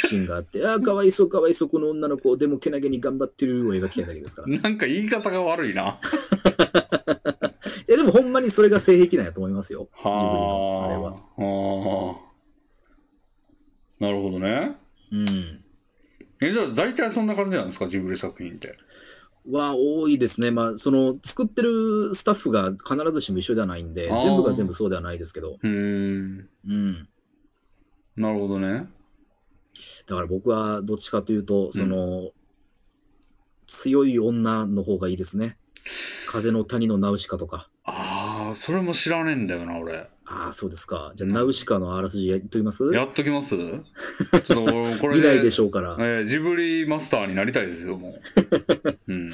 [SPEAKER 2] シーンがあって、あー、かわいそう、かわいそう、この女の子、でもけなげに頑張ってるを描きたいだけですから。
[SPEAKER 1] なんか言い方が悪いな。
[SPEAKER 2] や、でもほんまにそれが性癖なんやと思いますよ。
[SPEAKER 1] は
[SPEAKER 2] ジブリのあれは
[SPEAKER 1] あはあなるほどね
[SPEAKER 2] うん。
[SPEAKER 1] えじゃあ大体そんな感じなんですかジブリ作品って
[SPEAKER 2] は多いですね。まあ、その、作ってるスタッフが必ずしも一緒ではないんで
[SPEAKER 1] あー、
[SPEAKER 2] 全部が全部そうではないですけど。
[SPEAKER 1] うーん
[SPEAKER 2] うん。
[SPEAKER 1] なるほどね
[SPEAKER 2] だから僕はどっちかというと、その、強い女の方がいいですね。風の谷のナウシカとか。
[SPEAKER 1] ああそれも知らねえんだよな俺
[SPEAKER 2] ああ、そうですか。じゃあ、
[SPEAKER 1] うん
[SPEAKER 2] ナウシカのあらすじ言っときます
[SPEAKER 1] やっときますちょっと俺これ
[SPEAKER 2] 未来でし
[SPEAKER 1] ょ、
[SPEAKER 2] ょうから。
[SPEAKER 1] えージブリマスターになりたいですよもう、 うん、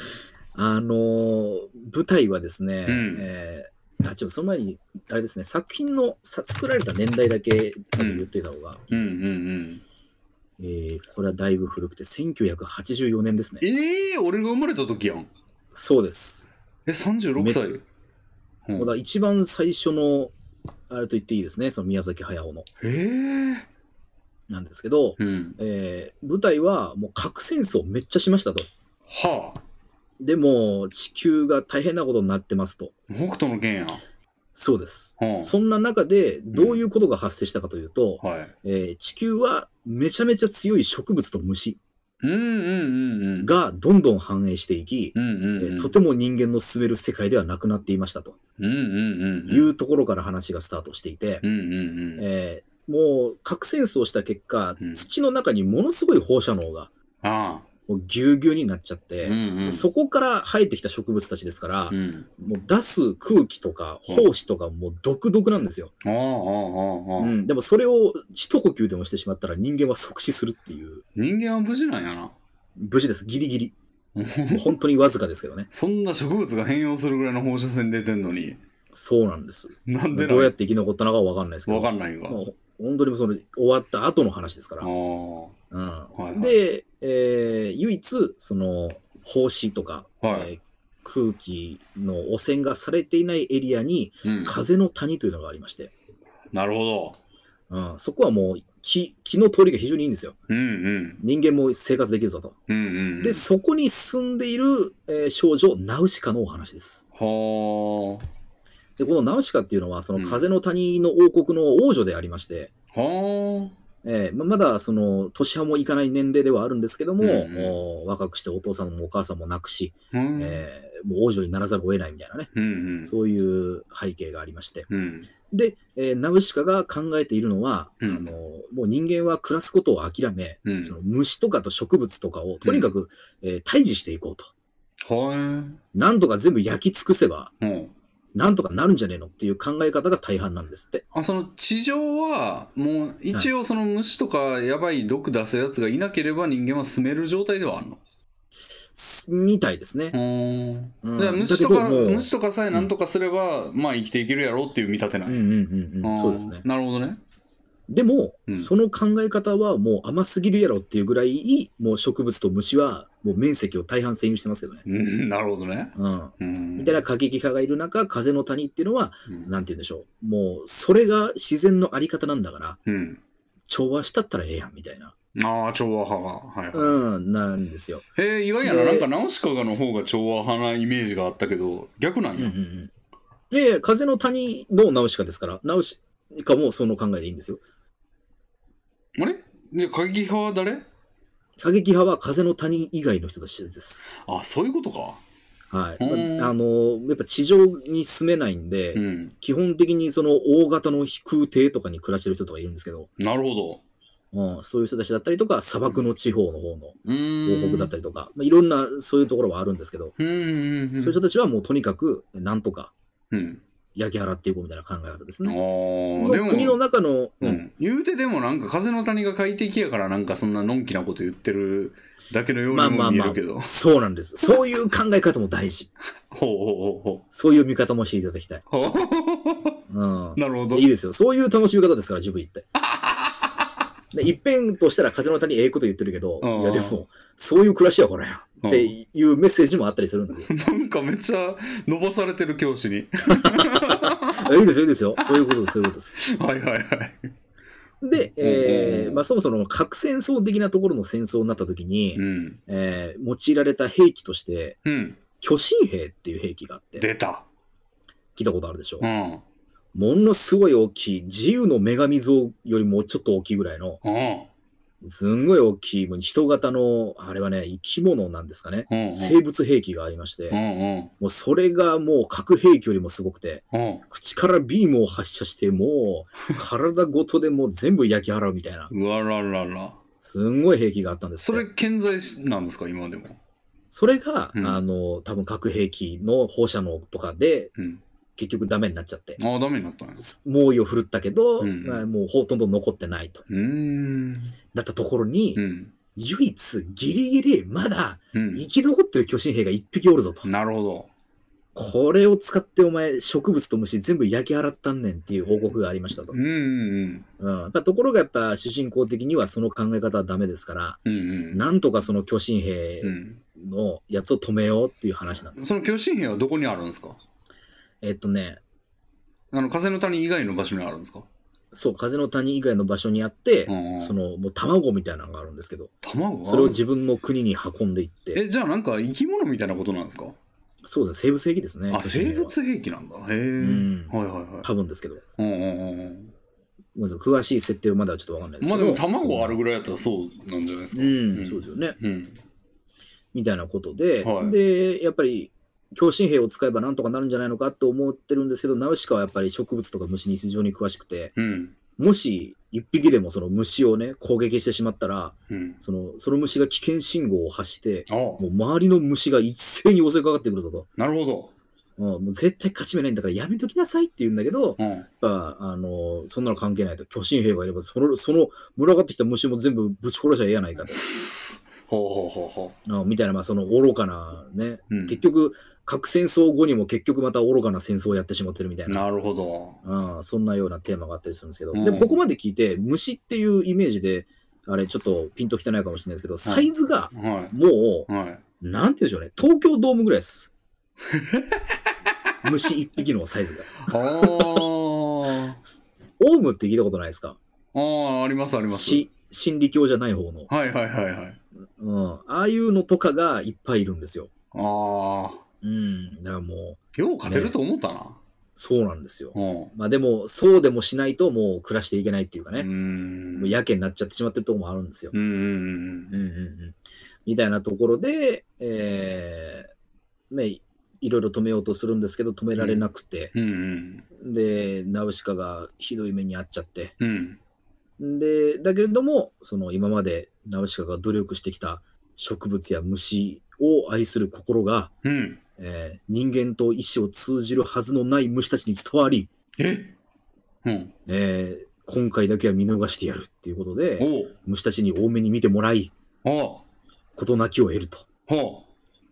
[SPEAKER 2] あのー舞台はですね、
[SPEAKER 1] うん
[SPEAKER 2] えーあ、ちょっとその前に、あれですね、作品のさ作られた年代だけ多分言ってた方がい
[SPEAKER 1] うん
[SPEAKER 2] いで
[SPEAKER 1] う
[SPEAKER 2] すね、
[SPEAKER 1] んうん
[SPEAKER 2] えーこれはだいぶ古くて、1984年ですね。
[SPEAKER 1] ええー、俺が生まれた時やん
[SPEAKER 2] そうです。
[SPEAKER 1] え36歳う
[SPEAKER 2] こ
[SPEAKER 1] ん
[SPEAKER 2] れが一番最初の、あれと言っていいですね、その宮崎駿の、
[SPEAKER 1] ええー、
[SPEAKER 2] なんですけど、
[SPEAKER 1] うん
[SPEAKER 2] えー舞台はもう核戦争めっちゃしましたと。
[SPEAKER 1] はあ
[SPEAKER 2] でも、地球が大変なことになってますと。
[SPEAKER 1] 北斗の拳やん
[SPEAKER 2] そうです。
[SPEAKER 1] うん
[SPEAKER 2] そんな中で、どういうことが発生したかというと、
[SPEAKER 1] はい
[SPEAKER 2] えー地球はめちゃめちゃ強い植物と虫
[SPEAKER 1] うんうんうんうん
[SPEAKER 2] がどんどん繁栄していき、
[SPEAKER 1] うんうんう
[SPEAKER 2] え
[SPEAKER 1] ん
[SPEAKER 2] ーとても人間の住める世界ではなくなっていましたと
[SPEAKER 1] うんうんうん
[SPEAKER 2] い
[SPEAKER 1] うん
[SPEAKER 2] うところから話がスタートしていて、
[SPEAKER 1] うんうんうん
[SPEAKER 2] えーもう核戦争した結果
[SPEAKER 1] うん、
[SPEAKER 2] 土の中にものすごい放射能が
[SPEAKER 1] ああ
[SPEAKER 2] もうぎゅうぎゅうになっちゃって、
[SPEAKER 1] うんうん
[SPEAKER 2] でそこから生えてきた植物たちですから、
[SPEAKER 1] うん
[SPEAKER 2] もう出す空気とか
[SPEAKER 1] うん
[SPEAKER 2] 胞子とかもう毒々なんですよ、
[SPEAKER 1] ああああ
[SPEAKER 2] う
[SPEAKER 1] あああ
[SPEAKER 2] ん。でもそれを一呼吸でもしてしまったら人間は即死するっていう、
[SPEAKER 1] 人間は無事なんやな
[SPEAKER 2] 無事です、ギリ ギリ。もう本当にわずかですけどね。
[SPEAKER 1] そんな植物が変容するぐらいの放射線出てんのに、
[SPEAKER 2] そうなんです。
[SPEAKER 1] なんでな
[SPEAKER 2] どうやっ
[SPEAKER 1] ん
[SPEAKER 2] て生き残ったのかはわかんないですけど。
[SPEAKER 1] わかんないわ。
[SPEAKER 2] もう本当にもうその終わった後の話ですか
[SPEAKER 1] あ
[SPEAKER 2] ら。
[SPEAKER 1] ー
[SPEAKER 2] うん
[SPEAKER 1] はいはい
[SPEAKER 2] で、えー唯一、その、胞子とか、
[SPEAKER 1] はい
[SPEAKER 2] えー空気の汚染がされていないエリアに、
[SPEAKER 1] うん、
[SPEAKER 2] 風の谷というのがありまして、
[SPEAKER 1] なるほど。
[SPEAKER 2] うん、そこはもう気、気の通りが非常にいいんですよ。
[SPEAKER 1] うんうん。
[SPEAKER 2] 人間も生活できるぞと。
[SPEAKER 1] うんうん。
[SPEAKER 2] で、そこに住んでいる、えー少女、ナウシカのお話です。
[SPEAKER 1] は
[SPEAKER 2] で、このナウシカっていうのは、そ
[SPEAKER 1] うん
[SPEAKER 2] の風の谷の王国の王女でありまして、
[SPEAKER 1] あ。は
[SPEAKER 2] えーままだその年派もいかない年齢ではあるんですけども、
[SPEAKER 1] うんうん
[SPEAKER 2] お若くしてお父さんもお母さんも亡くし、
[SPEAKER 1] あ。うん。
[SPEAKER 2] えーもう王女にならざるを得ないみたいなね、
[SPEAKER 1] うんうん。
[SPEAKER 2] そういう背景がありまして。
[SPEAKER 1] うん。
[SPEAKER 2] で、えーナウシカが考えているのは、
[SPEAKER 1] うん
[SPEAKER 2] あのもう人間は暮らすことを諦め、
[SPEAKER 1] うん
[SPEAKER 2] その虫とかと植物とかをとにかく、えー退治していこうと。
[SPEAKER 1] は
[SPEAKER 2] なんとか全部焼き尽くせば、
[SPEAKER 1] い。うん。
[SPEAKER 2] なんとかなるんじゃねえのっていう考え方が大半なんですって。
[SPEAKER 1] あその地上はもう一応その虫とかやばい毒出すやつがいなければ人間は住める状態ではあるの。
[SPEAKER 2] すみたいですね。
[SPEAKER 1] うん。
[SPEAKER 2] うん
[SPEAKER 1] だから
[SPEAKER 2] だ
[SPEAKER 1] 虫
[SPEAKER 2] け
[SPEAKER 1] と
[SPEAKER 2] ど
[SPEAKER 1] か
[SPEAKER 2] もう
[SPEAKER 1] 虫とかさえ何とかすればまあ生きていけるやろうっていう見立てな
[SPEAKER 2] うんん
[SPEAKER 1] や
[SPEAKER 2] うんうんうん。そうですね
[SPEAKER 1] あー。なるほどね。
[SPEAKER 2] でも、
[SPEAKER 1] うん
[SPEAKER 2] その考え方はもう甘すぎるやろっていうぐらい、もう植物と虫はもう面積を大半占有してますけどね。
[SPEAKER 1] うんなるほどね。
[SPEAKER 2] うん。
[SPEAKER 1] うん。
[SPEAKER 2] みたいな過激派がいる中、風の谷っていうのは、
[SPEAKER 1] うん
[SPEAKER 2] なんて言うんでしょう。もう、それが自然のあり方なんだから、
[SPEAKER 1] うん。
[SPEAKER 2] 調和したったらええやん、みたいな。
[SPEAKER 1] ああ、調和派が。はいはい。
[SPEAKER 2] うん、なんですよ。
[SPEAKER 1] えー、意外やな。
[SPEAKER 2] で
[SPEAKER 1] なんか、ナウシカの方が調和派なイメージがあったけど、逆な
[SPEAKER 2] うんんうんう
[SPEAKER 1] や。
[SPEAKER 2] ん。いやいや、風の谷のナウシカですから、ナウシカもその考えでいいんですよ。
[SPEAKER 1] あれじゃあ、過激派は誰
[SPEAKER 2] 過激派は風の谷以外の人たちです。
[SPEAKER 1] あ、そういうことか。
[SPEAKER 2] はい。
[SPEAKER 1] うん
[SPEAKER 2] あの、やっぱ地上に住めないんで、
[SPEAKER 1] うん。
[SPEAKER 2] 基本的にその大型の飛空艇とかに暮らしてる人とかいるんですけど、
[SPEAKER 1] なるほど。
[SPEAKER 2] うん、そういう人たちだったりとか、砂漠の地方の方の
[SPEAKER 1] うー
[SPEAKER 2] 王
[SPEAKER 1] ん。
[SPEAKER 2] 国だったりとか、まあ、いろんなそういうところはあるんですけど、
[SPEAKER 1] うんうんうん。
[SPEAKER 2] そういう人たちはもうとにかく、なんとか
[SPEAKER 1] うん。
[SPEAKER 2] 焼き払っていこうみたいな考え方です
[SPEAKER 1] ああ
[SPEAKER 2] ね。
[SPEAKER 1] ー、で
[SPEAKER 2] の国の
[SPEAKER 1] も、
[SPEAKER 2] 中の、
[SPEAKER 1] う
[SPEAKER 2] うん
[SPEAKER 1] ん。言うてでも、なんか、風の谷が快適やから、なんか、そんなのんきなこと言ってるだけのよう
[SPEAKER 2] ま
[SPEAKER 1] に
[SPEAKER 2] あま
[SPEAKER 1] も
[SPEAKER 2] あ
[SPEAKER 1] 見え
[SPEAKER 2] ま
[SPEAKER 1] るけど
[SPEAKER 2] あ、。そうなんです。そういう考え方も大事。
[SPEAKER 1] ほうほ
[SPEAKER 2] そういう見方もしていただきたい。
[SPEAKER 1] うほうほう。ほうほう
[SPEAKER 2] うん。
[SPEAKER 1] なるほど
[SPEAKER 2] いい。ですよ。そういう楽しみ方ですから、ジブリ って。で一遍としたら風の谷ええこと言ってるけど、
[SPEAKER 1] うん
[SPEAKER 2] いやでも、そういう暮らしやからや。っていうメッセージもあったりするん ですよ。
[SPEAKER 1] なんか、めっちゃ、伸ばされてる教師に。
[SPEAKER 2] あいいですよ、いいですよ。そういうことです、そういうことです。
[SPEAKER 1] はいはいはい。
[SPEAKER 2] で、え
[SPEAKER 1] うん
[SPEAKER 2] ーまあ、そもそも核戦争的なところの戦争になった時に、
[SPEAKER 1] うん。
[SPEAKER 2] えー用いられた兵器として、
[SPEAKER 1] うん。
[SPEAKER 2] 巨神兵っていう兵器があって、
[SPEAKER 1] 出た。
[SPEAKER 2] 聞いたことあるでしょ。
[SPEAKER 1] うん。
[SPEAKER 2] ものすごい大きい、自由の女神像よりもちょっと大きいぐらいの、
[SPEAKER 1] うん。
[SPEAKER 2] すんごい大きい、もう人型の、あれはね、生き物なんですかね。
[SPEAKER 1] うん。うん。
[SPEAKER 2] 生物兵器がありまして、
[SPEAKER 1] うん。
[SPEAKER 2] もうそれがもう核兵器よりもすごくて、
[SPEAKER 1] うん。
[SPEAKER 2] 口からビームを発射して、も う体ごとでもう全部焼き払うみたいな、
[SPEAKER 1] うわららら。
[SPEAKER 2] すんごい兵器があったんです
[SPEAKER 1] そ
[SPEAKER 2] って
[SPEAKER 1] れ健在しなんですか今でも。
[SPEAKER 2] それが、
[SPEAKER 1] うん
[SPEAKER 2] あの、多分核兵器の放射能とかで、
[SPEAKER 1] うん。
[SPEAKER 2] 結局ダメになっちゃって、
[SPEAKER 1] ああ、ダメになったんや。
[SPEAKER 2] 猛威を振るったけど、
[SPEAKER 1] うんうん
[SPEAKER 2] まあもうほとんど残ってないと。
[SPEAKER 1] うーん。
[SPEAKER 2] だったところに、
[SPEAKER 1] うん。
[SPEAKER 2] 唯一ギリギリまだ
[SPEAKER 1] うん。
[SPEAKER 2] 生き残ってる巨神兵が一匹おるぞと。
[SPEAKER 1] なるほど。
[SPEAKER 2] これを使ってお前植物と虫全部焼き払ったんねんっていう報告がありましたと
[SPEAKER 1] う。んうん
[SPEAKER 2] うん。まあところがやっぱ主人公的にはその考え方はダメですから、
[SPEAKER 1] うん。うんうん。
[SPEAKER 2] なんとかその巨神兵
[SPEAKER 1] うん、
[SPEAKER 2] のやつを止めようっていう話なんです。
[SPEAKER 1] その巨神兵はどこにあるんですか
[SPEAKER 2] えっとね、
[SPEAKER 1] あの風の谷以外の場所にあるんですか、
[SPEAKER 2] そう、風の谷以外の場所にあって、
[SPEAKER 1] うんうん、
[SPEAKER 2] そのもう卵みたいなのがあるんですけど、
[SPEAKER 1] 卵が
[SPEAKER 2] それを自分の国に運んでいって、
[SPEAKER 1] えじゃあなんか生き物みたいなことなんですか
[SPEAKER 2] そうですね、生物兵器ですね。
[SPEAKER 1] あ
[SPEAKER 2] 巨神
[SPEAKER 1] 生
[SPEAKER 2] 兵は
[SPEAKER 1] 物兵器なんだへえ、
[SPEAKER 2] ん
[SPEAKER 1] はいはいはい
[SPEAKER 2] 多分ですけど、
[SPEAKER 1] うんうんうん
[SPEAKER 2] ごめんなさい詳しい設定はまだちょっとわかんないです
[SPEAKER 1] ま
[SPEAKER 2] け
[SPEAKER 1] あ
[SPEAKER 2] ど。
[SPEAKER 1] でも卵あるぐらいだったらそうなんじゃないです
[SPEAKER 2] そ
[SPEAKER 1] かう
[SPEAKER 2] ううんん、そうですよね。
[SPEAKER 1] うん
[SPEAKER 2] みたいなことで、
[SPEAKER 1] はい
[SPEAKER 2] で、やっぱり、強心兵を使えばなんとかなるんじゃないのかと思ってるんですけど、ナウシカはやっぱり植物とか虫に非常に詳しくて、
[SPEAKER 1] うん
[SPEAKER 2] もし一匹でもその虫をね、攻撃してしまったら、
[SPEAKER 1] うん
[SPEAKER 2] その、その虫が危険信号を発して、
[SPEAKER 1] あ
[SPEAKER 2] もう周りの虫が一斉に襲いかかってくるぞと。
[SPEAKER 1] なるほど
[SPEAKER 2] うん、もう絶対勝ち目ないんだからやめときなさいって言うんだけど、
[SPEAKER 1] うん
[SPEAKER 2] やっぱ、あの、そんなの関係ないと。巨神兵がいれば、その、その、群がってきた虫も全部ぶち殺しちゃええやないかと。
[SPEAKER 1] ほうほうほうほ
[SPEAKER 2] うんみたいな、まあ、その愚かなね、
[SPEAKER 1] う、うん、
[SPEAKER 2] 結局、核戦争後にも結局また愚かな戦争をやってしまってるみたいな、
[SPEAKER 1] なるほど
[SPEAKER 2] うん、そんなようなテーマがあったりするんですけど、
[SPEAKER 1] うん
[SPEAKER 2] でもここまで聞いて、虫っていうイメージで、あれ、ちょっとピンときてないかもしれないですけど、サイズが
[SPEAKER 1] は
[SPEAKER 2] も、
[SPEAKER 1] いはいう
[SPEAKER 2] なんて言うんでしょうね、東京ドームぐらい です。虫一匹のサイズが。
[SPEAKER 1] あ ー
[SPEAKER 2] オウムって聞いたことないですか
[SPEAKER 1] あーありますあります
[SPEAKER 2] し心理教じゃない方の、
[SPEAKER 1] はいはいはいはい
[SPEAKER 2] うん。ああいうのとかがいっぱいいるんですよ。
[SPEAKER 1] ああ
[SPEAKER 2] うん。だからもう、
[SPEAKER 1] よう勝てると思ったな、
[SPEAKER 2] そうなんですよ。
[SPEAKER 1] うん
[SPEAKER 2] まあでも、そうでもしないともう暮らしていけないっていうかね、
[SPEAKER 1] うーん
[SPEAKER 2] もうやけになっちゃってしまってるところもあるんですよ
[SPEAKER 1] う。んうん
[SPEAKER 2] うんうんうん、みたいなところで、えーね、いいろいろ止めようとするんですけど、止められなくて、
[SPEAKER 1] うんうん
[SPEAKER 2] で、ナウシカがひどい目に遭っちゃって、
[SPEAKER 1] うんうん
[SPEAKER 2] で、だけれども、その今までナウシカが努力してきた植物や虫を愛する心が、
[SPEAKER 1] うん
[SPEAKER 2] えー人間と意志を通じるはずのない虫たちに伝わり、
[SPEAKER 1] えうん
[SPEAKER 2] えー今回だけは見逃してやるっていうことで、
[SPEAKER 1] おう
[SPEAKER 2] 虫たちに多めに見てもらい、
[SPEAKER 1] お
[SPEAKER 2] 事なきを得ると。
[SPEAKER 1] ほ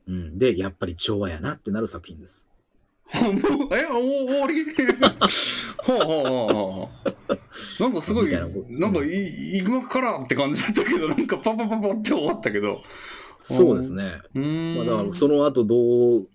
[SPEAKER 2] うん、で、やっぱり調和やなってなる作品です。
[SPEAKER 1] うほうもうえもう終わり ほうほうほうほうなんかすごい
[SPEAKER 2] みたいなこと
[SPEAKER 1] なんかいいくまからって感じだったけど なんかパパパパって終わったけど
[SPEAKER 2] そうですね。
[SPEAKER 1] うーん
[SPEAKER 2] まあ、だからその後どう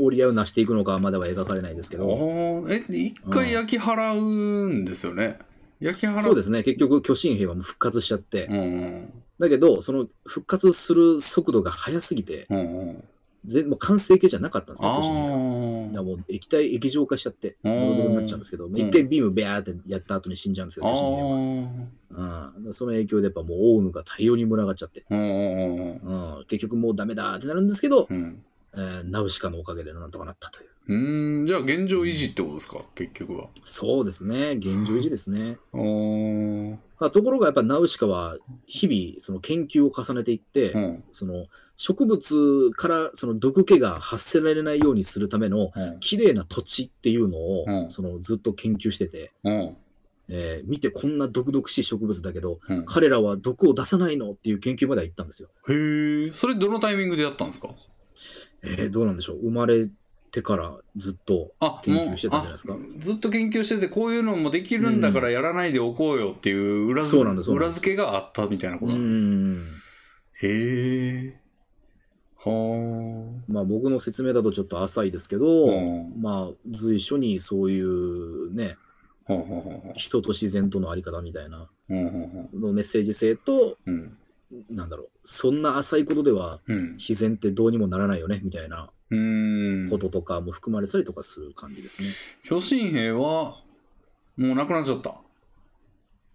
[SPEAKER 2] 折り合いをなしていくのかはまだは描かれないですけど、
[SPEAKER 1] おえ一回焼き払うんですよね焼き払
[SPEAKER 2] そうですすね。結局、巨神兵はもう復活しちゃって
[SPEAKER 1] う、んうん
[SPEAKER 2] だけど、その復活する速度が速すぎて、
[SPEAKER 1] うんうん
[SPEAKER 2] 全もう完成形じゃなかったんですね、巨神兵が。だから
[SPEAKER 1] あ
[SPEAKER 2] もう液体液状化しちゃって、
[SPEAKER 1] う
[SPEAKER 2] ド
[SPEAKER 1] ん
[SPEAKER 2] ロドロになっちゃうんですけど、まあ一回ビームベアーってやった後に死んじゃうんです
[SPEAKER 1] あ
[SPEAKER 2] けど、巨神兵は。
[SPEAKER 1] ー
[SPEAKER 2] うん、だからその影響でやっぱもうオウムが大量に群がっちゃって、
[SPEAKER 1] うんうんうん
[SPEAKER 2] うん、結局もうダメだってなるんですけど、
[SPEAKER 1] うん
[SPEAKER 2] えーナウシカのおかげでなんとかなったという。
[SPEAKER 1] うーんじゃあ現状維持ってことですか結局は。
[SPEAKER 2] そうですね、現状維持ですね。
[SPEAKER 1] おー
[SPEAKER 2] まあ、ところがやっぱナウシカは日々その研究を重ねていって、
[SPEAKER 1] うん
[SPEAKER 2] その植物からその毒気が発せられないようにするための
[SPEAKER 1] うん
[SPEAKER 2] 綺麗な土地っていうのを、
[SPEAKER 1] うん
[SPEAKER 2] そのずっと研究してて、
[SPEAKER 1] うん
[SPEAKER 2] えー見てこんな毒々しい植物だけど、
[SPEAKER 1] うん
[SPEAKER 2] 彼らは毒を出さないのっていう研究までは行ったんですよ。
[SPEAKER 1] へえそれどのタイミングでやったんですか
[SPEAKER 2] えーどうなんでしょう生まれてからずっと
[SPEAKER 1] あ
[SPEAKER 2] 研究してたんじゃないですか
[SPEAKER 1] もうあずっと研究しててこういうのもできるんだからやらないでおこうよっていう裏付,、
[SPEAKER 2] そうなんですそうなん
[SPEAKER 1] 裏
[SPEAKER 2] です
[SPEAKER 1] 付けがあったみたいなこ
[SPEAKER 2] う
[SPEAKER 1] となんです
[SPEAKER 2] ん。
[SPEAKER 1] へえはー
[SPEAKER 2] まあ僕の説明だとちょっと浅いですけど、
[SPEAKER 1] うん
[SPEAKER 2] まあ随所にそういうね、
[SPEAKER 1] ほんほんほんほん
[SPEAKER 2] 人と自然とのあり方みたいな
[SPEAKER 1] うんほんほん
[SPEAKER 2] のメッセージ性と、
[SPEAKER 1] うん
[SPEAKER 2] なんだろう、そんな浅いことでは
[SPEAKER 1] うん
[SPEAKER 2] 自然ってどうにもならないよね、みたいな
[SPEAKER 1] うーんうん
[SPEAKER 2] こととかも含まれたりとかする感じですね。
[SPEAKER 1] 巨神兵は、もうなくなっちゃった。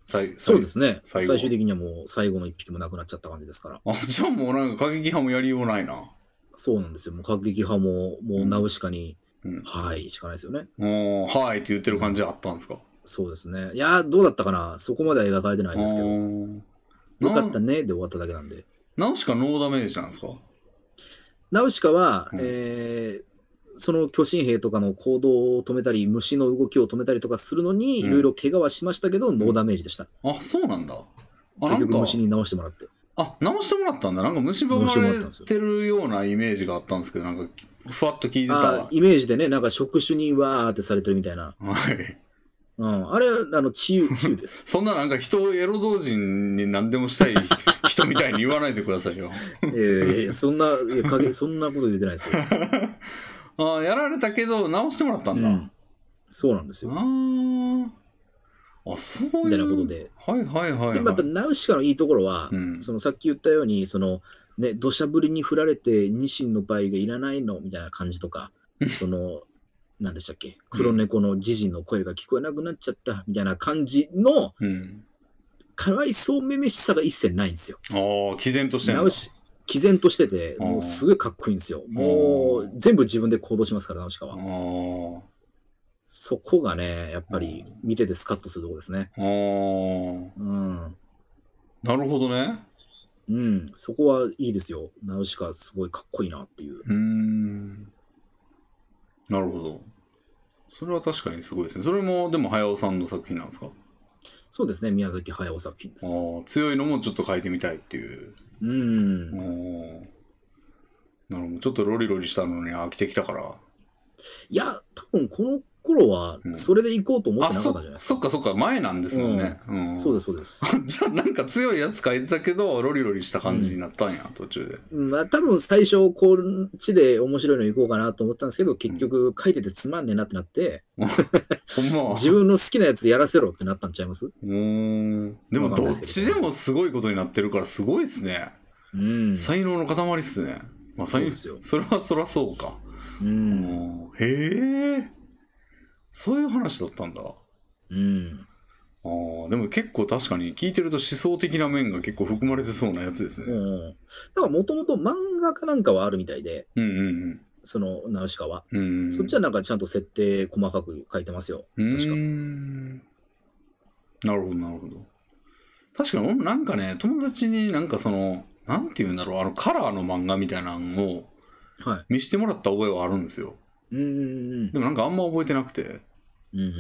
[SPEAKER 1] さい
[SPEAKER 2] そうですね。
[SPEAKER 1] 最
[SPEAKER 2] 最
[SPEAKER 1] 後
[SPEAKER 2] 終的にはもう最後の一匹もなくなっちゃった感じですから。
[SPEAKER 1] あ、じゃあもうなんか過激派もやりようないな。
[SPEAKER 2] そうなんですよ。もう過激派も、もうナウシカに、
[SPEAKER 1] うん。
[SPEAKER 2] はい、しかないですよね。
[SPEAKER 1] もう、はいって言ってる感じはあったんですか。
[SPEAKER 2] そうですね。いやー、どうだったかなそこまでは描かれてないですけど。
[SPEAKER 1] あー
[SPEAKER 2] よかったね、で終わっただけなんで。
[SPEAKER 1] なナウシカノーダメージなんですか
[SPEAKER 2] ナウシカは、
[SPEAKER 1] うん
[SPEAKER 2] えーその巨神兵とかの行動を止めたり、虫の動きを止めたりとかするのに、
[SPEAKER 1] うん
[SPEAKER 2] いろいろ怪我はしましたけど、ノーダメージでした。
[SPEAKER 1] あ、そうなんだ。あ、な
[SPEAKER 2] 結
[SPEAKER 1] ん
[SPEAKER 2] 局
[SPEAKER 1] か、
[SPEAKER 2] 虫に直してもらって。
[SPEAKER 1] あ、直してもらったんだ。なんか虫歯
[SPEAKER 2] 直してもらっ
[SPEAKER 1] れ
[SPEAKER 2] たんですよ
[SPEAKER 1] てるようなイメージがあったんですけど、なんか、ふわっと聞いてた
[SPEAKER 2] あ
[SPEAKER 1] わ
[SPEAKER 2] ー。イメージでね、なんか触手にわーってされてるみたいな。
[SPEAKER 1] はい。
[SPEAKER 2] うん。あれ、あの、治癒、治癒です。
[SPEAKER 1] そんななんか人をエロ同人に何でもしたい人みたいに言わないでくださいよ。
[SPEAKER 2] えー、そんな、いや 影そんなこと言ってないですよ。
[SPEAKER 1] ああ、やられたけど、直してもらったんだ。
[SPEAKER 2] うんそうなんですよ。
[SPEAKER 1] ああ。あ、そういう。
[SPEAKER 2] みたいなことで。
[SPEAKER 1] はいはいはい、はい。
[SPEAKER 2] でもやっぱナウシカのいいところは、
[SPEAKER 1] うん
[SPEAKER 2] そのさっき言ったように、そのね、土砂降りに降られて、ニシンの場合がいらないのみたいな感じとか
[SPEAKER 1] うん、
[SPEAKER 2] その、なんでしたっけ、黒猫のジジの声が聞こえなくなっちゃったみたいな感じの、
[SPEAKER 1] うん。
[SPEAKER 2] かわいそうめめしさが一切ないんですよ。
[SPEAKER 1] ああ、毅然としてんだ
[SPEAKER 2] ナウシ毅然としてて、
[SPEAKER 1] うん
[SPEAKER 2] もうすごいかっこいいんですよ。もう全部自分で行動しますから、ナウシカ
[SPEAKER 1] あ
[SPEAKER 2] は。
[SPEAKER 1] あ。
[SPEAKER 2] そこがね、やっぱり見ててスカッとするとこですね。
[SPEAKER 1] ああ。
[SPEAKER 2] うん。
[SPEAKER 1] なるほどね。
[SPEAKER 2] うん。そこはいいですよ。ナウシカすごいかっこいいなっていう。
[SPEAKER 1] うーん。なるほど。それは確かにすごいですね。それも、でも、早尾さんの作品なんですか
[SPEAKER 2] そうですね、宮崎駿作品で
[SPEAKER 1] あ
[SPEAKER 2] す。
[SPEAKER 1] あ、強いのもちょっと変えてみたいっていう。あ
[SPEAKER 2] う
[SPEAKER 1] あ
[SPEAKER 2] ん。。
[SPEAKER 1] なるほど。ちょっとロリロリしたのに飽きてきたから。
[SPEAKER 2] いや、多分この頃は
[SPEAKER 1] う、ん
[SPEAKER 2] それで行こうと思っ
[SPEAKER 1] あ、
[SPEAKER 2] てなか
[SPEAKER 1] そ
[SPEAKER 2] ったんじゃないですか。
[SPEAKER 1] そっかそっか、前なんですもんね。うん。
[SPEAKER 2] そうです、そうです。
[SPEAKER 1] じゃあなんか強いやつ書いてたけどロリロリした感じになったんや、途中で
[SPEAKER 2] まあ、多分最初、こっちで面白いの行こうかなと思ったんですけど、結局書いててつまんねえなってなって、
[SPEAKER 1] ほんまは
[SPEAKER 2] 自分の好きなやつやらせろってなったんちゃいます
[SPEAKER 1] うーんでも
[SPEAKER 2] わかん
[SPEAKER 1] ど
[SPEAKER 2] ない
[SPEAKER 1] っ
[SPEAKER 2] ですけど
[SPEAKER 1] ちでもすごいことになってるからすごいっすね、
[SPEAKER 2] うん。
[SPEAKER 1] 才能の塊っすね、まあ、才
[SPEAKER 2] そうですよ
[SPEAKER 1] それはそらそうか、
[SPEAKER 2] う。
[SPEAKER 1] うんん、へえそういう話だったんだ
[SPEAKER 2] うん。
[SPEAKER 1] あーでも結構確かに聞いてると思想的な面が結構含まれてそうなやつです
[SPEAKER 2] う
[SPEAKER 1] ね、
[SPEAKER 2] ん。だから、もともと漫画かなんかはあるみたいで、
[SPEAKER 1] うん、うん
[SPEAKER 2] その、ナウシカは。
[SPEAKER 1] うんうん
[SPEAKER 2] そっちはなんかちゃんと設定細かく書いてますよ。
[SPEAKER 1] う
[SPEAKER 2] 確か
[SPEAKER 1] ー。んなるほどなるほど確かに俺もなんかね友達になんかそのなんて言うんだろうあのカラーの漫画みたいなのを
[SPEAKER 2] はい。
[SPEAKER 1] 見してもらった覚えはあるんですよ
[SPEAKER 2] うんうん
[SPEAKER 1] でもなんかあんま覚えてなくて
[SPEAKER 2] うん。うんうんうん。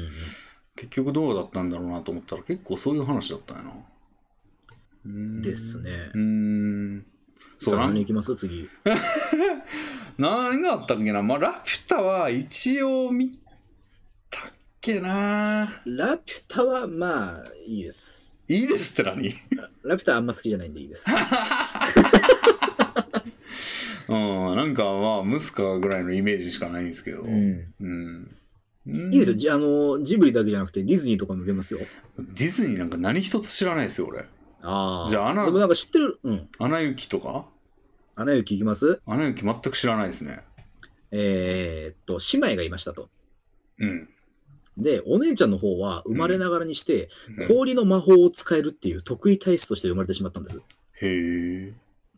[SPEAKER 1] 結局どうだったんだろうなと思ったら結構そういう話だったんやなうーん
[SPEAKER 2] ですね
[SPEAKER 1] うーんそう
[SPEAKER 2] さあ
[SPEAKER 1] な
[SPEAKER 2] 何
[SPEAKER 1] ん
[SPEAKER 2] 行きます次。
[SPEAKER 1] 何があったっけなまあラピュタは一応見たっけな
[SPEAKER 2] ラピュタはまあいいです。
[SPEAKER 1] いいですって何
[SPEAKER 2] ラピュタあんま好きじゃないんでいい です。
[SPEAKER 1] うん、なんかまあ、ムスカぐらいのイメージしかないんですけど。
[SPEAKER 2] う
[SPEAKER 1] うん。
[SPEAKER 2] ん、
[SPEAKER 1] うん
[SPEAKER 2] いいですよじゃあの。ジブリだけじゃなくてディズニーとかも出ますよ。
[SPEAKER 1] ディズニーなんか何一つ知らないですよ、俺。
[SPEAKER 2] ああ。
[SPEAKER 1] じゃあアナ
[SPEAKER 2] でもなんか知ってる。うん。
[SPEAKER 1] アナ雪とか
[SPEAKER 2] アナ雪行きます
[SPEAKER 1] アナ雪全く知らないですね。
[SPEAKER 2] えー、っと、姉妹がいましたと。
[SPEAKER 1] うん。
[SPEAKER 2] で、お姉ちゃんの方は生まれながらにして、
[SPEAKER 1] うん
[SPEAKER 2] 氷の魔法を使えるっていう得意体質として生まれてしまったんです。
[SPEAKER 1] へえ。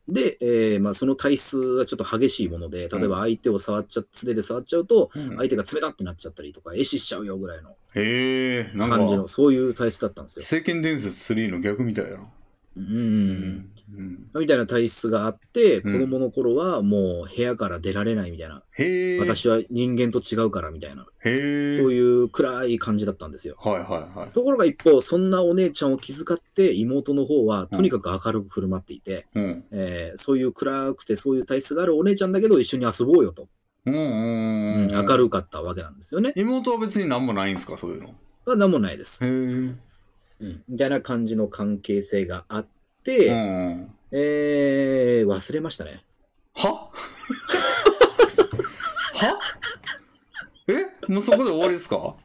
[SPEAKER 2] で、えーまあ、その体質がちょっと激しいもので、例えば相手を触っちゃ、素手で触っちゃうと、
[SPEAKER 1] うん
[SPEAKER 2] 相手が冷たってなっちゃったりとか、壊死しちゃうよぐらいの
[SPEAKER 1] へえ。なん
[SPEAKER 2] 感じ
[SPEAKER 1] か
[SPEAKER 2] の、、そういう体質だったんですよ。
[SPEAKER 1] 聖剣伝説3の逆みたいやな。
[SPEAKER 2] うん
[SPEAKER 1] う
[SPEAKER 2] うんうん。
[SPEAKER 1] うん
[SPEAKER 2] みたいな体質があって、子
[SPEAKER 1] うん
[SPEAKER 2] 供の頃はもう部屋から出られないみたいな。
[SPEAKER 1] へえ。
[SPEAKER 2] 私は人間と違うからみたいな。
[SPEAKER 1] へえ。
[SPEAKER 2] そういう暗い感じだったんですよ。
[SPEAKER 1] はいはいはい。
[SPEAKER 2] ところが一方、そんなお姉ちゃんを気遣って、妹の方はとにかく明るく振る舞っていて、
[SPEAKER 1] うん。
[SPEAKER 2] えーそういう暗くてそういう体質があるお姉ちゃんだけど一緒に遊ぼうよと。
[SPEAKER 1] うんうんうん。
[SPEAKER 2] 明るかったわけなんですよね。
[SPEAKER 1] 妹は別になんもないんすか、そういうの。
[SPEAKER 2] まあ、なんもないです。
[SPEAKER 1] へ
[SPEAKER 2] うんみたいな感じの関係性があっ
[SPEAKER 1] え。
[SPEAKER 2] て、
[SPEAKER 1] うんうん。
[SPEAKER 2] えー忘れましたね。
[SPEAKER 1] は はえもうそこで終わりですか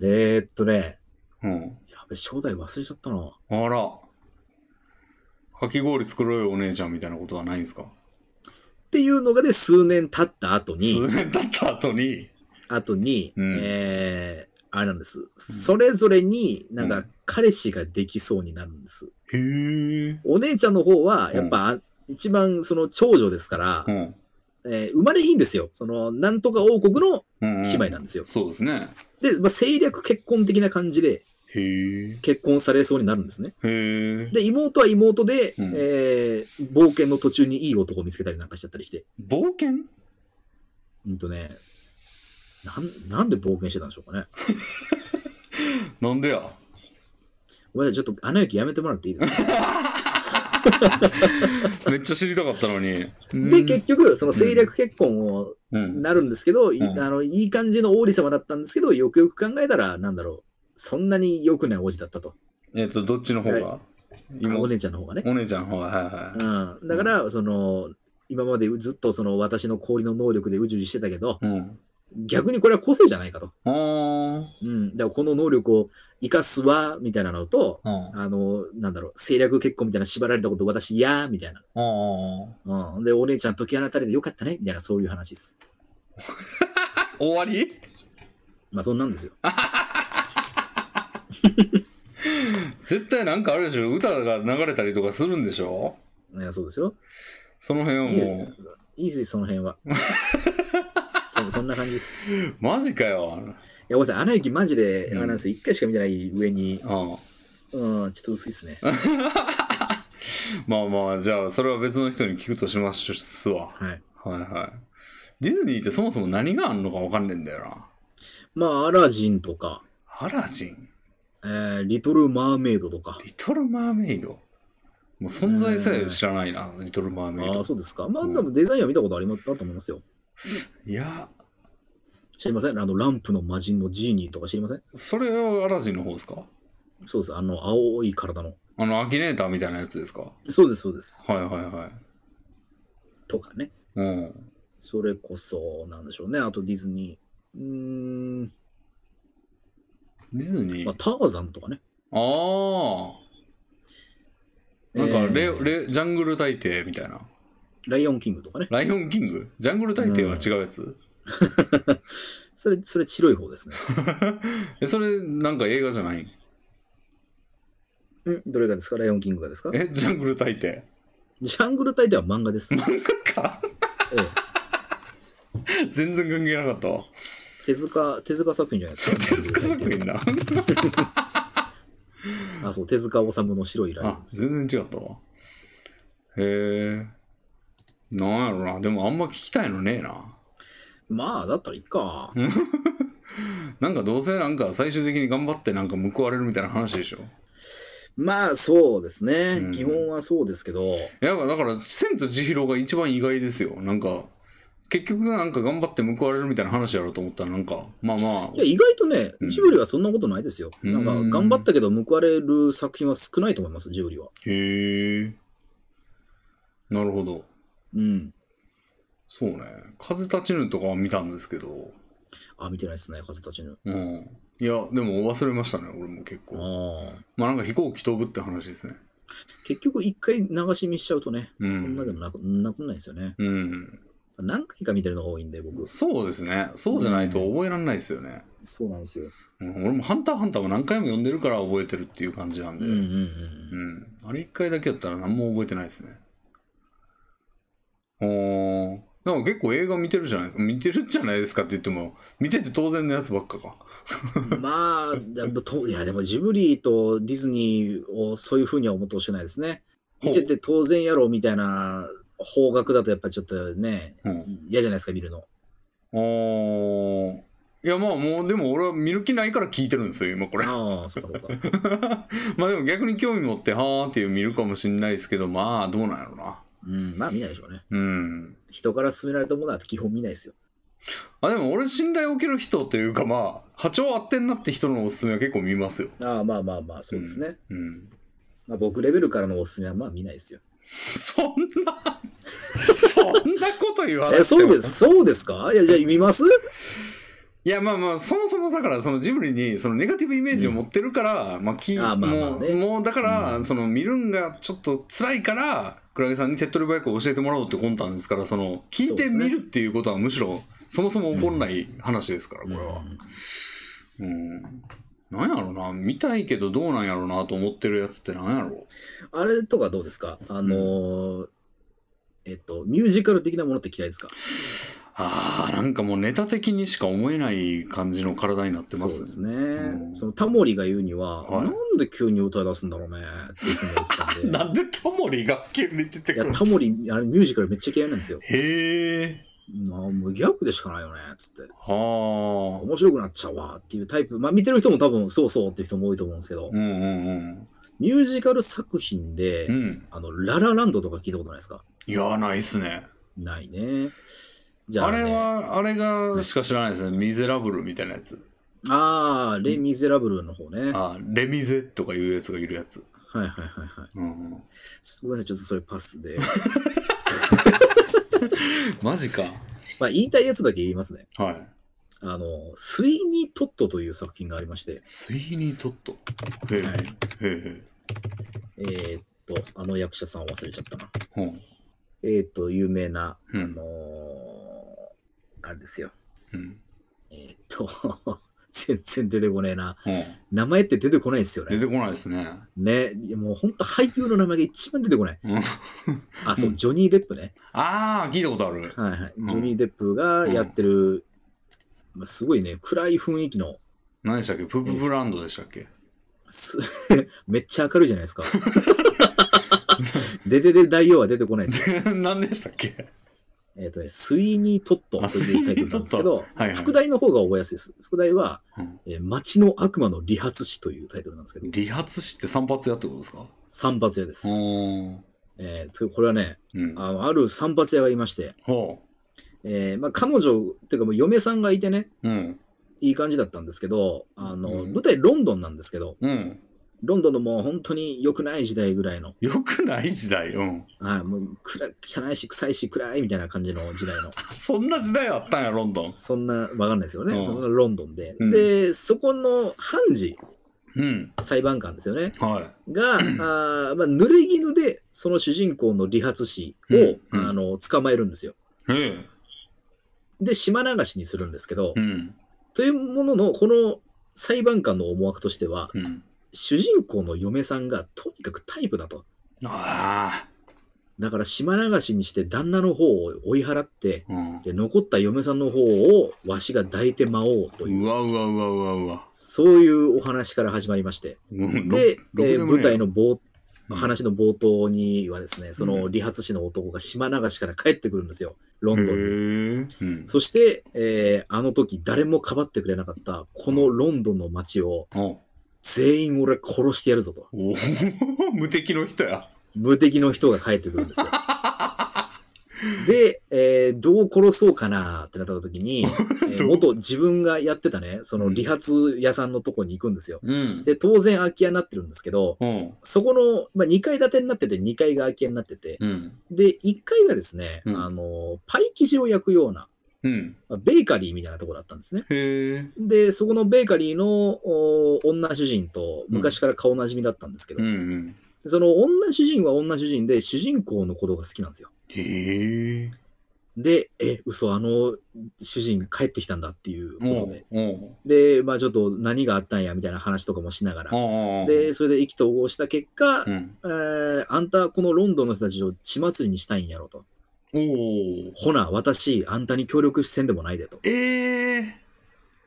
[SPEAKER 2] えー、っとね、
[SPEAKER 1] うん。
[SPEAKER 2] やべ、正代忘れちゃったな。
[SPEAKER 1] あら。かき氷作ろうよお姉ちゃんみたいなことはないんですか
[SPEAKER 2] っていうのがで、数年経った後
[SPEAKER 1] 数
[SPEAKER 2] に、
[SPEAKER 1] 年経った後に、
[SPEAKER 2] 後に、
[SPEAKER 1] うん
[SPEAKER 2] えー、あれなんです。それぞれになん
[SPEAKER 1] う
[SPEAKER 2] か
[SPEAKER 1] ん
[SPEAKER 2] 彼氏ができそうになるんです。
[SPEAKER 1] へえ。
[SPEAKER 2] お姉ちゃんの方は、やっぱ、一番その長女ですから、
[SPEAKER 1] うん。
[SPEAKER 2] えー生まれいいんですよ。その、なんとか王国の
[SPEAKER 1] うん、
[SPEAKER 2] 姉妹なんですよ
[SPEAKER 1] そうですね。
[SPEAKER 2] で、まあ、政略結婚的な感じで
[SPEAKER 1] へえ。
[SPEAKER 2] 結婚されそうになるんですね。
[SPEAKER 1] へえ。
[SPEAKER 2] で、妹は妹で、
[SPEAKER 1] うん
[SPEAKER 2] えー冒険の途中にいい男を見つけたりなんかしちゃったりして。
[SPEAKER 1] 冒険
[SPEAKER 2] うんとね、なん、なんで冒険してたんでしょうかね。
[SPEAKER 1] なんでや。
[SPEAKER 2] ごめんなさい、ちょっと穴行きやめてもらっていいですか。
[SPEAKER 1] めっちゃ知りたかったのに。
[SPEAKER 2] で、結局、その政略結婚を
[SPEAKER 1] うん。
[SPEAKER 2] なるんですけど、い
[SPEAKER 1] うん
[SPEAKER 2] あの、いい感じの王子様だったんですけど、よくよく考えたら、なんだろう。そんなに良くない王子だったと。
[SPEAKER 1] えっと、どっちの方が今
[SPEAKER 2] お姉ちゃんの方がね。
[SPEAKER 1] お姉ちゃんの方が、はいはい。
[SPEAKER 2] うん。だから、その、今までずっとその私の氷の能力でうじうじしてたけど、
[SPEAKER 1] うん。
[SPEAKER 2] 逆にこれは個性じゃないかと。
[SPEAKER 1] あー
[SPEAKER 2] うん。だからこの能力を生かすわ、みたいなのと、
[SPEAKER 1] うん。
[SPEAKER 2] あの、なんだろう、政略結婚みたいな縛られたこと私嫌、みたいな。
[SPEAKER 1] あー
[SPEAKER 2] うん。で、お姉ちゃん解き放たれてよかったね、みたいなそういう話です。
[SPEAKER 1] 終わり
[SPEAKER 2] まあそんなんですよ。
[SPEAKER 1] 絶対なんかあるでしょ歌が流れたりとかするんでしょ
[SPEAKER 2] いやそうですよ。
[SPEAKER 1] その辺はい
[SPEAKER 2] いで
[SPEAKER 1] も、
[SPEAKER 2] いいですよ、その辺は。 そそんな感じです。いう
[SPEAKER 1] マジかよ。
[SPEAKER 2] や、ごめんなさい、穴行きマジで、
[SPEAKER 1] うん
[SPEAKER 2] あれなんですよ、一回しか見てない上に、
[SPEAKER 1] うん。
[SPEAKER 2] うん、ちょっと薄いですね。
[SPEAKER 1] まあまあ、じゃあ、それは別の人に聞くとしますわ。
[SPEAKER 2] はい。
[SPEAKER 1] はいはい。ディズニーってそもそも何があんのかわかんねえんだよな。
[SPEAKER 2] まあ、アラジンとか、
[SPEAKER 1] アラジン、
[SPEAKER 2] えー、リトル・マーメイドとか。
[SPEAKER 1] リトル・マーメイド。もう存在さえ知らないな、リトル・マーメイ
[SPEAKER 2] あ
[SPEAKER 1] ド
[SPEAKER 2] あ、。そうですか。まあ、
[SPEAKER 1] うん
[SPEAKER 2] でもデザインは見たことありまったと思いますよ。
[SPEAKER 1] いや、
[SPEAKER 2] 知りませんあの、ランプの魔人のジーニーとか知りません
[SPEAKER 1] それはアラジンの方ですか
[SPEAKER 2] そうです。あの、青い体の。
[SPEAKER 1] あの、アキネーターみたいなやつですかは
[SPEAKER 2] そうです、そうです。
[SPEAKER 1] いはいはい。
[SPEAKER 2] とかね。
[SPEAKER 1] うん。
[SPEAKER 2] それこそ、なんでしょうね。あとディズニー。うーん。
[SPEAKER 1] ディズニー。
[SPEAKER 2] まあ、
[SPEAKER 1] あ
[SPEAKER 2] ターザンとかね。
[SPEAKER 1] あー。なんかレ、
[SPEAKER 2] えー
[SPEAKER 1] レ、ジャングル大帝みたいな。
[SPEAKER 2] ライオンキングとかね。
[SPEAKER 1] ライオンキングジャングル大帝は違うやつ、
[SPEAKER 2] それ、それ白い方ですね。
[SPEAKER 1] え、それ、なんか映画じゃない
[SPEAKER 2] んどれがですかライオンキングがですか
[SPEAKER 1] え、ジャングル大帝。
[SPEAKER 2] ジャングル大帝は漫画です。え
[SPEAKER 1] か
[SPEAKER 2] え、
[SPEAKER 1] 全然関係なかったわ。
[SPEAKER 2] 手塚、 手塚作品じゃないですか。
[SPEAKER 1] 手塚
[SPEAKER 2] ジャング
[SPEAKER 1] 作
[SPEAKER 2] ル大
[SPEAKER 1] 品だ。
[SPEAKER 2] 帝はあ、そう、手塚治虫の白いライオ
[SPEAKER 1] あ
[SPEAKER 2] ン、です。
[SPEAKER 1] 全然違ったわ。へえ。なんやろな。でもあんま聞きたいのねえな。
[SPEAKER 2] まあ、だったらいいか。
[SPEAKER 1] なんかどうせなんか最終的に頑張ってなんか報われるみたいな話でしょ。
[SPEAKER 2] まあ、そうですね。
[SPEAKER 1] うん
[SPEAKER 2] 基本はそうですけど、
[SPEAKER 1] いやだから「千と千尋」が一番意外ですよなんか結局なんか頑張って報われるみたいな話やろうと思ったらなんかまあまあ
[SPEAKER 2] いや、意外とね、
[SPEAKER 1] うん
[SPEAKER 2] ジブリはそんなことないですよ。なんか
[SPEAKER 1] うん、
[SPEAKER 2] 頑張ったけど報われる作品は少ないと思います、ジブリは。
[SPEAKER 1] へえなるほど
[SPEAKER 2] うん。
[SPEAKER 1] そうね「風立ちぬ」とかは見たんですけど
[SPEAKER 2] あ、見てないですね、風たちの。
[SPEAKER 1] うんいやでも忘れましたね俺も結構
[SPEAKER 2] ああ。
[SPEAKER 1] まあなんか飛行機飛ぶって話ですね
[SPEAKER 2] 結局、一回流し見しちゃうとね、
[SPEAKER 1] うん
[SPEAKER 2] そんなでもなくなくないですよね。
[SPEAKER 1] うん
[SPEAKER 2] 何回か見てるのが多いんで、僕。
[SPEAKER 1] そうですねそうじゃないと覚えられないですよね、
[SPEAKER 2] そうなんですよ。
[SPEAKER 1] うん、俺も「ハンターハンター」も何回も読んでるから覚えてるっていう感じなん
[SPEAKER 2] う
[SPEAKER 1] で、
[SPEAKER 2] んうんうん
[SPEAKER 1] う
[SPEAKER 2] うん。
[SPEAKER 1] ん。あれ一回だけやったら何も覚えてないですね。おー。なんか結構映画見てるじゃないですか。見てるじゃないですかって言っても、見てて当然のやつばっかか。
[SPEAKER 2] まあ、でもといや、でもジブリとディズニーをそういうふうには思ってほしくないですね。見てて当然やろうみたいな方角だとやっぱちょっとね、
[SPEAKER 1] うん。
[SPEAKER 2] 嫌じゃないですか、見るの。
[SPEAKER 1] おー。いやまあもうでも俺は見る気ないから聞いてるんですよ今これ
[SPEAKER 2] ああ、そっかそっか。
[SPEAKER 1] まあでも逆に興味持ってはーっていう見るかもしんないですけどまあどうなんやろうな
[SPEAKER 2] うん、まあ見ないでしょうね。
[SPEAKER 1] うん
[SPEAKER 2] 人から勧められたものは基本見ないですよ。
[SPEAKER 1] あでも俺信頼を受ける人というかまあ波長合ってんなって人のおすすめは結構見ますよ
[SPEAKER 2] ああ、まあまあまあ、そうですね。
[SPEAKER 1] うん
[SPEAKER 2] まあ僕レベルからのおすすめはまあ見ないですよ。
[SPEAKER 1] そんな、そんなこと言わな
[SPEAKER 2] え、
[SPEAKER 1] くて
[SPEAKER 2] そう
[SPEAKER 1] も
[SPEAKER 2] です、そうですかいや、じゃあ見ます
[SPEAKER 1] いいやまあまあそもそもだからそのジブリにそのネガティブイメージを持ってるから、まあき
[SPEAKER 2] あーまあまあ
[SPEAKER 1] もう,、
[SPEAKER 2] ね
[SPEAKER 1] もうだから、
[SPEAKER 2] うん
[SPEAKER 1] その見るんがちょっと辛いからクラゲさんに手っ取り早く教えてもらおうって魂胆ですからその聞いてみるっていうことはむしろそもそも起こんない話ですから、これは。うんなんやろうな見たいけどどうなんやろうなと思ってるやつってなんやろ
[SPEAKER 2] あれとかどうですかあのーえっと、ミュージカル的なものって嫌いですか
[SPEAKER 1] あーなんかもうネタ的にしか思えない感じの体になってます
[SPEAKER 2] そうです
[SPEAKER 1] ね。
[SPEAKER 2] ね。
[SPEAKER 1] ん
[SPEAKER 2] そのタモリが言うには、
[SPEAKER 1] はい
[SPEAKER 2] なんで急に歌い出すんだろうねっていうふうに言って たんで。
[SPEAKER 1] なんでタモリが急に出て
[SPEAKER 2] い
[SPEAKER 1] く
[SPEAKER 2] や、
[SPEAKER 1] る
[SPEAKER 2] タモリ、あれミュージカルめっちゃ嫌いなんですよ。
[SPEAKER 1] へえ。
[SPEAKER 2] なあもうギャグでしかないよね、つって。
[SPEAKER 1] はあ。
[SPEAKER 2] 面白くなっちゃうわっていうタイプ。まあ見てる人も多分そうそうっていう人も多いと思うんですけど
[SPEAKER 1] う、んうん
[SPEAKER 2] ミュージカル作品で、
[SPEAKER 1] うん。うん。
[SPEAKER 2] あの、ララランドとか聞いたことないですか
[SPEAKER 1] いや、ないっすね。
[SPEAKER 2] ないね。じゃ
[SPEAKER 1] あ
[SPEAKER 2] あ、ね、
[SPEAKER 1] れは、あれがしか知らないですね。ミゼラブルみたいなやつ。
[SPEAKER 2] あーレ・ミゼラブルの方ね。はい
[SPEAKER 1] あ、レミゼとかいうやつがいるやつ。
[SPEAKER 2] はいはいはい。
[SPEAKER 1] うんうん。
[SPEAKER 2] ごめんなさい、ちょっとそれパスで。
[SPEAKER 1] マジか。
[SPEAKER 2] まあ言いたいやつだけ言いますね。
[SPEAKER 1] はい。
[SPEAKER 2] あの、スイニー・トットという作品がありまして、
[SPEAKER 1] スイーニートット。へ
[SPEAKER 2] はい
[SPEAKER 1] え。へえ。
[SPEAKER 2] えーっと、あの役者さん忘れちゃったな。
[SPEAKER 1] うん。
[SPEAKER 2] えーっと、有名な、
[SPEAKER 1] う
[SPEAKER 2] あ
[SPEAKER 1] ん
[SPEAKER 2] のーあれですよ。
[SPEAKER 1] うん。
[SPEAKER 2] えーっと、 全然出てこねえな。
[SPEAKER 1] うん
[SPEAKER 2] 名前って出てこないですよ
[SPEAKER 1] 出
[SPEAKER 2] ね。
[SPEAKER 1] てこないですね。
[SPEAKER 2] ね、いやもう本当俳優の名前が一番出てこない。
[SPEAKER 1] うん。
[SPEAKER 2] あ、そう、
[SPEAKER 1] うん
[SPEAKER 2] ジョニー・デップね。
[SPEAKER 1] ああ、聞いたことある。
[SPEAKER 2] はいはい。ジ
[SPEAKER 1] うん
[SPEAKER 2] ョニー・デップがやってる、まあ、すごいね、暗い雰囲気の、
[SPEAKER 1] 何でしたっけプープブランドでしたっけ
[SPEAKER 2] す めっちゃ明るいじゃないですか。ででで大王は出てこないです。
[SPEAKER 1] 何でしたっけ
[SPEAKER 2] えっ、とね、スイーニー・トット
[SPEAKER 1] あ
[SPEAKER 2] というタイトルなんですけど、
[SPEAKER 1] トットはいはい
[SPEAKER 2] 副題の方が覚えやすいです。副題は、
[SPEAKER 1] うん
[SPEAKER 2] えー街の悪魔の理髪師というタイトルなんですけど、
[SPEAKER 1] 理髪師って散髪屋ってことですか
[SPEAKER 2] 散髪屋です。
[SPEAKER 1] うん。
[SPEAKER 2] えーとこれはね
[SPEAKER 1] うん。
[SPEAKER 2] あの、ある散髪屋がいまして、
[SPEAKER 1] ほ
[SPEAKER 2] えーまあ、彼女っていうかもう嫁さんがいてね、
[SPEAKER 1] う。うん。
[SPEAKER 2] いい感じだったんですけど、あの、
[SPEAKER 1] うん
[SPEAKER 2] 舞台ロンドンなんですけど、
[SPEAKER 1] うん。
[SPEAKER 2] ロンドンのもう本当に良くない時代ぐらいの、
[SPEAKER 1] よくない時代。うん。
[SPEAKER 2] はい、もう暗汚いし臭いし暗いみたいな感じの時代の、
[SPEAKER 1] そんな時代あったんや、ロンドン。
[SPEAKER 2] そんな、わかんないですよね。
[SPEAKER 1] うん
[SPEAKER 2] そんなロンドンで。
[SPEAKER 1] うん
[SPEAKER 2] で、そこの判事、
[SPEAKER 1] うん。
[SPEAKER 2] 裁判官ですよね。
[SPEAKER 1] は
[SPEAKER 2] が、あーまあ、濡れ衣で、その主人公の理髪師を、
[SPEAKER 1] うんうん
[SPEAKER 2] あの、捕まえるんですよ。
[SPEAKER 1] い。ええ。
[SPEAKER 2] で、島流しにするんですけど、
[SPEAKER 1] うん。
[SPEAKER 2] というものの、この裁判官の思惑としては、
[SPEAKER 1] うん。
[SPEAKER 2] 主人公の嫁さんがとにかくタイプだと。
[SPEAKER 1] あ
[SPEAKER 2] だから島流しにして旦那の方を追い払って、
[SPEAKER 1] あ。うん。
[SPEAKER 2] で残った嫁さんの方をわしが抱いてまおうという、
[SPEAKER 1] うわうわうわうわうわ。
[SPEAKER 2] そういうお話から始まりまして。
[SPEAKER 1] うん
[SPEAKER 2] で、
[SPEAKER 1] ろ
[SPEAKER 2] え
[SPEAKER 1] ろ
[SPEAKER 2] ー
[SPEAKER 1] くでもねえ
[SPEAKER 2] 舞台の冒
[SPEAKER 1] うん
[SPEAKER 2] 話の冒頭にはですね、そうの
[SPEAKER 1] ん
[SPEAKER 2] 理髪師の男が島流しから帰ってくるんですよ、ロ
[SPEAKER 1] へ
[SPEAKER 2] ンドンに。
[SPEAKER 1] え。うん。
[SPEAKER 2] そして、えーあの時誰もかばってくれなかった、このロンドンの街を
[SPEAKER 1] おう
[SPEAKER 2] 全員俺は殺してやるぞと。
[SPEAKER 1] おー 無敵の人や。
[SPEAKER 2] 無敵の人が帰ってくるんですよ。で、えーどう殺そうかなってなった時 に、えー
[SPEAKER 1] どう
[SPEAKER 2] 元自分がやってたね、その理髪屋さんのとこに行くんですよ。
[SPEAKER 1] うん。
[SPEAKER 2] で、当然空き家になってるんですけど、
[SPEAKER 1] うん。
[SPEAKER 2] そこの、まあ、2階建てになってて、2階が空き家になってて、
[SPEAKER 1] うん。
[SPEAKER 2] で、1階がですね、
[SPEAKER 1] うん
[SPEAKER 2] あの、パイ生地を焼くような、
[SPEAKER 1] うん。
[SPEAKER 2] まあベーカリーみたいなところだったんですね。
[SPEAKER 1] へえ。
[SPEAKER 2] で、そこのベーカリーのお女主人と昔から顔なじみだったんですけど、
[SPEAKER 1] うんうん。
[SPEAKER 2] その女主人は女主人で、主人公のことが好きなんですよ。
[SPEAKER 1] へえ。
[SPEAKER 2] で、え、嘘、あの主人帰ってきたんだっていう
[SPEAKER 1] お
[SPEAKER 2] こ
[SPEAKER 1] う
[SPEAKER 2] とで。
[SPEAKER 1] おう
[SPEAKER 2] で、まあちょっと何があったんやみたいな話とかもしながら。
[SPEAKER 1] おうおう
[SPEAKER 2] で、それで意気投合した結果、
[SPEAKER 1] うん。
[SPEAKER 2] えーあんたはこのロンドンの人たちを血祭りにしたいんやろと。
[SPEAKER 1] おお。
[SPEAKER 2] ほな、私、あんたに協力せんでもないでと。
[SPEAKER 1] ええ。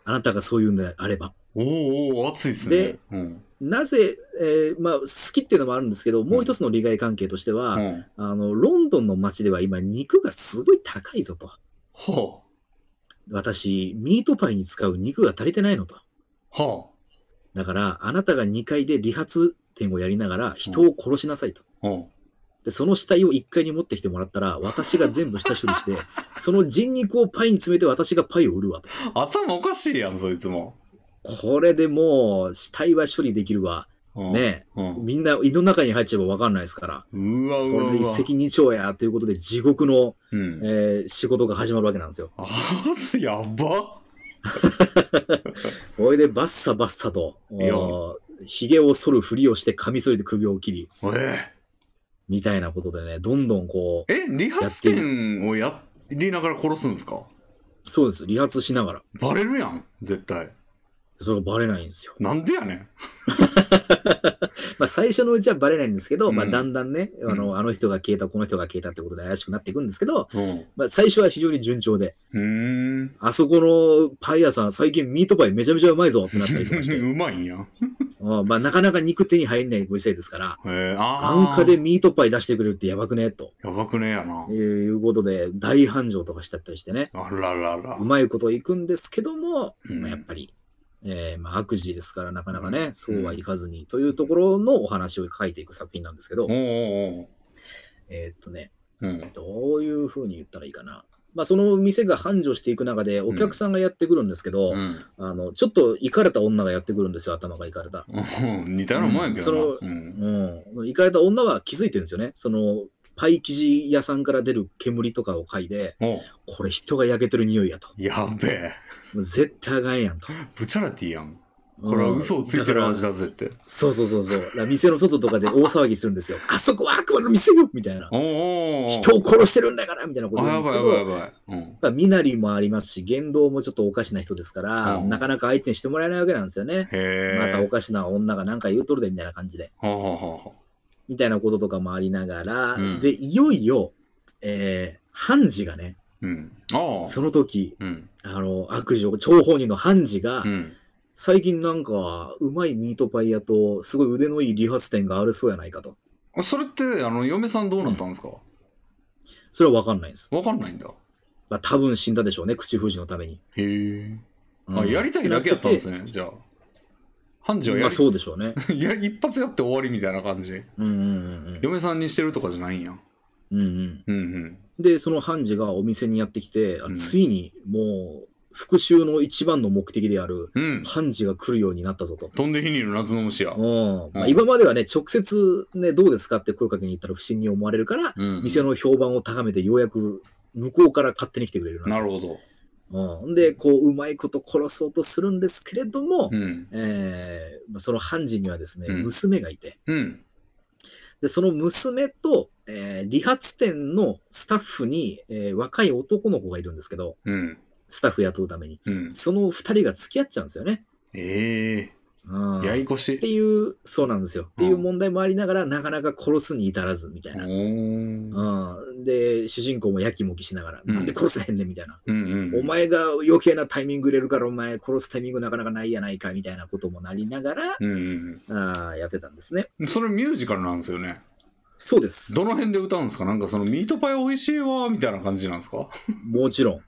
[SPEAKER 2] あなたがそういうんであれば。
[SPEAKER 1] おーおー、熱いっすね。
[SPEAKER 2] で
[SPEAKER 1] うん。
[SPEAKER 2] なぜ、えーまあ、好きっていうのもあるんですけど、もう一つの利害関係としては、
[SPEAKER 1] うん。
[SPEAKER 2] あの、ロンドンの街では今肉がすごい高いぞと。
[SPEAKER 1] は
[SPEAKER 2] 私、ミートパイに使う肉が足りてないのと。
[SPEAKER 1] あ。は
[SPEAKER 2] だから、あなたが2階で理髪店をやりながら人を殺しなさいと。
[SPEAKER 1] あ。うん。
[SPEAKER 2] で、その死体を1階に持ってきてもらった ら、私が全部下処理して、その人肉をパイに詰めて私がパイを売るわと。
[SPEAKER 1] 頭おかしいやん、そいつも。
[SPEAKER 2] これでもう、死体は処理できるわ。
[SPEAKER 1] うん。
[SPEAKER 2] ね
[SPEAKER 1] うん。
[SPEAKER 2] みんな胃の中に入っちゃえばわかんないですから。
[SPEAKER 1] うわう
[SPEAKER 2] こ
[SPEAKER 1] わうわ。
[SPEAKER 2] れで一石二鳥や、ということで地獄の、
[SPEAKER 1] うん。
[SPEAKER 2] えー仕事が始まるわけなんですよ。
[SPEAKER 1] あー、やば。
[SPEAKER 2] ほいで、バッサバッサと、
[SPEAKER 1] いや
[SPEAKER 2] ひげを剃るふりをして、髪剃りで首を切り、
[SPEAKER 1] え
[SPEAKER 2] みたいなことでね、どんどんこ
[SPEAKER 1] え理髪店をやりながら殺すんですか
[SPEAKER 2] う、そうです、理髪しながら。
[SPEAKER 1] バレるやん絶対
[SPEAKER 2] それがバレないんですよ。
[SPEAKER 1] なんでやねん
[SPEAKER 2] まあ、最初のうちはバレないんですけど、まあ、
[SPEAKER 1] うん
[SPEAKER 2] だんだんね、あの、あの人が消えた、この人が消えたってことで怪しくなっていくんですけど、
[SPEAKER 1] うん
[SPEAKER 2] まあ、最初は非常に順調で、
[SPEAKER 1] うーん
[SPEAKER 2] あそこのパン屋さん、最近ミートパイめちゃめちゃうまいぞってなったりとかし て、
[SPEAKER 1] うまいんや
[SPEAKER 2] うんまあ、なかなか肉手に入んないご時世ですから、
[SPEAKER 1] えー、あー
[SPEAKER 2] 安価でミートパイ出してくれるってやばくね、と
[SPEAKER 1] やばくねえやな
[SPEAKER 2] いうことで、大繁盛とかしちゃったりしてね、
[SPEAKER 1] あららら
[SPEAKER 2] うまいこといくんですけども、
[SPEAKER 1] うん
[SPEAKER 2] まあ、やっぱり、えーまあ、悪事ですから、なかなかね、そうはいかずに、というところのお話を書いていく作品なんですけど
[SPEAKER 1] おう、おう
[SPEAKER 2] えーっとね、
[SPEAKER 1] おううん
[SPEAKER 2] どういうふうに言ったらいいかな。まあ、その店が繁盛していく中で、お客さんがやってくるんですけど、
[SPEAKER 1] うん
[SPEAKER 2] あの、ちょっとイカれた女がやってくるんですよ、頭がイカれた。
[SPEAKER 1] うん似たようなもんやけどな、うん
[SPEAKER 2] うん。イカれた女は気づいてるんですよね。その、パイ生地屋さんから出る煙とかを嗅いで、
[SPEAKER 1] おう
[SPEAKER 2] これ人が焼けてる匂いやと。
[SPEAKER 1] やべえ
[SPEAKER 2] もう絶対あかんやんと。
[SPEAKER 1] ブチャラティやんこれは嘘をついてる味
[SPEAKER 2] だ。
[SPEAKER 1] だぜって
[SPEAKER 2] からそうそうそうそう。だから店の外とかで大騒ぎするんですよ。あそこは悪魔の店よみたいな
[SPEAKER 1] お。うおうおう
[SPEAKER 2] 人を殺してるんだからみたいなこと
[SPEAKER 1] あ
[SPEAKER 2] 言うん
[SPEAKER 1] や
[SPEAKER 2] です
[SPEAKER 1] ばい
[SPEAKER 2] け
[SPEAKER 1] や
[SPEAKER 2] ど
[SPEAKER 1] ばいやばいうん
[SPEAKER 2] まあ身なりもありますし、言動もちょっとおかしな人ですから、
[SPEAKER 1] うん
[SPEAKER 2] なかなか相手にしてもらえないわけなんですよね。
[SPEAKER 1] へえ
[SPEAKER 2] またおかしな女が何か言うとるでみたいな感じで。
[SPEAKER 1] はあはあはあ
[SPEAKER 2] みたいなこととかもありながら、
[SPEAKER 1] うん
[SPEAKER 2] で、いよいよ、えー、判事がね、
[SPEAKER 1] うんああ
[SPEAKER 2] その時、
[SPEAKER 1] うん
[SPEAKER 2] あの、悪女、張本人の判事が、
[SPEAKER 1] うん
[SPEAKER 2] 最近なんか、うまいミートパイ屋と、すごい腕のいい理髪店があるそうやないかと。
[SPEAKER 1] それってあの嫁さんどうなったんですか、
[SPEAKER 2] それはわかんないです。
[SPEAKER 1] わかんないんだ
[SPEAKER 2] まあ、多分死んだでしょうね、口封じのために。
[SPEAKER 1] へえ、
[SPEAKER 2] うん
[SPEAKER 1] あやりたいだけやったんですねじゃあハンジは
[SPEAKER 2] ま
[SPEAKER 1] や
[SPEAKER 2] あ、
[SPEAKER 1] り、
[SPEAKER 2] そうでしょうね。
[SPEAKER 1] や一発やって終わりみたいな感じ
[SPEAKER 2] うんうんうん
[SPEAKER 1] 嫁さんにしてるとかじゃないんや
[SPEAKER 2] うん。うんうん
[SPEAKER 1] うんうん
[SPEAKER 2] で、その判事がお店にやってきて、あ
[SPEAKER 1] うん
[SPEAKER 2] ついにもう復讐の一番の目的である
[SPEAKER 1] うん
[SPEAKER 2] 判事が来るようになったぞと。
[SPEAKER 1] 飛んで火にいる夏の虫や
[SPEAKER 2] うんま
[SPEAKER 1] う
[SPEAKER 2] あ、
[SPEAKER 1] ん
[SPEAKER 2] 今まではね、直接ね、どうですかって声かけに行ったら不審に思われるから、
[SPEAKER 1] うん
[SPEAKER 2] 店の評判を高めてようやく向こうから勝手に来てくれる
[SPEAKER 1] な
[SPEAKER 2] る
[SPEAKER 1] るほど
[SPEAKER 2] うん、で、こう、うまいこと殺そうとするんですけれども、
[SPEAKER 1] うん
[SPEAKER 2] えーまあ、その判事にはですね、
[SPEAKER 1] うん
[SPEAKER 2] 娘がいて、
[SPEAKER 1] うん
[SPEAKER 2] で、その娘と、えー理髪店のスタッフに、えー若い男の子がいるんですけど、
[SPEAKER 1] うん
[SPEAKER 2] スタッフ雇うために。
[SPEAKER 1] うん
[SPEAKER 2] その二人が付き合っちゃうんですよね。
[SPEAKER 1] ええ
[SPEAKER 2] うん
[SPEAKER 1] やいこ
[SPEAKER 2] って
[SPEAKER 1] し
[SPEAKER 2] いう、そうなんですよ。っていう問題もありながら、なかなか殺すに至らず、みたい
[SPEAKER 1] お
[SPEAKER 2] な。
[SPEAKER 1] ー
[SPEAKER 2] うん、で、主人公もやきもきしながら、
[SPEAKER 1] うん
[SPEAKER 2] なんで殺せへんねん、みたいな。
[SPEAKER 1] うんうん
[SPEAKER 2] お前が余計なタイミング入れるから、お前殺すタイミングなかなかないやないか、みたいなこともなりながら、
[SPEAKER 1] うんうん
[SPEAKER 2] あーやってたんですね。
[SPEAKER 1] うんそれミュージカルなんですよね
[SPEAKER 2] そうです。
[SPEAKER 1] どの辺で歌うんですかなんかそのミートパイ美味しいわみたいな感じなんですか
[SPEAKER 2] もちろん。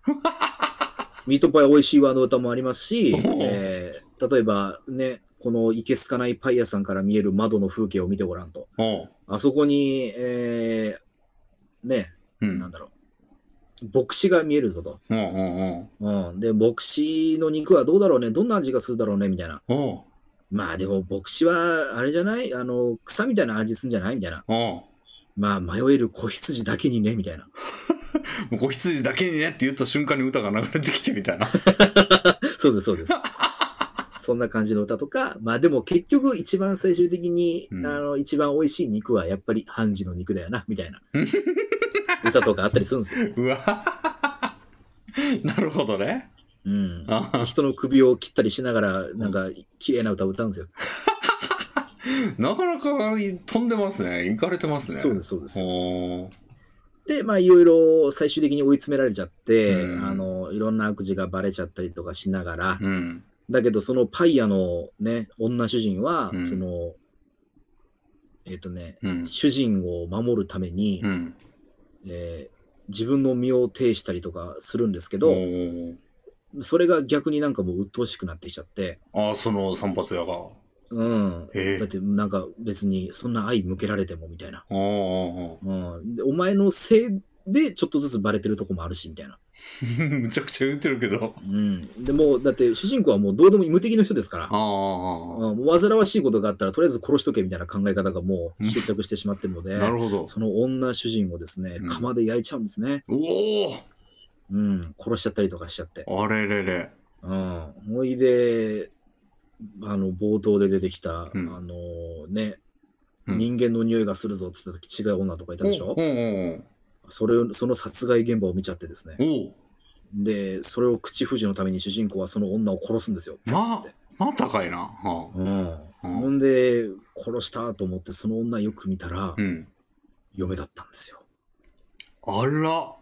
[SPEAKER 2] ミートパイ美味しいわの歌もありますし
[SPEAKER 1] おー、
[SPEAKER 2] えー例えばね、このいけすかないパン屋さんから見える窓の風景を見てごらんと。
[SPEAKER 1] おう
[SPEAKER 2] あそこに、えー、ね、
[SPEAKER 1] う
[SPEAKER 2] なん
[SPEAKER 1] ん
[SPEAKER 2] だろう、牧師が見えるぞと。
[SPEAKER 1] うんうんうん
[SPEAKER 2] うん、で、牧師の肉はどうだろうね、どんな味がするだろうね、みたいな。
[SPEAKER 1] おう
[SPEAKER 2] まあでも、牧師は、あれじゃないあの、草みたいな味すんじゃないみたいな。
[SPEAKER 1] おう
[SPEAKER 2] まあ、迷える子羊だけにね、みたいな。
[SPEAKER 1] もう子羊だけにねって言った瞬間に歌が流れてきてみたいな。
[SPEAKER 2] そうです、そうです。そんな感じの歌とか、まあでも結局一番最終的に、
[SPEAKER 1] うん
[SPEAKER 2] あの、一番美味しい肉はやっぱりハンジの肉だよな、みたい な。歌とかあったりするんですよ。
[SPEAKER 1] うわ なるほどね。
[SPEAKER 2] うん。
[SPEAKER 1] あ
[SPEAKER 2] 人の首を切ったりしながら、なんか、綺麗な歌を歌うんですよ。
[SPEAKER 1] なかなか飛んでますね。行かれてますね。
[SPEAKER 2] そうです、そうです。
[SPEAKER 1] おー
[SPEAKER 2] で、まあ、いろいろ最終的に追い詰められちゃって、
[SPEAKER 1] うん
[SPEAKER 2] あの、いろんな悪事がバレちゃったりとかしながら、
[SPEAKER 1] うん。
[SPEAKER 2] だけど、そのパイヤのね、女主人は、
[SPEAKER 1] うん
[SPEAKER 2] その、えっ、とね、
[SPEAKER 1] うん。
[SPEAKER 2] 主人を守るために、
[SPEAKER 1] うん。
[SPEAKER 2] えー自分の身を挺したりとかするんですけ
[SPEAKER 1] お
[SPEAKER 2] ど、
[SPEAKER 1] ー
[SPEAKER 2] それが逆になんかもう鬱陶しくなってきちゃって、
[SPEAKER 1] ああ、その散髪屋が。お
[SPEAKER 2] うん。
[SPEAKER 1] ええ
[SPEAKER 2] だってなんか別にそんな愛向けられてもみたいな。
[SPEAKER 1] ーおーお
[SPEAKER 2] うん、でお前のせいでちょっとずつバレてるとこもあるしみたいな。
[SPEAKER 1] ー むちゃくちゃ言ってるけど。
[SPEAKER 2] うん、でもうだって主人公はもうどうでもいい無敵の人ですから
[SPEAKER 1] あ。あ。
[SPEAKER 2] うん、もう煩わしいことがあったらとりあえず殺しとけみたいな考え方がもう執着してしまってるので、
[SPEAKER 1] なるほど。
[SPEAKER 2] その女主人をですね
[SPEAKER 1] うん、
[SPEAKER 2] 釜で焼いちゃうんですね。
[SPEAKER 1] お
[SPEAKER 2] うん、殺しちゃったりとかしちゃって。
[SPEAKER 1] おあれれれ。
[SPEAKER 2] うん。ほいで、あの、冒頭で出てきた、
[SPEAKER 1] うん
[SPEAKER 2] あのね、
[SPEAKER 1] うん
[SPEAKER 2] 人間の匂いがするぞっつった時違う女とかいたでしょ、
[SPEAKER 1] おうん
[SPEAKER 2] それを、その殺害現場を見ちゃってですね
[SPEAKER 1] お。おう
[SPEAKER 2] で、それを口封じのために主人公はその女を殺すんですよ。
[SPEAKER 1] まあ
[SPEAKER 2] つって
[SPEAKER 1] またかいな。はあ
[SPEAKER 2] う
[SPEAKER 1] う
[SPEAKER 2] ん。
[SPEAKER 1] ん
[SPEAKER 2] ほんで、殺したと思って、その女よく見たら、
[SPEAKER 1] うん。
[SPEAKER 2] 嫁だったんですよ。
[SPEAKER 1] あら。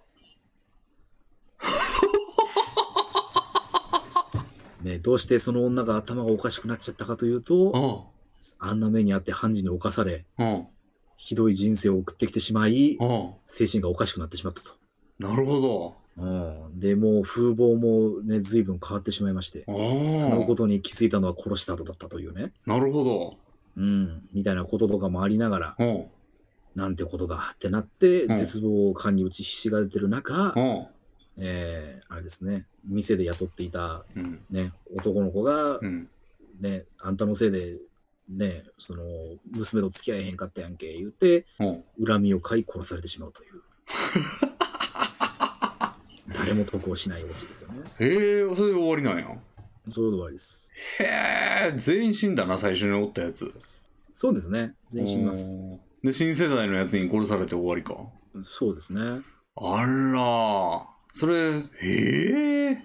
[SPEAKER 2] ね、どうしてその女が頭がおかしくなっちゃったかという
[SPEAKER 1] う
[SPEAKER 2] と、あんな目にあって判事に侵され、
[SPEAKER 1] ん。うん。
[SPEAKER 2] ひどい人生を送ってきてしまい、
[SPEAKER 1] うん。
[SPEAKER 2] 精神がおかしくなってしまったと。
[SPEAKER 1] なるほど。
[SPEAKER 2] うん、で、もう風貌もね、随分変わってしまいまして、
[SPEAKER 1] あ
[SPEAKER 2] そのこ
[SPEAKER 1] あ。
[SPEAKER 2] とに気づいたのは殺した後だったというね、
[SPEAKER 1] なるほど。
[SPEAKER 2] うん、みたいなこととかもありながら、
[SPEAKER 1] うん。
[SPEAKER 2] なんてことだってなって、
[SPEAKER 1] うん
[SPEAKER 2] 絶望感に打ちひしがれてる中、
[SPEAKER 1] うん。
[SPEAKER 2] えー、あれですね、店で雇っていた、
[SPEAKER 1] うん。
[SPEAKER 2] ね、男の子が、
[SPEAKER 1] うん。
[SPEAKER 2] ね、あんたのせいで、ね、その、娘と付き合えへんかったやんけ、言って、
[SPEAKER 1] うん。
[SPEAKER 2] 恨みを買い殺されてしまう という。誰も得をしないオチですよね。
[SPEAKER 1] ええそれで終わりなんや。
[SPEAKER 2] そういう終わりです。
[SPEAKER 1] へえ、全員死んだな、最初におったやつ。
[SPEAKER 2] そうですね。全員死にます。
[SPEAKER 1] おー。で、新世代のやつに殺されて終わりか。
[SPEAKER 2] そうですね。
[SPEAKER 1] あら。それ、へえ。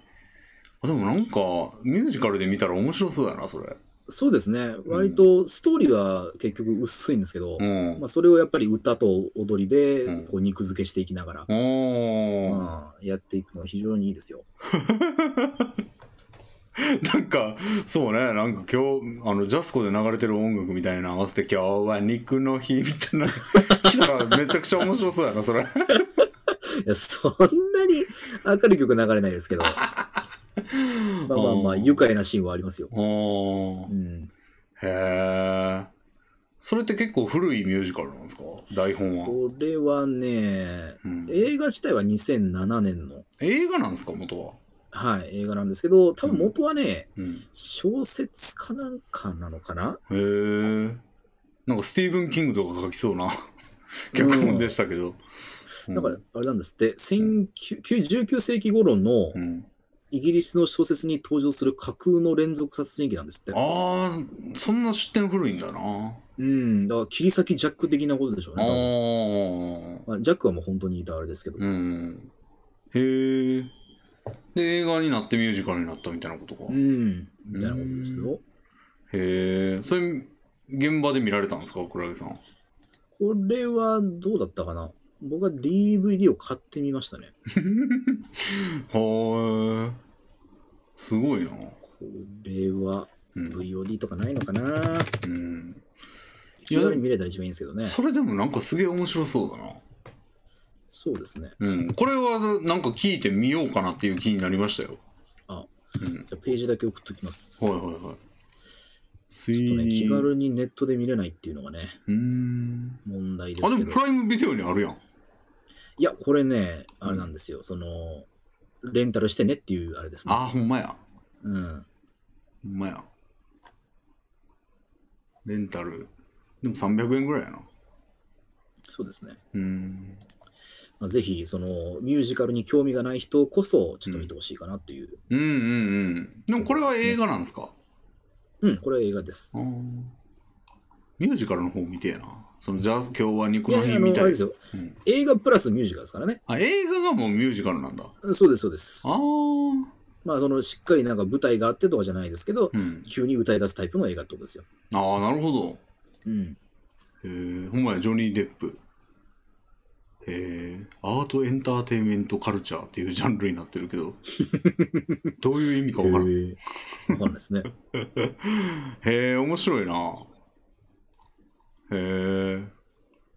[SPEAKER 1] あでもなんか、ミュージカルで見たら面白そうやな、それ。
[SPEAKER 2] そうですね。
[SPEAKER 1] ん
[SPEAKER 2] 割とストーリーは結局薄いんですけど、
[SPEAKER 1] うん。
[SPEAKER 2] まあ、それをやっぱり歌と踊り
[SPEAKER 1] うん
[SPEAKER 2] でこう肉付けしていきながら、
[SPEAKER 1] おー。
[SPEAKER 2] うんやっていくのは非常にいいですよ。
[SPEAKER 1] なんか、そうね、なんか今日、あの、ジャスコで流れてる音楽みたいなの合わせて、今日は肉の日みたいな、 来たらめちゃくちゃ面白そうやな、それ。
[SPEAKER 2] いやそんなに明るい曲流れない ですけど、まあまあまあ、愉快なシーンはありますよ。
[SPEAKER 1] おー
[SPEAKER 2] うん、
[SPEAKER 1] へえ。それって結構古いミュージカルなんですか台本は。
[SPEAKER 2] これはね、
[SPEAKER 1] うん
[SPEAKER 2] 映画自体は2007年の、
[SPEAKER 1] 映画なんですか元は。
[SPEAKER 2] はい、映画なんですけど、多分元はね、
[SPEAKER 1] うん、
[SPEAKER 2] 小説かなんかなのかな
[SPEAKER 1] へえ。なんかスティーブン・キングとか書きそうな脚本でしたけど。
[SPEAKER 2] だから、あれなんですって、19 19世紀頃の
[SPEAKER 1] うん、
[SPEAKER 2] イギリスの小説に登場する架空の連続殺人鬼なんですって。
[SPEAKER 1] ああ、そんな出典古いんだな。
[SPEAKER 2] うん、だから切り裂きジャック的なことでしょう
[SPEAKER 1] あ
[SPEAKER 2] ね多分。
[SPEAKER 1] あ。
[SPEAKER 2] まあ、ジャックはもう本当にいたあれですけど、
[SPEAKER 1] うん。へえ。で、映画になってミュージカルになったみたいなことか。
[SPEAKER 2] う
[SPEAKER 1] へ
[SPEAKER 2] ん、みたいなことですよ。
[SPEAKER 1] え。それ、現場で見られたんですか、倉木さん。
[SPEAKER 2] これはどうだったかな僕は DVD を買ってみましたね。
[SPEAKER 1] はえ。すごいな。
[SPEAKER 2] これは
[SPEAKER 1] うん。
[SPEAKER 2] VOD とかないのかな
[SPEAKER 1] うん、
[SPEAKER 2] 気軽に見れたら一番いいんですけどね。
[SPEAKER 1] それでもなんかすげえ面白そうだな。
[SPEAKER 2] そうですね。
[SPEAKER 1] うん。これはなんか聞いてみようかなっていう気になりましたよ。
[SPEAKER 2] あ。
[SPEAKER 1] うん。
[SPEAKER 2] じゃあページだけ送っときます。
[SPEAKER 1] はいはいはい。ス
[SPEAKER 2] ちょっとね、気
[SPEAKER 1] う
[SPEAKER 2] 軽にネットで見れないっていうのがね、
[SPEAKER 1] ーん。
[SPEAKER 2] 問題で
[SPEAKER 1] あ、
[SPEAKER 2] す
[SPEAKER 1] で
[SPEAKER 2] け
[SPEAKER 1] も
[SPEAKER 2] ど
[SPEAKER 1] プ。ライムビデオにあるやん。
[SPEAKER 2] いや、これね、あれなんですよ。その、レンタルしてねっていうあれですね。
[SPEAKER 1] あ、ほんまや。
[SPEAKER 2] うん。
[SPEAKER 1] ほんまや。レンタル。でも300円ぐらいやな。
[SPEAKER 2] そうですね。
[SPEAKER 1] うーん。
[SPEAKER 2] まあ、ぜひ、その、ミュージカルに興味がない人こそ、ちょっと見てほしいかなっていう。
[SPEAKER 1] うんうんうん。でもこれは映画なんですか
[SPEAKER 2] うん、これは映画です。
[SPEAKER 1] あーミュージカルの方見てえな。そのジャズ、今日は肉
[SPEAKER 2] い
[SPEAKER 1] の
[SPEAKER 2] やい
[SPEAKER 1] 日
[SPEAKER 2] や、あの、
[SPEAKER 1] み
[SPEAKER 2] あ
[SPEAKER 1] た
[SPEAKER 2] れ
[SPEAKER 1] い
[SPEAKER 2] ですよ。
[SPEAKER 1] うん
[SPEAKER 2] 映画プラスミュージカルですからね。
[SPEAKER 1] あ、映画がもうミュージカルなんだ。
[SPEAKER 2] そうです、そうです
[SPEAKER 1] あ。あ。
[SPEAKER 2] まあ、その、しっかりなんか舞台があってとかじゃないですけど、
[SPEAKER 1] うん。
[SPEAKER 2] 急に歌い出すタイプの映画ってことですよ。
[SPEAKER 1] ああ、なるほど。
[SPEAKER 2] うん。
[SPEAKER 1] えー、ほんまや、ジョニー・デップ。えー、アート・エンターテインメント・カルチャーっていうジャンルになってるけど、どういう意味かわからん。
[SPEAKER 2] へえわかんないで すね。
[SPEAKER 1] へえ、面白いな。へえ、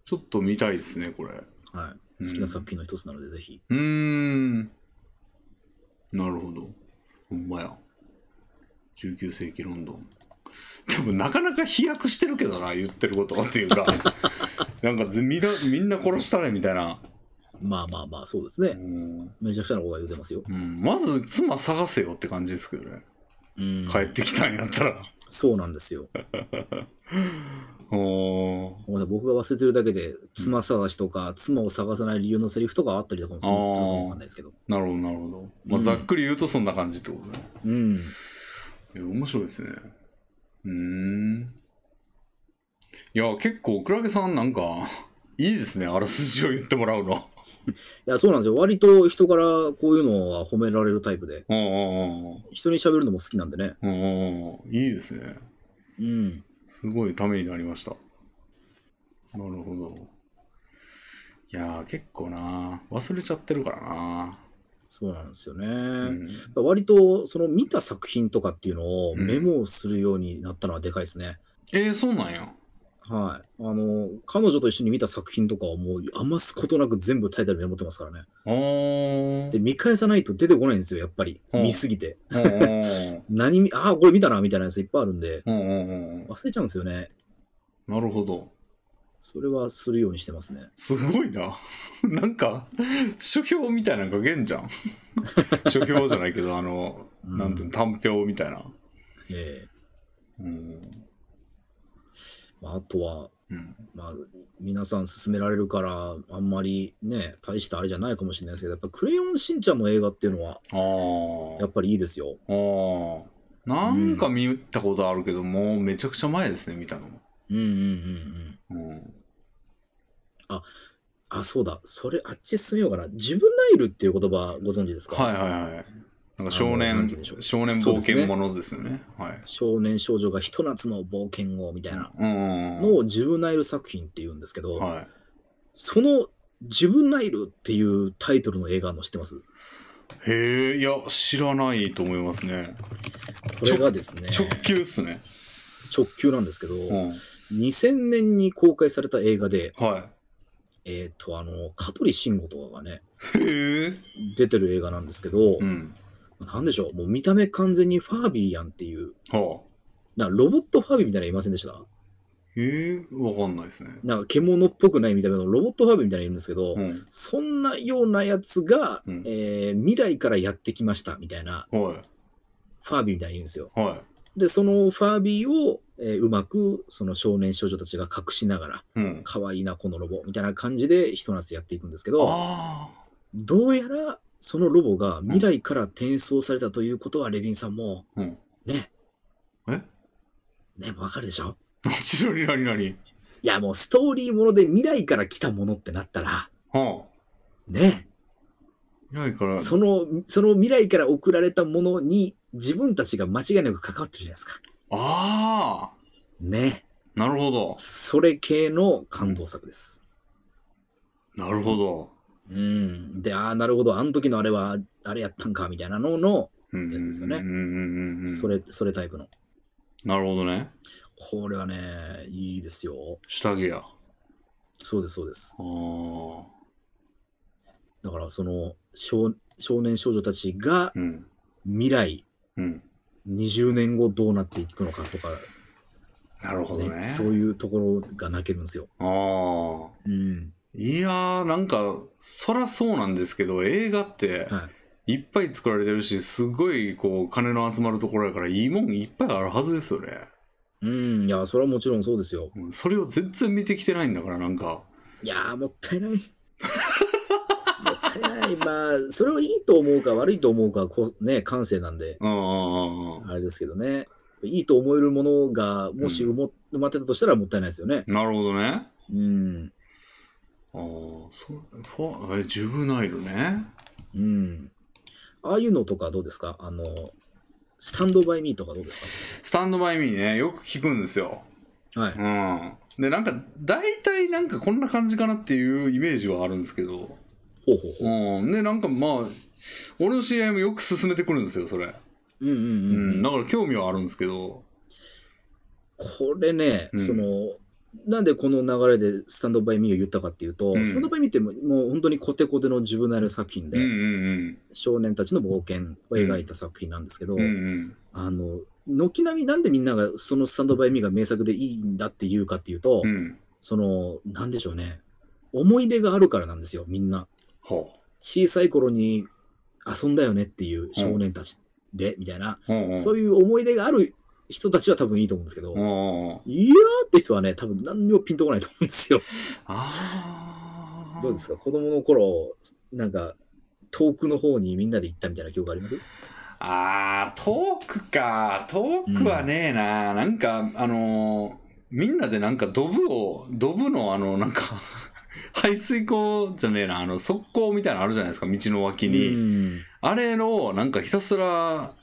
[SPEAKER 1] ちょっと見たいですね、これ。う
[SPEAKER 2] はい。好きな作品の一つなので、ぜひ。
[SPEAKER 1] ーん。なるほど。ほんまや。19世紀ロンドン。でもなかなか飛躍してるけどな、言ってることはっていうか。なんかずみんなみんな殺したねみたいな。
[SPEAKER 2] まあまあまあ、そうです
[SPEAKER 1] う
[SPEAKER 2] ね。
[SPEAKER 1] ん
[SPEAKER 2] めちゃくちゃなことが言うてますよ。
[SPEAKER 1] うん、まず妻探せよって感じですけどね。
[SPEAKER 2] うん。
[SPEAKER 1] 帰ってきたんやったら。
[SPEAKER 2] そうなんですよ。
[SPEAKER 1] あおー
[SPEAKER 2] もうね僕が忘れてるだけで、妻探しとか、妻を探さない理由のセリフとかあったりとかもするするかもわかんないですけど。
[SPEAKER 1] なるほどなるほど、まあ
[SPEAKER 2] うん
[SPEAKER 1] ざっくり言うとそんな感じってことね
[SPEAKER 2] う
[SPEAKER 1] い
[SPEAKER 2] ん。
[SPEAKER 1] や面白いですねうーんいや結構クラゲさんなんかいいですねあらすじを言ってもらうの
[SPEAKER 2] いや、そうなんですよ。割と人からこういうのは褒められるタイプで、
[SPEAKER 1] うんうんうん
[SPEAKER 2] 人に喋るのも好きなんでね。
[SPEAKER 1] うんうんうんいいですね
[SPEAKER 2] うん。
[SPEAKER 1] すごいためになりましたなるほどいやー結構な忘れちゃってるからな、
[SPEAKER 2] そうなんですよね。
[SPEAKER 1] うん、
[SPEAKER 2] 割と、その見た作品とかっていうのを
[SPEAKER 1] うん
[SPEAKER 2] メモをするようになったのはでかいですね。
[SPEAKER 1] えー、そうなんや
[SPEAKER 2] はい。あの、彼女と一緒に見た作品とかをもう余すことなく全部タイトルメモってますからね。
[SPEAKER 1] あー
[SPEAKER 2] で、見返さないと出てこないんですよ、やっぱり。
[SPEAKER 1] うん
[SPEAKER 2] 見すぎて。
[SPEAKER 1] うんうん
[SPEAKER 2] 何見、ああ、これ見たな、みたいなやついっぱいあるんで、
[SPEAKER 1] うんうんうんうん
[SPEAKER 2] 忘れちゃうんですよね。
[SPEAKER 1] なるほど
[SPEAKER 2] それはするようにしてますね。
[SPEAKER 1] すごいな。 なんか、書評みたいなの書けんじゃん。 書評じゃないけど、あの、
[SPEAKER 2] うん
[SPEAKER 1] なんていうの、短評みたいな。
[SPEAKER 2] ええ
[SPEAKER 1] うん。
[SPEAKER 2] まあ、あとは、
[SPEAKER 1] うん、
[SPEAKER 2] まあ、皆さん勧められるから、あんまりね、大したあれじゃないかもしれないですけど、やっぱクレヨンしんちゃんの映画っていうのは、
[SPEAKER 1] あー
[SPEAKER 2] やっぱりいいですよ。
[SPEAKER 1] あー。なんか見たことあるけど、もうめちゃくちゃ前ですね、見たの。
[SPEAKER 2] うんうんうんうん。
[SPEAKER 1] うん。
[SPEAKER 2] あ、そうだ。それ、あっち進めようかな。ジブナイルっていう言葉ご存知ですか
[SPEAKER 1] はいはいはい。なんか少
[SPEAKER 2] あのなん
[SPEAKER 1] 年
[SPEAKER 2] て言うんでしょ、う
[SPEAKER 1] 少年冒険ものですよね。はい。
[SPEAKER 2] 少年少女がひと夏の冒険をみたいな
[SPEAKER 1] うんうん
[SPEAKER 2] のをジブナイル作品って言うんですけ
[SPEAKER 1] うん。
[SPEAKER 2] ど、
[SPEAKER 1] はい。
[SPEAKER 2] そのジブナイルっていうタイトルの映画の知ってます
[SPEAKER 1] へえ、いや、知らないと思いますね。
[SPEAKER 2] これがですね、
[SPEAKER 1] 直球っすね。
[SPEAKER 2] 直球なんですけど、
[SPEAKER 1] うん。
[SPEAKER 2] 2000年に公開された映画で、
[SPEAKER 1] は
[SPEAKER 2] えっ、と、あの、香取慎吾とかがね、
[SPEAKER 1] い。へえ。
[SPEAKER 2] 出てる映画なんですけど、
[SPEAKER 1] うん。
[SPEAKER 2] なんでしょう、もう見た目完全にファービーやんっていう、
[SPEAKER 1] はあ。
[SPEAKER 2] なんかロボットファービーみたいなのいませんでした
[SPEAKER 1] ええわかんないですね。
[SPEAKER 2] なんか獣っぽくない見た目のロボットファービーみたいなのいるんですけど、
[SPEAKER 1] うん。
[SPEAKER 2] そんなようなやつが、
[SPEAKER 1] うん
[SPEAKER 2] えー未来からやってきましたみたいな、
[SPEAKER 1] は
[SPEAKER 2] ファービーみたいなのいるんですよ。
[SPEAKER 1] い。は
[SPEAKER 2] で、そのファービーを、えーうまく、その少年少女たちが隠しながら、
[SPEAKER 1] い。うん。
[SPEAKER 2] 可愛いな、このロボ、みたいな感じで、ひと夏やっていくんですけど、
[SPEAKER 1] あ
[SPEAKER 2] どうやら、そのロボが未来から転送されたということは、レビンさんも、
[SPEAKER 1] あ。うん。
[SPEAKER 2] ね、
[SPEAKER 1] え
[SPEAKER 2] ね、わかるでしょ
[SPEAKER 1] なになになに
[SPEAKER 2] いや、もうストーリーもので未来から来たものってなったら、
[SPEAKER 1] はあ。
[SPEAKER 2] ね、
[SPEAKER 1] 未来から。
[SPEAKER 2] その、その未来から送られたものに、自分たちが間違いなく関わってるじゃないですか。
[SPEAKER 1] ああ。
[SPEAKER 2] ね、
[SPEAKER 1] なるほど。
[SPEAKER 2] それ系の感動作です。
[SPEAKER 1] なるほど。
[SPEAKER 2] うん。で、ああ、なるほど、あの時のあれは、あれやったんか、みたいなのの、
[SPEAKER 1] うん。
[SPEAKER 2] やつですよね
[SPEAKER 1] うんうんうんうん。
[SPEAKER 2] そ。れ、それタイプの。
[SPEAKER 1] なるほどね。
[SPEAKER 2] これはね、いいですよ。
[SPEAKER 1] 下着や。あ
[SPEAKER 2] そうです、そうです。
[SPEAKER 1] あ。
[SPEAKER 2] だから、その、少少年少女たちが
[SPEAKER 1] うん。
[SPEAKER 2] 未来、
[SPEAKER 1] うん。
[SPEAKER 2] 20年後どうなっていくのかとか、
[SPEAKER 1] なるほど
[SPEAKER 2] ね
[SPEAKER 1] ね。
[SPEAKER 2] そういうところが泣けるんですよ。
[SPEAKER 1] ああ。
[SPEAKER 2] うん。
[SPEAKER 1] いやー、なんか、そらそうなんですけど、映画って、
[SPEAKER 2] はい
[SPEAKER 1] っぱい作られてるし、すごい、こう、金の集まるところやから、いいもんいっぱいあるはずですよね。
[SPEAKER 2] い。うん。いや、それはもちろんそうですよ。
[SPEAKER 1] うんそれを全然見てきてないんだからなんか
[SPEAKER 2] いやー、もったいない。もったいない。まあ、それをいいと思うか悪いと思うか、こうね、感性なんで。
[SPEAKER 1] うんうんうんうん
[SPEAKER 2] あれですけどね。いいと思えるものが、もし埋も埋まってたとしたらもったいないですよね。
[SPEAKER 1] なるほどね
[SPEAKER 2] うん。
[SPEAKER 1] ああそフォえジュブナイルね
[SPEAKER 2] うん。ああいうのとかどうですかあの、スタンドバイミーとかどうです
[SPEAKER 1] スタンドバイミーねよく聞くんですよ
[SPEAKER 2] かはい。
[SPEAKER 1] うんでなんか大体なんかこんな感じかなっていうイメージはあるんですけど
[SPEAKER 2] ほうほうほ
[SPEAKER 1] うんでなんかまあ俺の知り合いもよく勧めてくるんですよそれ
[SPEAKER 2] う。うん
[SPEAKER 1] う
[SPEAKER 2] うんうん。
[SPEAKER 1] んだから興味はあるんですけど
[SPEAKER 2] これね、
[SPEAKER 1] うん
[SPEAKER 2] その、なんでこの流れでスタンドバイミーを言ったかっていうと、
[SPEAKER 1] うん
[SPEAKER 2] スタンドバイミーってもうもう本当にコテコテの自分なる作品で、
[SPEAKER 1] うんうん
[SPEAKER 2] 少年たちの冒険を描いた作品なんですけど、
[SPEAKER 1] うんうんうん
[SPEAKER 2] あの、軒並みなんでみんながそのスタンドバイミーが名作でいいんだっていうかっていうと、
[SPEAKER 1] うん
[SPEAKER 2] その、なんでしょうね。思い出があるからなんですよ、みんな。
[SPEAKER 1] ほ
[SPEAKER 2] 小さい頃に遊んだよねっていう少年たちで、みたいな、
[SPEAKER 1] ううんうん
[SPEAKER 2] そういう思い出がある人たちは多分いいと思うんですけど、
[SPEAKER 1] おー
[SPEAKER 2] いやーって人はね、多分何にもピンとこないと思うんですよ。
[SPEAKER 1] あー
[SPEAKER 2] どうですか子供の頃、なんか、遠くの方にみんなで行ったみたいな記憶あります
[SPEAKER 1] あートークかトークはねえな、なんかあのーみんなでなんかドブをドブのあのなんか 排水溝じゃねえなあの側溝みたいなのあるじゃないですか道の脇に、
[SPEAKER 2] うん
[SPEAKER 1] あれのなんかひたすら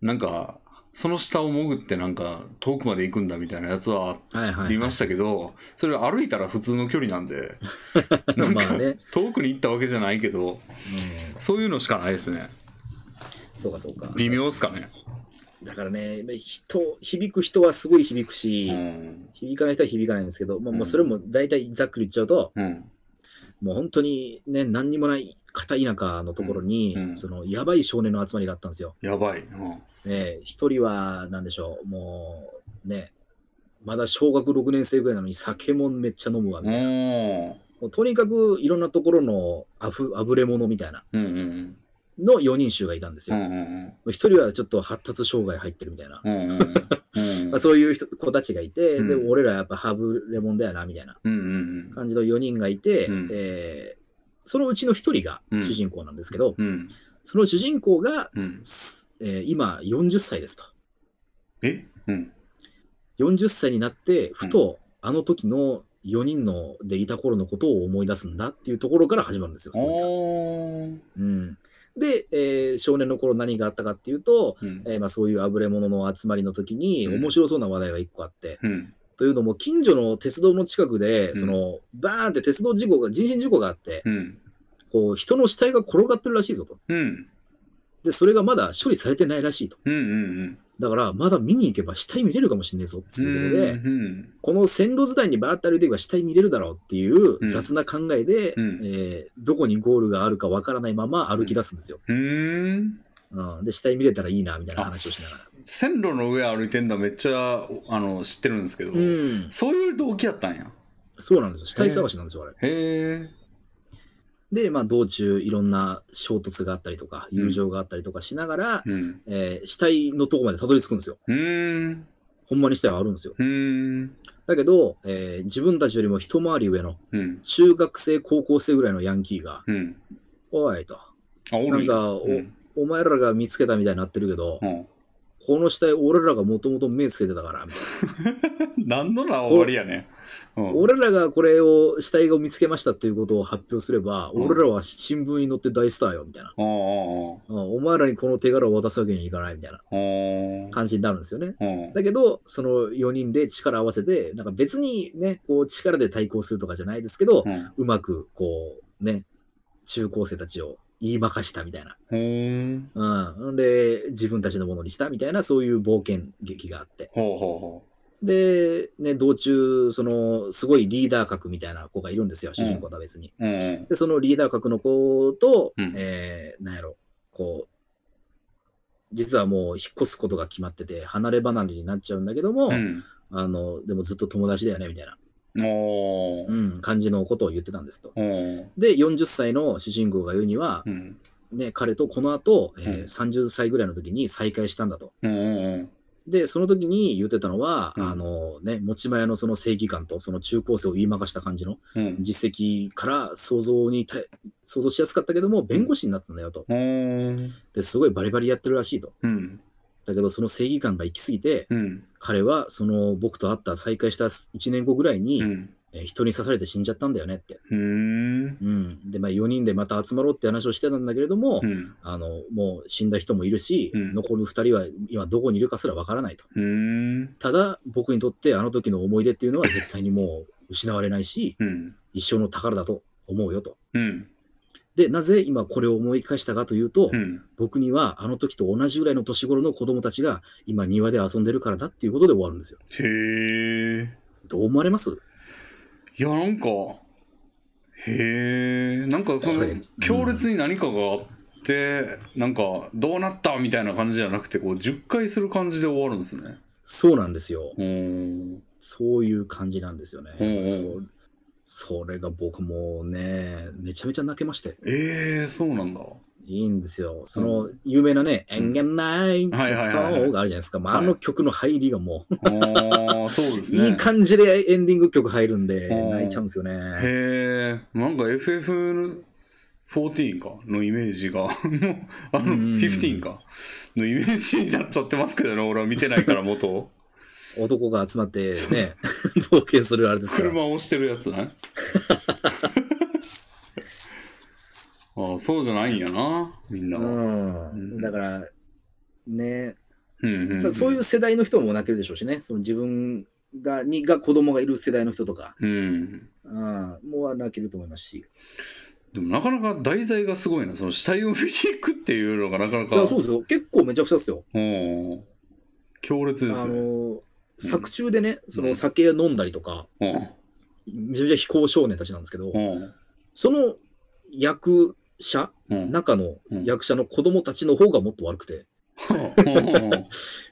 [SPEAKER 1] なんかその下を潜ってなんか遠くまで行くんだみたいなやつは
[SPEAKER 2] はい
[SPEAKER 1] あ
[SPEAKER 2] はい。
[SPEAKER 1] り ましたけど、それ歩いたら普通の距離なんでなん
[SPEAKER 2] まあ
[SPEAKER 1] か
[SPEAKER 2] ね、
[SPEAKER 1] 遠くに行ったわけじゃないけど
[SPEAKER 2] うん
[SPEAKER 1] そういうのしかないですね
[SPEAKER 2] そうかそうか。
[SPEAKER 1] 微妙っすかね。
[SPEAKER 2] だからね、人、響く人はすごい響くし、
[SPEAKER 1] うん
[SPEAKER 2] 響かない人は響かないんですけど、まあ、
[SPEAKER 1] うん
[SPEAKER 2] もうそれも大体ざっくり言っちゃうと、
[SPEAKER 1] うん
[SPEAKER 2] もう本当にね、何にもない片田舎のところに、
[SPEAKER 1] うんうん
[SPEAKER 2] そのやばい少年の集まりがあったんですよ。
[SPEAKER 1] やばい、うん
[SPEAKER 2] ね、一人は、なんでしょう、もうね、まだ小学6年生ぐらいなのに酒もめっちゃ飲むわ、みたいな。
[SPEAKER 1] おー
[SPEAKER 2] もうとにかくいろんなところのあふあぶれ者みたいな
[SPEAKER 1] うんうん
[SPEAKER 2] の4人衆がいたんです
[SPEAKER 1] うんう
[SPEAKER 2] よ。
[SPEAKER 1] んうん
[SPEAKER 2] 一人はちょっと発達障害入ってるみたいな。
[SPEAKER 1] うんうんうん
[SPEAKER 2] まあ、そういう人子たちがいて、
[SPEAKER 1] うん
[SPEAKER 2] で、俺らやっぱハブレモンだよな、みたいな
[SPEAKER 1] うんうん
[SPEAKER 2] 感じの4人がいて、
[SPEAKER 1] うん
[SPEAKER 2] えーそのうちの1人が主人公なんですけど、
[SPEAKER 1] うん
[SPEAKER 2] その主人公が、
[SPEAKER 1] うん
[SPEAKER 2] すえー今40歳ですと。
[SPEAKER 1] えうん
[SPEAKER 2] 40歳になって、ふと、あの時の4人のでいた頃のことを思い出すんだっていうところから始まるんですよ。ストーリーが
[SPEAKER 1] おー
[SPEAKER 2] うん、で、えー少年の頃何があったかっていうと、
[SPEAKER 1] うん
[SPEAKER 2] えーまあ、そういうあぶれ者の集まりの時に
[SPEAKER 1] うん
[SPEAKER 2] 面白そうな話題が1個あって、
[SPEAKER 1] うん
[SPEAKER 2] というのも近所の鉄道の近くで、
[SPEAKER 1] うん
[SPEAKER 2] そのバーンって鉄道事故が人身事故があって、
[SPEAKER 1] うん
[SPEAKER 2] こう人の死体が転がってるらしいぞと。
[SPEAKER 1] うん
[SPEAKER 2] で、それがまだ処理されてないらしいと。
[SPEAKER 1] うんうん
[SPEAKER 2] だから、まだ見に行けば死体見れるかもしんねえぞっ
[SPEAKER 1] う
[SPEAKER 2] て
[SPEAKER 1] ん
[SPEAKER 2] いうことで、
[SPEAKER 1] うん
[SPEAKER 2] この線路伝いにバーって歩いていけば死体見れるだろうっていう雑な考えで、
[SPEAKER 1] うん
[SPEAKER 2] えーどこにゴールがあるかわからないまま歩き出すんですよ、
[SPEAKER 1] うん
[SPEAKER 2] うんで、死体見れたらいいなみたいな
[SPEAKER 1] あ
[SPEAKER 2] 話をしながら。
[SPEAKER 1] 線路の上歩いてんだめっちゃあの知ってるんですけど、
[SPEAKER 2] うん、
[SPEAKER 1] そういう動機やったんや
[SPEAKER 2] そうなんですよ。死体探しなんですよ、あれ。
[SPEAKER 1] へえ
[SPEAKER 2] で、まあ、道中、いろんな衝突があったりとか、友情があったりとかしながら、
[SPEAKER 1] うん
[SPEAKER 2] えー死体のとこまでたどり着くんですよ。
[SPEAKER 1] うーん
[SPEAKER 2] ほんまに死体はあるんですよ。
[SPEAKER 1] うーん
[SPEAKER 2] だけど、えー自分たちよりも一回り上の、
[SPEAKER 1] うん
[SPEAKER 2] 中学生、高校生ぐらいのヤンキーが、
[SPEAKER 1] うん
[SPEAKER 2] おいと、
[SPEAKER 1] あお
[SPEAKER 2] なん
[SPEAKER 1] る
[SPEAKER 2] かお、
[SPEAKER 1] うん
[SPEAKER 2] お前らが見つけたみたいになってるけど、
[SPEAKER 1] うん、
[SPEAKER 2] この死体、俺らがもともと目つけてたから、みたい
[SPEAKER 1] 何のな終わりやねん、う
[SPEAKER 2] な。
[SPEAKER 1] ん、
[SPEAKER 2] 俺らがこれを、死体を見つけましたっていうことを発表すれば、
[SPEAKER 1] うん
[SPEAKER 2] 俺らは新聞に載って大スターよ、みたいな。
[SPEAKER 1] おお
[SPEAKER 2] うんお前らにこの手柄を渡すわけにはいかない、みたいな
[SPEAKER 1] おお
[SPEAKER 2] 感じになるんですよね。
[SPEAKER 1] うん
[SPEAKER 2] だけど、その4人で力を合わせて、なんか別にね、こう力で対抗するとかじゃないですけど、
[SPEAKER 1] うん
[SPEAKER 2] うまく、こう、ね、中高生たちを言いまかしたみたいな。
[SPEAKER 1] ほーん
[SPEAKER 2] うん。で、自分たちのものにしたみたいな、そういう冒険劇があって。
[SPEAKER 1] ほうほうほ
[SPEAKER 2] で、ね、道中、その、すごいリーダー格みたいな子がいるんですよ、主人公とは別に。
[SPEAKER 1] ううん
[SPEAKER 2] で、そのリーダー格の子と、
[SPEAKER 1] うん
[SPEAKER 2] えー、なんやろ、こう、実はもう引っ越すことが決まってて、離れ離れになっちゃうんだけども、
[SPEAKER 1] うん
[SPEAKER 2] あの、でもずっと友達だよね、みたいな、
[SPEAKER 1] おー
[SPEAKER 2] うん、感じのことを言ってたんですと。
[SPEAKER 1] おー
[SPEAKER 2] で、40歳の主人公が言うには、
[SPEAKER 1] うん
[SPEAKER 2] ね、彼とこの後、えー
[SPEAKER 1] うん
[SPEAKER 2] 30歳ぐらいの時に再会したんだと。
[SPEAKER 1] うんうん
[SPEAKER 2] で、その時に言ってたのは、
[SPEAKER 1] うん
[SPEAKER 2] あのね、持ち前のその正義感と、その中高生を言いまかした感じの
[SPEAKER 1] うん
[SPEAKER 2] 実績から想像にた、想像しやすかったけども、弁護士になったんだよと。
[SPEAKER 1] おー
[SPEAKER 2] で、すごいバリバリやってるらしいと。
[SPEAKER 1] うん
[SPEAKER 2] だけど、その正義感が行き過ぎて、
[SPEAKER 1] うん
[SPEAKER 2] 彼は、その僕と会った、再会した1年後ぐらいに、
[SPEAKER 1] うん
[SPEAKER 2] えー人に刺されて死んじゃったんだよねって。
[SPEAKER 1] うーん
[SPEAKER 2] うん。で、まあ4人でまた集まろうって話をしてたんだけれども、
[SPEAKER 1] うん
[SPEAKER 2] あの、もう死んだ人もいるし、
[SPEAKER 1] うん
[SPEAKER 2] 残る2人は今どこにいるかすらわからないと。
[SPEAKER 1] うーん
[SPEAKER 2] ただ、僕にとってあの時の思い出っていうのは絶対にもう失われないし、
[SPEAKER 1] うん
[SPEAKER 2] 一生の宝だと思うよと。
[SPEAKER 1] うん
[SPEAKER 2] で、なぜ今これを思い返したかというと、
[SPEAKER 1] うん
[SPEAKER 2] 僕にはあの時と同じぐらいの年頃の子供たちが今庭で遊んでるからだっていうことで終わるんですよ。
[SPEAKER 1] へえ
[SPEAKER 2] どう思われます
[SPEAKER 1] いやなんかへえんかそ
[SPEAKER 2] こ
[SPEAKER 1] の
[SPEAKER 2] れ
[SPEAKER 1] 強烈に何かがあってなんかどうなったみたいな感じじゃなくてこう10回する感じで終わるんですね
[SPEAKER 2] そうなんですよ。
[SPEAKER 1] うーん
[SPEAKER 2] そういう感じなんですよね。
[SPEAKER 1] うんうん
[SPEAKER 2] そうそれが僕もね、めちゃめちゃ泣けまして。
[SPEAKER 1] ええそうなんだ
[SPEAKER 2] いいんですよ。その、有名なね、
[SPEAKER 1] ん
[SPEAKER 2] エンゲンマイン
[SPEAKER 1] はいはいはいはい
[SPEAKER 2] があるじゃないですか。まあ、あの曲の入りがもう、
[SPEAKER 1] ああ、そうですね。
[SPEAKER 2] いい感じでエンディング曲入るんで、
[SPEAKER 1] うん
[SPEAKER 2] 泣いちゃうんですよね。
[SPEAKER 1] へえ、なんか FF14 かのイメージが、もう、あの、
[SPEAKER 2] うん
[SPEAKER 1] 15かのイメージになっちゃってますけどね、俺は見てないから元を。
[SPEAKER 2] 男が集まってね、 冒険するあれですから。
[SPEAKER 1] 車を押してるやつね。 ああ、そうじゃないんやな、みんな
[SPEAKER 2] う
[SPEAKER 1] は。
[SPEAKER 2] ん。だから、ね、
[SPEAKER 1] うんうんうん
[SPEAKER 2] まあそういう世代の人も泣けるでしょうしね、その自分が、にが子供がいる世代の人とか、
[SPEAKER 1] うん。
[SPEAKER 2] うん、もう泣けると思いますし。
[SPEAKER 1] でもなかなか題材がすごいな、その死体を見に行くっていうのがなかない
[SPEAKER 2] や
[SPEAKER 1] か、
[SPEAKER 2] そうですよ。結構めちゃくちゃですよ。
[SPEAKER 1] うん強烈
[SPEAKER 2] あ
[SPEAKER 1] ですね。
[SPEAKER 2] の、作中でね、その酒飲んだりとか、めちゃめちゃ非行少年たちなんですけど
[SPEAKER 1] う、んうん
[SPEAKER 2] その役者、
[SPEAKER 1] うん
[SPEAKER 2] 中の役者の子供たちの方がもっと悪くて、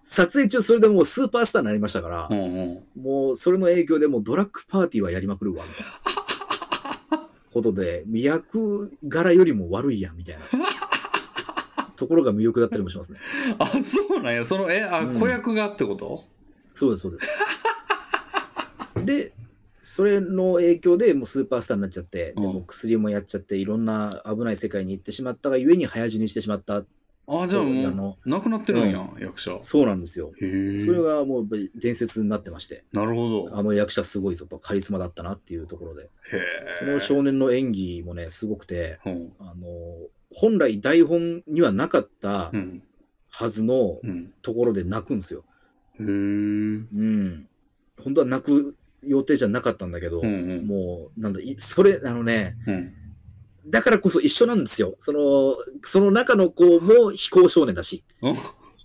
[SPEAKER 2] 撮影中それでもうスーパースターになりましたから
[SPEAKER 1] う、んうん
[SPEAKER 2] もうそれの影響でもうドラッグパーティーはやりまくるわ、みたいな。ことで、役柄よりも悪いやん、みたいな。ところが魅力だったりもしますね。
[SPEAKER 1] あそうなんやそのえあ、
[SPEAKER 2] うん
[SPEAKER 1] 子役がってこと
[SPEAKER 2] そうです、そうです。で、それの影響でもうスーパースターになっちゃって、で
[SPEAKER 1] うん
[SPEAKER 2] もう薬もやっちゃって、いろんな危ない世界に行ってしまったがゆえに早死にしてしまった。
[SPEAKER 1] あじゃあ
[SPEAKER 2] そうあ
[SPEAKER 1] も
[SPEAKER 2] の
[SPEAKER 1] うなくなってるんや、役者へ
[SPEAKER 2] そうなんですよ。
[SPEAKER 1] え
[SPEAKER 2] それがもうやっぱり伝説になってまして、
[SPEAKER 1] なるほど
[SPEAKER 2] あの役者すごいぞとカリスマだったなっていうところで、
[SPEAKER 1] へ
[SPEAKER 2] そ
[SPEAKER 1] え
[SPEAKER 2] の少年の演技もね、すごくて、
[SPEAKER 1] うん
[SPEAKER 2] あの、本来台本にはなかった
[SPEAKER 1] うん
[SPEAKER 2] はずの
[SPEAKER 1] うん
[SPEAKER 2] ところで泣くんですよ。
[SPEAKER 1] へえうん
[SPEAKER 2] うん。本当は泣く予定じゃなかったんだけど、
[SPEAKER 1] うん
[SPEAKER 2] もう、なんだ、いそれ、あのね、
[SPEAKER 1] うん
[SPEAKER 2] だからこそ一緒なんですよ。その、その中の子も非行少年だし、
[SPEAKER 1] うん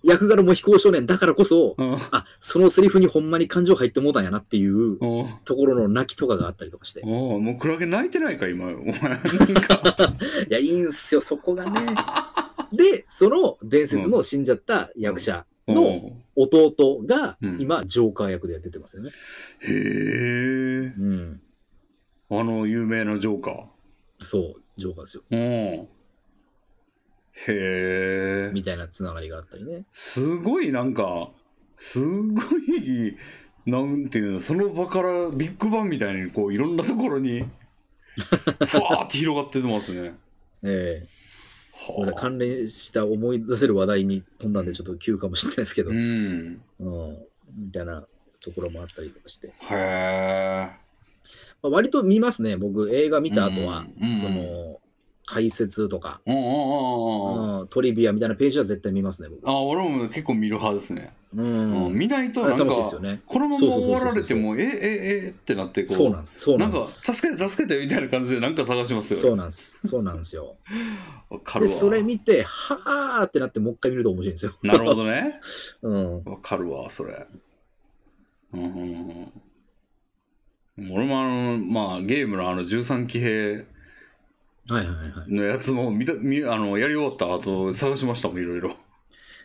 [SPEAKER 2] 役柄も非行少年だからこそ、
[SPEAKER 1] うん
[SPEAKER 2] あ、そのセリフにほんまに感情入ってもうたんやなっていう
[SPEAKER 1] おう
[SPEAKER 2] ところの泣きとかがあったりとかして。い
[SPEAKER 1] おうもうクラゲ泣いてないか今 お前なんか
[SPEAKER 2] や、いいんすよ、そこがね。 で、その伝説の死んじゃった役者の
[SPEAKER 1] おう
[SPEAKER 2] 弟が
[SPEAKER 1] うん
[SPEAKER 2] 今、ジョーカー役で出てますよね。
[SPEAKER 1] へえ
[SPEAKER 2] うん。
[SPEAKER 1] あの有名なジョーカー
[SPEAKER 2] そう、ジョーカーですよ。
[SPEAKER 1] うんへえ
[SPEAKER 2] みたいなつながりがあったりね。
[SPEAKER 1] すごいなんかすごいなんていうのその場からビッグバンみたいにこういろんなところにふわーって広がっててますね。
[SPEAKER 2] ええごめんなさ
[SPEAKER 1] はあ、
[SPEAKER 2] い関連した思い出せる話題に飛んだんで、ちょっと急かもしれないですけど、
[SPEAKER 1] う
[SPEAKER 2] うん、
[SPEAKER 1] ん
[SPEAKER 2] みたいなところもあったりとかして、
[SPEAKER 1] へ
[SPEAKER 2] まあ、割と見ますね、僕、映画
[SPEAKER 1] え。
[SPEAKER 2] 見た後は、
[SPEAKER 1] うん、
[SPEAKER 2] その、解説とか、
[SPEAKER 1] うんうんうんうんうん
[SPEAKER 2] うん、トリビアみたいなページは絶対見ますね、僕。
[SPEAKER 1] あ俺も結構見る派ですね。
[SPEAKER 2] う
[SPEAKER 1] うん
[SPEAKER 2] ん、
[SPEAKER 1] 見ないと
[SPEAKER 2] あれ
[SPEAKER 1] なんか
[SPEAKER 2] 楽しいですよね。
[SPEAKER 1] このまま
[SPEAKER 2] そうそうそう
[SPEAKER 1] 終
[SPEAKER 2] そう
[SPEAKER 1] わられてもええええってなってこう
[SPEAKER 2] そうなんです。そう
[SPEAKER 1] な
[SPEAKER 2] なんんで
[SPEAKER 1] か
[SPEAKER 2] す。
[SPEAKER 1] 助けて助けてみたいな感じでなんか探しますよ。
[SPEAKER 2] そうなんです。そうなんですよ。
[SPEAKER 1] わかる
[SPEAKER 2] で、
[SPEAKER 1] わ
[SPEAKER 2] それ見て、はーってなって、もう一回見ると面白いんですよ。
[SPEAKER 1] なるほどね。
[SPEAKER 2] うん。
[SPEAKER 1] わかるわ、それ。うんうんうん。俺もあの、まあ、ゲームのあの13騎兵
[SPEAKER 2] はいはいはいはい。い
[SPEAKER 1] のやつも見た見あのやり終わった後探しましたもん、いろいろ。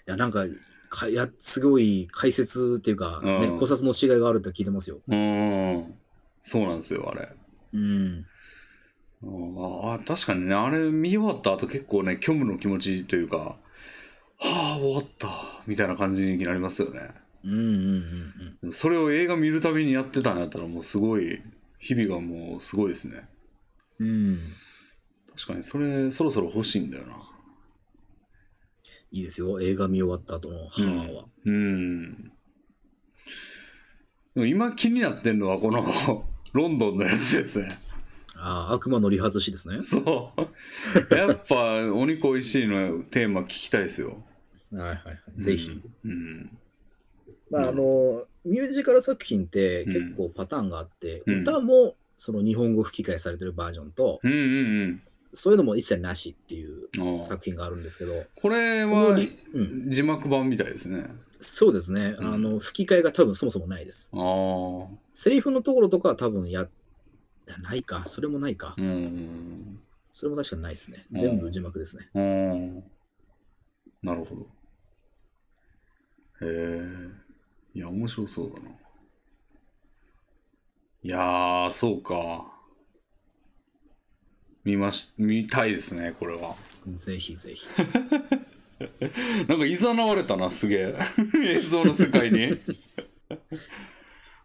[SPEAKER 2] や、なんか、かいやすごい解説っていうか、ね
[SPEAKER 1] うん
[SPEAKER 2] 考察の違いがあるって聞いてますよ。
[SPEAKER 1] うん。そうなんですよ、あれ。
[SPEAKER 2] うん。
[SPEAKER 1] うんあ確かにね、あれ見終わった後結構ね、虚無の気持ちというか、はあ、終わった、みたいな感じになりますよね。
[SPEAKER 2] うんうんうん
[SPEAKER 1] でもそれを映画見るたびにやってたんやったら、もうすごい、日々がもうすごいですね。
[SPEAKER 2] うん。うん。
[SPEAKER 1] 確かに、それ、そろそろ欲しいんだよな。
[SPEAKER 2] いいですよ。映画見終わった後のハーは。
[SPEAKER 1] うん。でも今気になってんのはこの ロンドンのやつですね。
[SPEAKER 2] ああ、悪魔の理髪師ですね。
[SPEAKER 1] そう。やっぱお肉おいしいのテーマ聞きたいですよ。
[SPEAKER 2] はいはいはい。ぜひ。
[SPEAKER 1] うん。
[SPEAKER 2] まあ、あの、ミュージカル作品って結構パターンがあって、
[SPEAKER 1] うん
[SPEAKER 2] 歌もその日本語吹き替えされてるバージョンと、
[SPEAKER 1] うん。うん
[SPEAKER 2] そういうのも一切なしっていう
[SPEAKER 1] うんうん。ああ
[SPEAKER 2] 作品があるんですけど、
[SPEAKER 1] これ
[SPEAKER 2] この
[SPEAKER 1] は
[SPEAKER 2] りうん、
[SPEAKER 1] 字幕版みたいですね。
[SPEAKER 2] そうですね。
[SPEAKER 1] うん
[SPEAKER 2] あの、吹き替えが多分そもそもないです。
[SPEAKER 1] ああ。
[SPEAKER 2] セリフのところとかは多分や、ないか、それもないか
[SPEAKER 1] う、ん。
[SPEAKER 2] それも確かにないですね。
[SPEAKER 1] うん
[SPEAKER 2] 全部字幕ですね。
[SPEAKER 1] うん。なるほど。へえ。いや、面白そうだな。いやー、そうか。見まし、見たいですね、これは。
[SPEAKER 2] ぜひぜひ。
[SPEAKER 1] なんか誘われたな、すげえ。 映像の世界 に。ああ、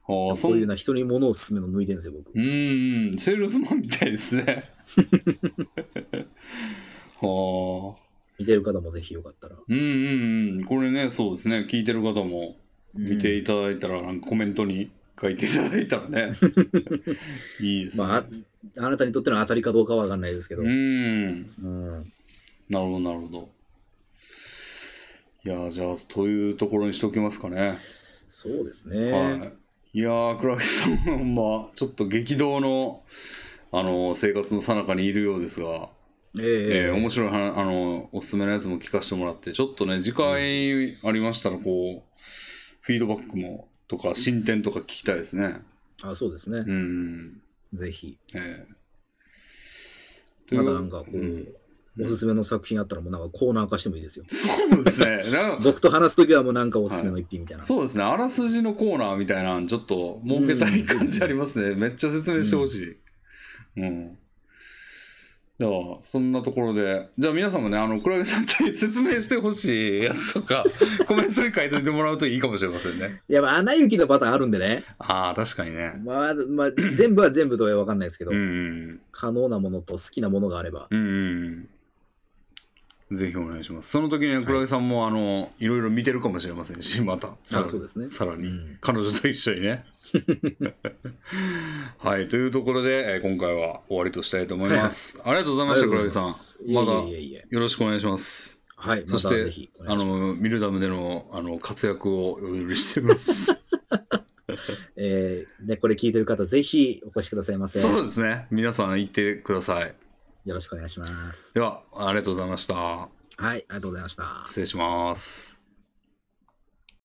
[SPEAKER 1] そ
[SPEAKER 2] そうんいうな人に物を勧めるの向いてるんですよ、僕。
[SPEAKER 1] うーん、セールスマンみたいですね。 はあ。
[SPEAKER 2] 見てる方もぜひよかったら。
[SPEAKER 1] うんうんうん。これね、そうですね。聞いてる方も見ていただいたら、なんかコメントに書いていただいたら ね。いいですね。
[SPEAKER 2] まあ、ああなたにとっての当たりかどうかは分かんないですけど。
[SPEAKER 1] う
[SPEAKER 2] うん
[SPEAKER 1] ん。なるほど、なるほど。いやー、じゃあ、というところにしておきますかね。
[SPEAKER 2] そうですね。
[SPEAKER 1] はい、いやー、倉木さん、ほんま、ちょっと激動の、あのー生活の最中にいるようですが、
[SPEAKER 2] え
[SPEAKER 1] えー
[SPEAKER 2] え
[SPEAKER 1] 面白いはあのおすすめのやつも聞かせてもらってちょっとね次回ありましたらこうフィードバックもとか進展とか聞きたいですね
[SPEAKER 2] あ、そうですね。
[SPEAKER 1] うん
[SPEAKER 2] ぜひ。
[SPEAKER 1] ええ
[SPEAKER 2] まだなんかこう、
[SPEAKER 1] うん
[SPEAKER 2] おすすめの作品あったら、もうなんかコーナー化してもいいですよ。
[SPEAKER 1] そうですねなんか
[SPEAKER 2] 僕と話すときはもうなんかおすすめの一品みたいな。
[SPEAKER 1] そうですねあらすじのコーナーみたいなのちょっと設けたい感じありますね、めっちゃ説明してほしいうん、じゃあそんなところでじゃあ皆さんもねあの倉木さんって説明してほしいやつと かコメントに書いといてもらうといいかもしれませんね
[SPEAKER 2] いや、まあ、穴行きのパターンあるんでね。
[SPEAKER 1] ああ、確かにね。
[SPEAKER 2] まあ、まあ、全部は全部とは分かんないですけど、
[SPEAKER 1] うん。
[SPEAKER 2] 可能なものと好きなものがあれば。
[SPEAKER 1] うん。ぜひお願いします。その時には倉木さんも、あの、いろいろ見てるかもしれませんし、また、さら
[SPEAKER 2] そうですね
[SPEAKER 1] さらに、
[SPEAKER 2] うん
[SPEAKER 1] 彼女と一緒に ね。はい、というところで、えー今回は終わりとしたいと思います。ありがとうございました、
[SPEAKER 2] ありが
[SPEAKER 1] 倉木
[SPEAKER 2] とう
[SPEAKER 1] さ
[SPEAKER 2] ございます
[SPEAKER 1] ん。まだ、
[SPEAKER 2] いえいえいえいえ
[SPEAKER 1] よろしくお願いします。
[SPEAKER 2] はい、
[SPEAKER 1] そ
[SPEAKER 2] ま
[SPEAKER 1] したて
[SPEAKER 2] ぜひ、お
[SPEAKER 1] あ
[SPEAKER 2] 願いし
[SPEAKER 1] の
[SPEAKER 2] ます。
[SPEAKER 1] ミルダムでのあの活躍をお許ししてい ます。
[SPEAKER 2] えー、ね、これ聞いてる方、ぜひお越しくださいませ。
[SPEAKER 1] そうですね。皆さん行ってください。
[SPEAKER 2] よろしくお願いします。
[SPEAKER 1] では、ありがとうございました。
[SPEAKER 2] はい、ありがとうございました。
[SPEAKER 1] 失礼します。